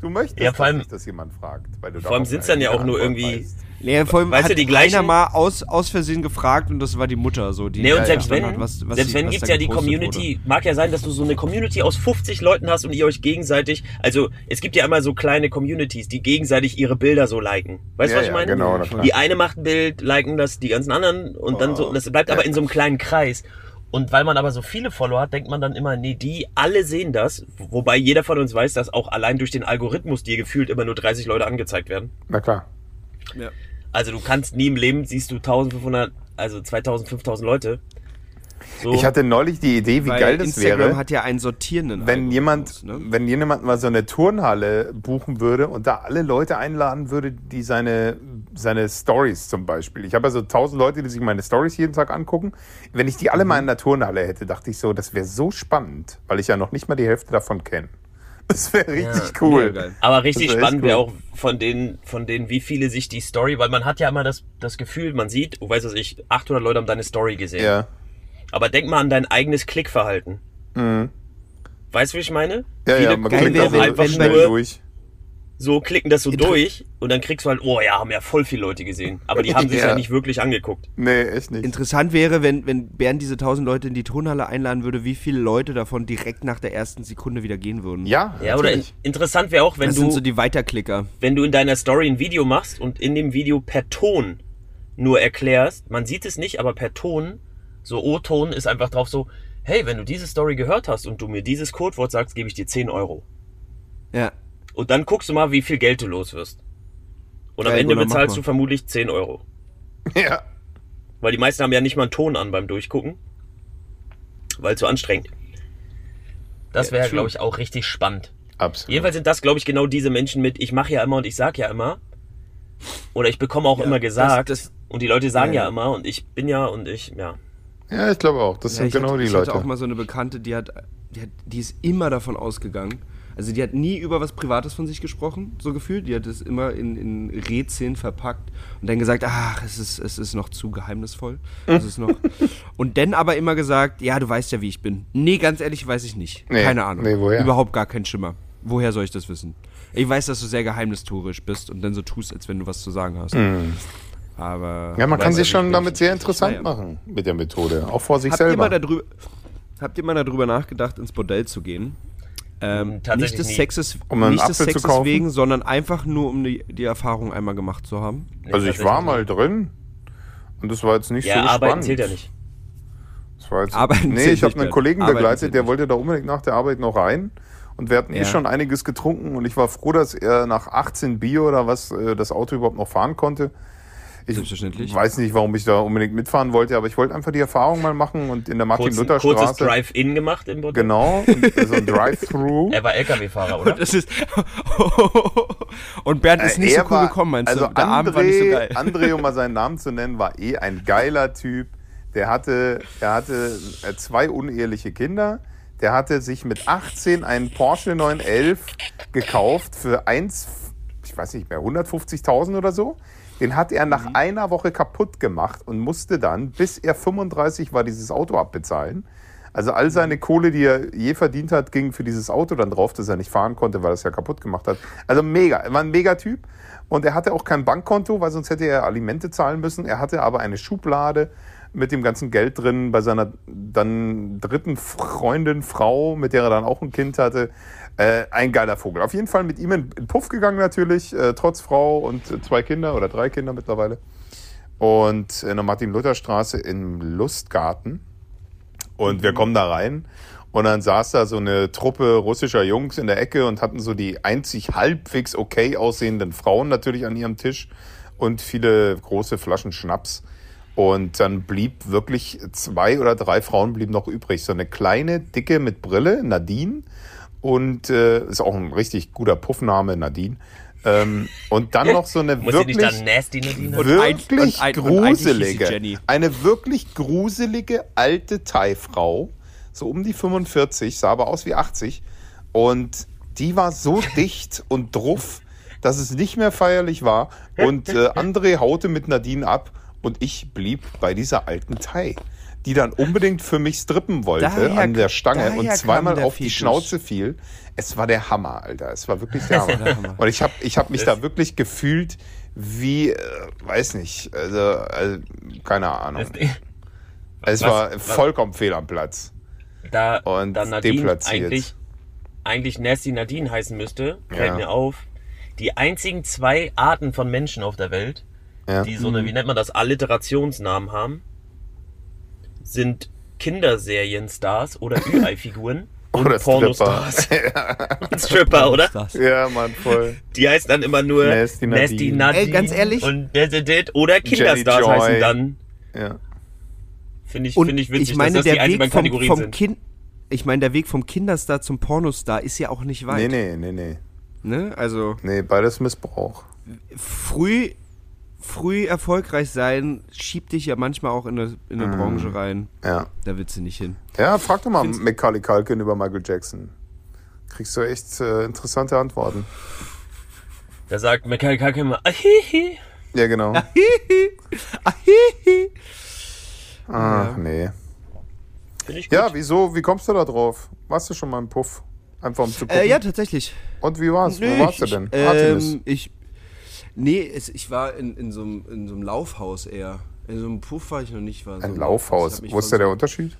Speaker 4: Du möchtest,
Speaker 5: Ah. Ja, vor allem-
Speaker 4: dass dich das jemand fragt. Weil du
Speaker 5: vor allem
Speaker 4: darauf
Speaker 5: sind's dann ja
Speaker 4: keine
Speaker 5: auch nur
Speaker 4: Antwort
Speaker 5: irgendwie-
Speaker 4: weißt.
Speaker 3: Nee, vor allem
Speaker 5: Weißt
Speaker 3: hat
Speaker 5: du, die
Speaker 3: einer
Speaker 5: gleichen-
Speaker 3: mal aus, aus Versehen gefragt und das war die Mutter so. Die
Speaker 5: Nee, und
Speaker 3: ja,
Speaker 5: selbst wenn,
Speaker 3: verstanden hat, was- was
Speaker 5: selbst
Speaker 3: sie-
Speaker 5: wenn
Speaker 3: was
Speaker 5: gibt's
Speaker 3: da
Speaker 5: ja die
Speaker 3: gepostet
Speaker 5: Community, mag ja sein, dass du so eine Community aus 50 Leuten hast und ihr euch gegenseitig, also es gibt ja immer so kleine Communities, die gegenseitig ihre Bilder so liken. Weißt du,
Speaker 4: Ja,
Speaker 5: was ich
Speaker 4: ja,
Speaker 5: meine?
Speaker 4: genau, na klar.
Speaker 5: die eine macht ein Bild, liken das die ganzen anderen und dann so, das bleibt aber in so einem kleinen Kreis. Und weil man aber so viele Follower hat, denkt man dann immer, nee, die alle sehen das. Wobei jeder von uns weiß, dass auch allein durch den Algorithmus dir gefühlt immer nur 30 Leute angezeigt werden.
Speaker 4: Na klar.
Speaker 3: wurde. Ja.
Speaker 5: Also du kannst nie im Leben siehst du 1500, also 2000, 5000 Leute. So.
Speaker 4: Ich hatte neulich die Idee, wie
Speaker 3: Weil
Speaker 4: geil das
Speaker 3: Instagram
Speaker 4: wäre.
Speaker 3: hat ja einen sortierenden.
Speaker 4: wenn
Speaker 3: Algorithmus,
Speaker 4: jemand,
Speaker 3: ne?
Speaker 4: wenn jemand mal so eine Turnhalle buchen würde und da alle Leute einladen würde, die seine, seine Stories zum Beispiel. Ich habe also tausend Leute, die sich meine Stories jeden Tag angucken. Wenn ich die alle
Speaker 3: Mhm.
Speaker 4: mal in der Turnhalle hätte, dachte ich so, das wäre so spannend, weil ich ja noch nicht mal die Hälfte davon kenne. [laughs] Das wäre richtig
Speaker 3: mega
Speaker 4: cool.
Speaker 3: geil.
Speaker 5: aber richtig
Speaker 4: Das wär echt
Speaker 5: spannend wäre
Speaker 4: cool.
Speaker 5: auch von denen, von denen, wie viele sich die Story, weil man hat ja immer das, das Gefühl, man sieht, oh, weiß was ich, 800 Leute haben deine Story gesehen.
Speaker 4: Ja,
Speaker 5: Aber denk mal an dein eigenes Klickverhalten. Weißt du, wie ich meine?
Speaker 4: Mhm. Ja, ja,
Speaker 5: Viele
Speaker 4: man
Speaker 5: gucken
Speaker 4: klickt
Speaker 5: doch
Speaker 4: auch
Speaker 3: wäre,
Speaker 5: einfach
Speaker 4: einfach
Speaker 3: wenn
Speaker 5: schnell
Speaker 4: schnell
Speaker 5: nur
Speaker 4: durch.
Speaker 5: so, klicken das so durch und dann kriegst du halt, oh ja, haben ja voll viele Leute gesehen. Aber
Speaker 4: [laughs]
Speaker 5: die haben sich ja,
Speaker 4: Ja.
Speaker 5: nicht wirklich angeguckt.
Speaker 4: Nee, echt nicht.
Speaker 3: Interessant wäre, wenn, wenn Bernd diese 1000 Leute in die Tonhalle einladen würde, wie viele Leute davon direkt nach der ersten Sekunde wieder gehen würden.
Speaker 4: Ja,
Speaker 5: Ja, oder in,
Speaker 4: natürlich.
Speaker 5: interessant wäre auch, wenn
Speaker 3: das sind
Speaker 5: du,
Speaker 3: so die Weiterklicker.
Speaker 5: wenn du in deiner Story ein Video machst und in dem Video per Ton nur erklärst, man sieht es nicht, aber per Ton, so O-Ton ist einfach drauf so, hey, wenn du diese Story gehört hast und du mir dieses Codewort sagst, gebe ich dir 10 Euro.
Speaker 3: Ja.
Speaker 5: Und dann guckst du mal, wie viel Geld du los wirst. Und am
Speaker 3: Ja,
Speaker 5: Ende
Speaker 3: Gunnar, mach
Speaker 5: bezahlst
Speaker 3: mal.
Speaker 5: du vermutlich 10 Euro.
Speaker 4: [laughs] Ja.
Speaker 5: Weil die meisten haben ja nicht mal einen Ton an beim Durchgucken. Weil zu anstrengend. Das wäre, glaube ich, auch richtig spannend.
Speaker 4: Absolut.
Speaker 5: Jedenfalls sind das, glaube ich, genau diese Menschen mit, ich mache ja immer und ich sag ja immer. Oder ich bekomme auch immer gesagt.
Speaker 3: das-
Speaker 5: und die Leute sagen ja,
Speaker 3: Ja, ja.
Speaker 5: immer und ich bin ja und ich, ja.
Speaker 4: Ja, ich glaube auch. Das
Speaker 3: Ja,
Speaker 4: sind
Speaker 3: ich
Speaker 4: genau
Speaker 3: hatte,
Speaker 4: die
Speaker 3: ich
Speaker 4: Leute.
Speaker 3: hatte auch mal so eine Bekannte, die hat, die hat, die ist immer davon ausgegangen. Also die hat nie über was Privates von sich gesprochen, so gefühlt. Die hat es immer in, in Rätseln verpackt und dann gesagt, ach, es ist, es ist noch zu geheimnisvoll. Es
Speaker 4: [laughs]
Speaker 3: ist noch. und dann aber immer gesagt, ja, du weißt ja, wie ich bin. Nee, ganz ehrlich, weiß ich nicht.
Speaker 4: Nee,
Speaker 3: Keine Ahnung.
Speaker 4: nee, woher?
Speaker 3: Überhaupt gar kein Schimmer. Woher soll ich das wissen? Ich weiß, dass du sehr geheimnistorisch bist und dann so tust, als wenn du was zu sagen hast. Aber
Speaker 4: Mhm. ja, man kann
Speaker 3: weiß
Speaker 4: sich
Speaker 3: ich
Speaker 4: schon
Speaker 3: nicht.
Speaker 4: damit sehr interessant
Speaker 3: Naja.
Speaker 4: machen mit der Methode. Auch vor sich
Speaker 3: Habt ihr,
Speaker 4: selber.
Speaker 3: mal darüber, habt ihr mal darüber nachgedacht, ins Bordell zu gehen? Ähm,
Speaker 5: Hm, Tatsächlich
Speaker 3: nicht des
Speaker 5: nie.
Speaker 3: Sexes,
Speaker 4: Um einen
Speaker 3: nicht des
Speaker 4: Apfel zu
Speaker 3: Sexes
Speaker 4: kaufen?
Speaker 3: wegen, sondern einfach nur, um die, die Erfahrung einmal gemacht zu haben.
Speaker 5: Nee,
Speaker 4: also ich
Speaker 5: tatsächlich
Speaker 4: war
Speaker 5: nicht.
Speaker 4: mal drin und das war jetzt nicht
Speaker 5: Ja,
Speaker 4: so
Speaker 5: arbeiten
Speaker 4: spannend.
Speaker 5: zählt ja nicht.
Speaker 4: Das war jetzt,
Speaker 3: Arbeiten
Speaker 4: nee,
Speaker 3: zählt
Speaker 4: ich habe
Speaker 3: nicht,
Speaker 4: einen
Speaker 3: Bert.
Speaker 4: Kollegen
Speaker 3: Arbeiten
Speaker 4: begleitet,
Speaker 3: zählt
Speaker 4: der
Speaker 3: nicht.
Speaker 4: wollte da unbedingt nach der Arbeit noch rein. Und wir hatten eh
Speaker 3: Ja.
Speaker 4: schon einiges getrunken und ich war froh, dass er nach 18 Bier oder was äh, das Auto überhaupt noch fahren konnte. Ich
Speaker 3: Selbstverständlich.
Speaker 4: weiß nicht, warum ich da unbedingt mitfahren wollte, aber ich wollte einfach die Erfahrung mal machen und in der
Speaker 5: Kurz, kurzes
Speaker 4: Martin-Luther-Straße.
Speaker 5: Drive-In gemacht im Bordell.
Speaker 4: Genau, und so ein Drive-Thru.
Speaker 5: Er war LKW-Fahrer,
Speaker 4: [laughs]
Speaker 5: oder?
Speaker 3: Das ist [laughs] und Bernd ist
Speaker 4: Äh,
Speaker 3: nicht so
Speaker 4: er
Speaker 3: cool
Speaker 4: war-
Speaker 3: gekommen, meinst
Speaker 4: also
Speaker 3: du? Der
Speaker 4: André,
Speaker 3: Abend war nicht so geil.
Speaker 4: André, um mal seinen Namen zu nennen, war eh ein geiler Typ. Der hatte, der hatte äh, zwei uneheliche Kinder. Der hatte sich mit 18 einen Porsche 911 gekauft für 1, ich weiß nicht mehr, 150.000 oder so. Den hat er
Speaker 3: Mhm.
Speaker 4: nach einer Woche kaputt gemacht und musste dann, bis er 35 war, dieses Auto abbezahlen. Also all seine Kohle, die er je verdient hat, ging für dieses Auto dann drauf, dass er nicht fahren konnte, weil er es ja kaputt gemacht hat. Also mega, er war ein mega Typ. Und er hatte auch kein Bankkonto, weil sonst hätte er Alimente zahlen müssen. Er hatte aber eine Schublade mit dem ganzen Geld drin bei seiner dann dritten Freundin, Frau, mit der er dann auch ein Kind hatte. Äh, ein geiler Vogel. Auf jeden Fall mit ihm in in Puff gegangen natürlich, äh, trotz Frau und äh, zwei Kinder oder drei Kinder mittlerweile. Und in der Martin-Luther-Straße im Lustgarten. Und
Speaker 5: Mhm.
Speaker 4: wir kommen da rein. Und dann saß da so eine Truppe russischer Jungs in der Ecke und hatten so die einzig halbwegs okay aussehenden Frauen natürlich an ihrem Tisch und viele große Flaschen Schnaps. Und dann blieb wirklich zwei oder drei Frauen blieben noch übrig. So eine kleine, dicke mit Brille, Nadine. Und äh, ist auch ein richtig guter Puffname, Nadine. Ähm,
Speaker 5: [laughs]
Speaker 4: und dann noch so eine
Speaker 5: Muss ich nicht
Speaker 4: wirklich
Speaker 5: dann nasty Nadine
Speaker 3: Und ein-
Speaker 4: wirklich
Speaker 3: und ein- und eigentlich hieß sie
Speaker 4: gruselige,
Speaker 3: Jenny.
Speaker 4: eine wirklich gruselige alte Thai-Frau, so um die 45, sah aber aus wie 80 und die war
Speaker 3: [laughs]
Speaker 4: so dicht und druff, dass es nicht mehr feierlich war und äh, André haute mit Nadine ab und ich blieb bei dieser alten Thai, die dann unbedingt für mich strippen wollte
Speaker 3: Daher-
Speaker 4: an der Stange
Speaker 3: daher
Speaker 4: und
Speaker 3: kam
Speaker 4: zweimal
Speaker 3: der
Speaker 4: auf die
Speaker 3: Fetisch.
Speaker 4: Schnauze fiel. Es war der Hammer, Alter. Es war wirklich der
Speaker 3: der
Speaker 4: Hammer.
Speaker 3: Hammer.
Speaker 4: Und ich habe ich hab mich da wirklich gefühlt wie, äh, weiß nicht, also, also keine Ahnung. Es
Speaker 5: Was-
Speaker 4: war
Speaker 5: was-
Speaker 4: vollkommen fehl am Platz.
Speaker 5: da,
Speaker 4: Und
Speaker 5: da Nadine
Speaker 4: deplatziert.
Speaker 5: eigentlich, eigentlich Nasty Nadine heißen müsste, fällt
Speaker 4: Ja.
Speaker 5: mir auf. Die einzigen zwei Arten von Menschen auf der Welt,
Speaker 4: Ja.
Speaker 5: die so eine, wie nennt man das, Alliterationsnamen haben, sind Kinderserienstars
Speaker 4: [laughs]
Speaker 5: oder Ü-Ei-Figuren und
Speaker 4: [laughs] Oder
Speaker 5: Pornostars.
Speaker 4: [laughs]
Speaker 5: und Stripper, oder?
Speaker 3: Das-
Speaker 4: Ja, Mann, voll.
Speaker 5: Die heißen dann immer nur
Speaker 4: Nasty
Speaker 5: Nasty
Speaker 4: Nadine.
Speaker 5: Nadine,
Speaker 3: Ey, ganz ehrlich?
Speaker 5: und das, das, das, oder Kinderstars
Speaker 4: Joy.
Speaker 5: heißen dann.
Speaker 4: Ja.
Speaker 5: Finde ich,
Speaker 3: Und
Speaker 5: finde ich witzig,
Speaker 3: ich meine,
Speaker 5: dass das die
Speaker 3: der
Speaker 5: einzigen
Speaker 3: Weg vom,
Speaker 5: Kategorien
Speaker 3: vom
Speaker 5: sind.
Speaker 3: Kind. Ich meine, der Weg vom Kinderstar zum Pornostar ist ja auch nicht
Speaker 4: Nee,
Speaker 3: weit.
Speaker 4: nee, nee, nee.
Speaker 3: Ne? Also
Speaker 4: Nee, beides Missbrauch.
Speaker 3: früh, früh erfolgreich sein schiebt dich ja manchmal auch in eine, in
Speaker 4: Mhm.
Speaker 3: eine Branche rein.
Speaker 4: Ja.
Speaker 3: Da willst du nicht hin.
Speaker 4: Ja, frag doch mal Macaulay Culkin über Michael Jackson. Kriegst du echt äh, interessante Antworten.
Speaker 5: Da sagt Michael Kacke immer, "Ah, ahihi.
Speaker 4: Ja,
Speaker 3: [laughs]
Speaker 4: genau.
Speaker 3: Hihi. Ah, hihi.
Speaker 4: Ach, nee.
Speaker 5: Finde ich gut.
Speaker 7: Ja, wieso? Wie kommst du da drauf? Warst du schon mal im Puff? Einfach um zu gucken.
Speaker 3: Äh, ja, tatsächlich.
Speaker 7: Und wie war's?
Speaker 3: Nö,
Speaker 7: Wo warst du
Speaker 3: ich-
Speaker 7: denn?
Speaker 3: Ich,
Speaker 7: Artemis.
Speaker 3: ähm, ich, nee, es, ich war in, in, so einem, in so einem Laufhaus eher. In so einem Puff war Also ich noch nicht. War so
Speaker 7: Ein
Speaker 3: das
Speaker 7: Laufhaus.
Speaker 3: hat mich
Speaker 7: Wo ist da
Speaker 3: von
Speaker 7: der
Speaker 3: so-
Speaker 7: Unterschied?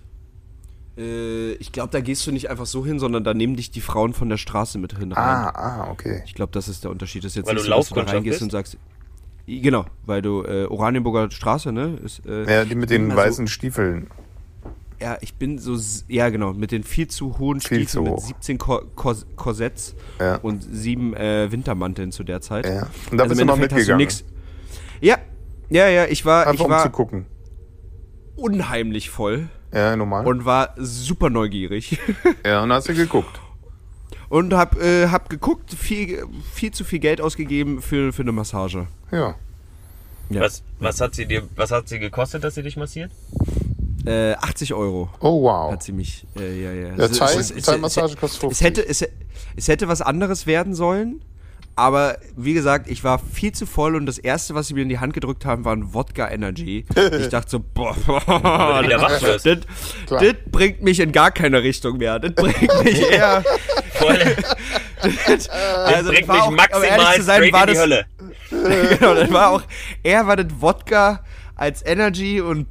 Speaker 3: Äh, ich glaube, da gehst du nicht einfach so hin, sondern da nehmen dich die Frauen von der Straße mit hin rein.
Speaker 7: Ah, ah, okay.
Speaker 3: Ich glaube, das ist der Unterschied. Das ist jetzt
Speaker 5: Weil
Speaker 3: nicht
Speaker 5: du
Speaker 3: so, dass du da
Speaker 5: Laufkundschaft
Speaker 3: reingehst
Speaker 5: bist?
Speaker 3: und sagst. I- Genau, weil du äh, Oranienburger Straße, ne? Ist, äh,
Speaker 7: Ja, die mit den
Speaker 3: Also-
Speaker 7: weißen Stiefeln.
Speaker 3: Ah, ja, ich bin so, s- ja genau, mit den viel zu hohen
Speaker 7: Viel
Speaker 3: Stiefeln
Speaker 7: zu
Speaker 3: mit
Speaker 7: hoch.
Speaker 3: 17 Kor Kors Korsetts
Speaker 7: Ja.
Speaker 3: und sieben äh, Wintermanteln zu der Zeit. Also
Speaker 7: Ja. Und da
Speaker 3: im
Speaker 7: bist du mal
Speaker 3: Endeffekt hast du
Speaker 7: mitgegangen.
Speaker 3: nix- Ja, ja, ja, ich war,
Speaker 7: Einfach
Speaker 3: ich
Speaker 7: um zu
Speaker 3: war
Speaker 7: gucken.
Speaker 3: unheimlich voll
Speaker 7: Ja, normal.
Speaker 3: und war super neugierig [laughs]
Speaker 7: ja, und hast du geguckt.
Speaker 3: und hab, äh, hab geguckt, viel, viel zu viel Geld ausgegeben für, für eine Massage.
Speaker 7: Ja.
Speaker 3: Ja.
Speaker 5: Was, was, hat sie dir, was hat sie gekostet, dass sie dich massiert?
Speaker 3: Äh, 80 Euro
Speaker 7: Oh, wow.
Speaker 3: hat sie mich, äh, ja, ja.
Speaker 4: Ja,
Speaker 3: Es-
Speaker 4: Thai,
Speaker 3: es- es-
Speaker 4: Thai-Massage kostet 50.
Speaker 3: Es hätte, es, es hätte was anderes werden sollen, aber wie gesagt, ich war viel zu voll und das Erste, was sie mir in die Hand gedrückt haben, war ein
Speaker 7: [laughs]
Speaker 3: Wodka Energy. Ich dachte so, boah, [laughs]
Speaker 5: Wenn du wieder wach wirst.
Speaker 3: das, das bringt mich in gar keine Richtung mehr. Das
Speaker 7: [laughs]
Speaker 3: bringt mich eher...
Speaker 5: Voll,
Speaker 3: also,
Speaker 5: bringt
Speaker 3: war
Speaker 5: mich
Speaker 3: auch- um
Speaker 5: maximal
Speaker 3: ehrlich zu sein,
Speaker 5: straight
Speaker 3: war
Speaker 5: in die
Speaker 3: das,
Speaker 5: Hölle.
Speaker 3: [laughs] genau, das war auch... Eher war das Wodka als Energy und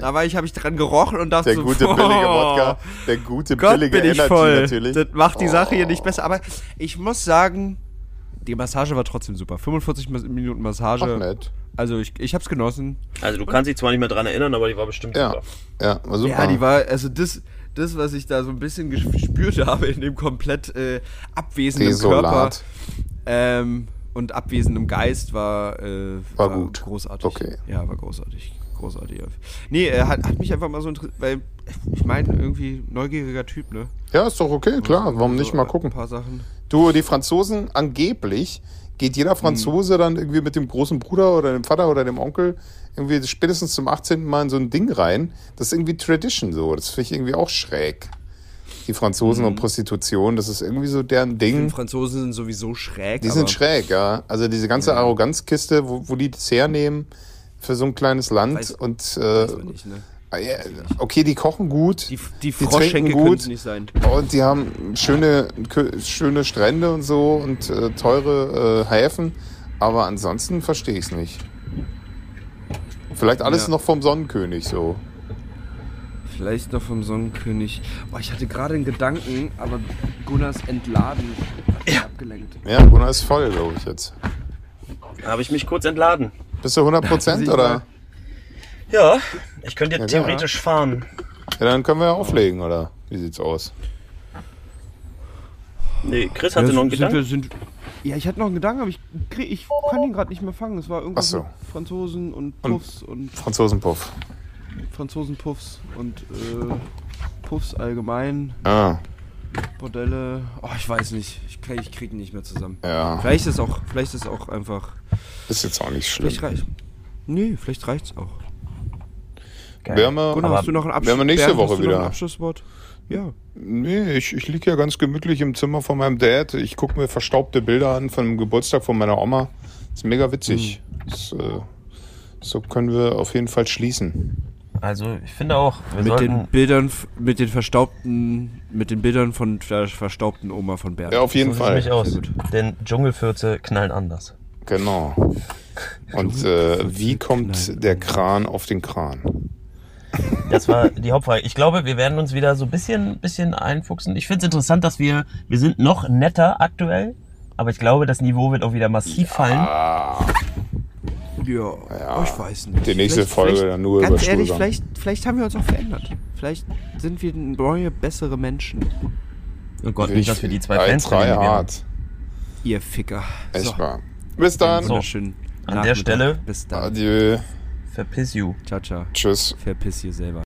Speaker 3: da war ich, habe ich dran gerochen und dachte
Speaker 7: Der
Speaker 3: so, [laughs]
Speaker 7: gute billige
Speaker 3: boah.
Speaker 7: Wodka, der gute
Speaker 3: Gott
Speaker 7: billige
Speaker 3: bin ich
Speaker 7: Energy
Speaker 3: voll.
Speaker 7: natürlich. Oh.
Speaker 3: Das macht die Sache hier
Speaker 4: Oh.
Speaker 3: nicht besser. Aber ich muss sagen, die Massage war trotzdem super. 45 Mas- Minuten
Speaker 4: Ach,
Speaker 3: Massage.
Speaker 4: nett.
Speaker 3: also ich, ich hab's genossen.
Speaker 5: Also du kannst dich zwar nicht mehr dran erinnern, aber die war bestimmt
Speaker 4: Ja,
Speaker 5: super.
Speaker 4: ja, war super.
Speaker 3: Ja, die war, also das, das, was ich da so ein bisschen gespürt [laughs] habe in dem komplett äh, abwesenden
Speaker 4: Desolat.
Speaker 3: Körper ähm, und abwesendem Geist war, äh,
Speaker 4: War gut.
Speaker 3: großartig.
Speaker 4: Okay.
Speaker 3: Ja, war großartig. Großartig. Nee, äh, hat, hat mich einfach mal so interessiert, weil ich meine, irgendwie neugieriger Typ, ne?
Speaker 4: Ja, ist doch okay, klar. Warum nicht
Speaker 3: So,
Speaker 4: mal
Speaker 3: äh,
Speaker 4: gucken?
Speaker 3: Ein paar Sachen.
Speaker 4: Du, die Franzosen, angeblich geht
Speaker 3: Hm.
Speaker 4: jeder Franzose dann irgendwie mit dem großen Bruder oder dem Vater oder dem Onkel irgendwie spätestens zum 18. Mal in so ein Ding rein. Das ist irgendwie Tradition so. Das finde ich irgendwie auch schräg. Die Franzosen
Speaker 3: Hm.
Speaker 4: und Prostitution, das ist irgendwie so deren
Speaker 3: Die
Speaker 4: Ding.
Speaker 3: Franzosen sind sowieso Mhm. schräg.
Speaker 4: Die
Speaker 3: aber-
Speaker 4: sind schräg, ja. Also diese ganze Arroganzkiste, wo, wo die das hernehmen für so ein kleines Land
Speaker 3: Weiß-
Speaker 4: und äh,
Speaker 3: Weiß man nicht, ne?
Speaker 4: äh, okay, die kochen gut.
Speaker 3: Die, die
Speaker 4: trinken
Speaker 3: Froschschenkel
Speaker 4: gut.
Speaker 3: können's nicht sein.
Speaker 4: Und die haben schöne, kö- schöne Strände und so und äh, teure äh, Häfen. Aber ansonsten verstehe ich es nicht. Vielleicht alles
Speaker 3: Ja.
Speaker 4: noch vom Sonnenkönig so.
Speaker 3: Vielleicht noch vom Sonnenkönig. Boah, ich hatte gerade einen Gedanken, aber Gunnars entladen hat mich abgelenkt.
Speaker 4: Ja, Gunnar ist voll, glaube ich jetzt.
Speaker 5: Habe ich mich kurz entladen.
Speaker 4: Bist du 100 Prozent
Speaker 3: [laughs] Sicher.
Speaker 4: oder?
Speaker 5: Ja, ich könnte jetzt
Speaker 4: Ja, ja.
Speaker 5: theoretisch fahren.
Speaker 4: Ja, dann können wir ja auflegen, oder? Wie sieht's aus?
Speaker 5: Nee, Chris hatte
Speaker 3: Ja,
Speaker 5: noch einen
Speaker 3: sind
Speaker 5: Gedanken.
Speaker 3: wir- sind, ja, ich hatte noch einen Gedanken, aber ich, krieg, ich kann ihn gerade nicht mehr fangen. Es war irgendwas
Speaker 4: Ach so.
Speaker 3: mit Franzosen und Puffs und,
Speaker 4: Franzosenpuff.
Speaker 3: Franzosenpuffs und äh, Puffs allgemein,
Speaker 4: Ah,
Speaker 3: Bordelle. Oh, ich weiß nicht. Ich, krieg- ich kriege ihn nicht mehr zusammen.
Speaker 4: ja.
Speaker 3: Vielleicht ist auch, vielleicht ist auch einfach.
Speaker 4: Ist jetzt auch nicht schlimm.
Speaker 3: Vielleicht reicht. Nee, vielleicht reicht's auch.
Speaker 4: Wären wir,
Speaker 3: Gunnar,
Speaker 5: Aber
Speaker 3: hast du noch einen Abschluss?
Speaker 4: werden wir nächste
Speaker 3: Bernd, hast
Speaker 4: Woche
Speaker 3: du noch ein
Speaker 4: wieder.
Speaker 3: Abschlusswort? Ja.
Speaker 4: Nee, ich, ich liege ja ganz gemütlich im Zimmer von meinem Dad. Ich gucke mir verstaubte Bilder an von dem Geburtstag von meiner Oma. Ist mega witzig.
Speaker 5: Hm.
Speaker 4: Das, äh, so können wir auf jeden Fall schließen.
Speaker 5: Also ich finde auch, wir
Speaker 3: Mit den
Speaker 5: sollten...
Speaker 3: Bildern, f- mit den verstaubten, mit den Bildern von der verstaubten Oma von Bernd.
Speaker 4: Ja, auf jeden
Speaker 5: so sieht mich
Speaker 4: Fall.
Speaker 5: aus.
Speaker 3: Sehr
Speaker 5: Denn Dschungelfürze knallen anders.
Speaker 4: Genau. Und äh, wie kommt der Kran auf den Kran?
Speaker 5: Das war die Hauptfrage. Ich glaube, wir werden uns wieder so ein bisschen, bisschen einfuchsen. Ich finde es interessant, dass wir, wir sind noch netter aktuell, aber ich glaube, das Niveau wird auch wieder massiv fallen.
Speaker 3: Ja, oh, ich weiß nicht.
Speaker 4: Die nächste
Speaker 3: Vielleicht-
Speaker 4: Folge
Speaker 3: vielleicht-
Speaker 4: dann nur über
Speaker 3: Ganz
Speaker 4: Stuhlgang.
Speaker 3: ehrlich, vielleicht, vielleicht haben wir uns auch verändert. Vielleicht sind wir neue, bessere Menschen.
Speaker 5: Oh Gott, nicht, dass wir die zwei Fans
Speaker 4: drei
Speaker 5: verlieren werden.
Speaker 4: hart.
Speaker 3: Ihr Ficker.
Speaker 4: Echt wahr. Bis dann.
Speaker 5: So.
Speaker 3: Wunderschön.
Speaker 5: An der
Speaker 3: Nachmittag.
Speaker 5: Stelle-
Speaker 3: Bis dann.
Speaker 4: Adieu.
Speaker 5: Verpiss you.
Speaker 3: Ciao, ciao.
Speaker 4: Tschüss.
Speaker 3: Verpiss ihr selber.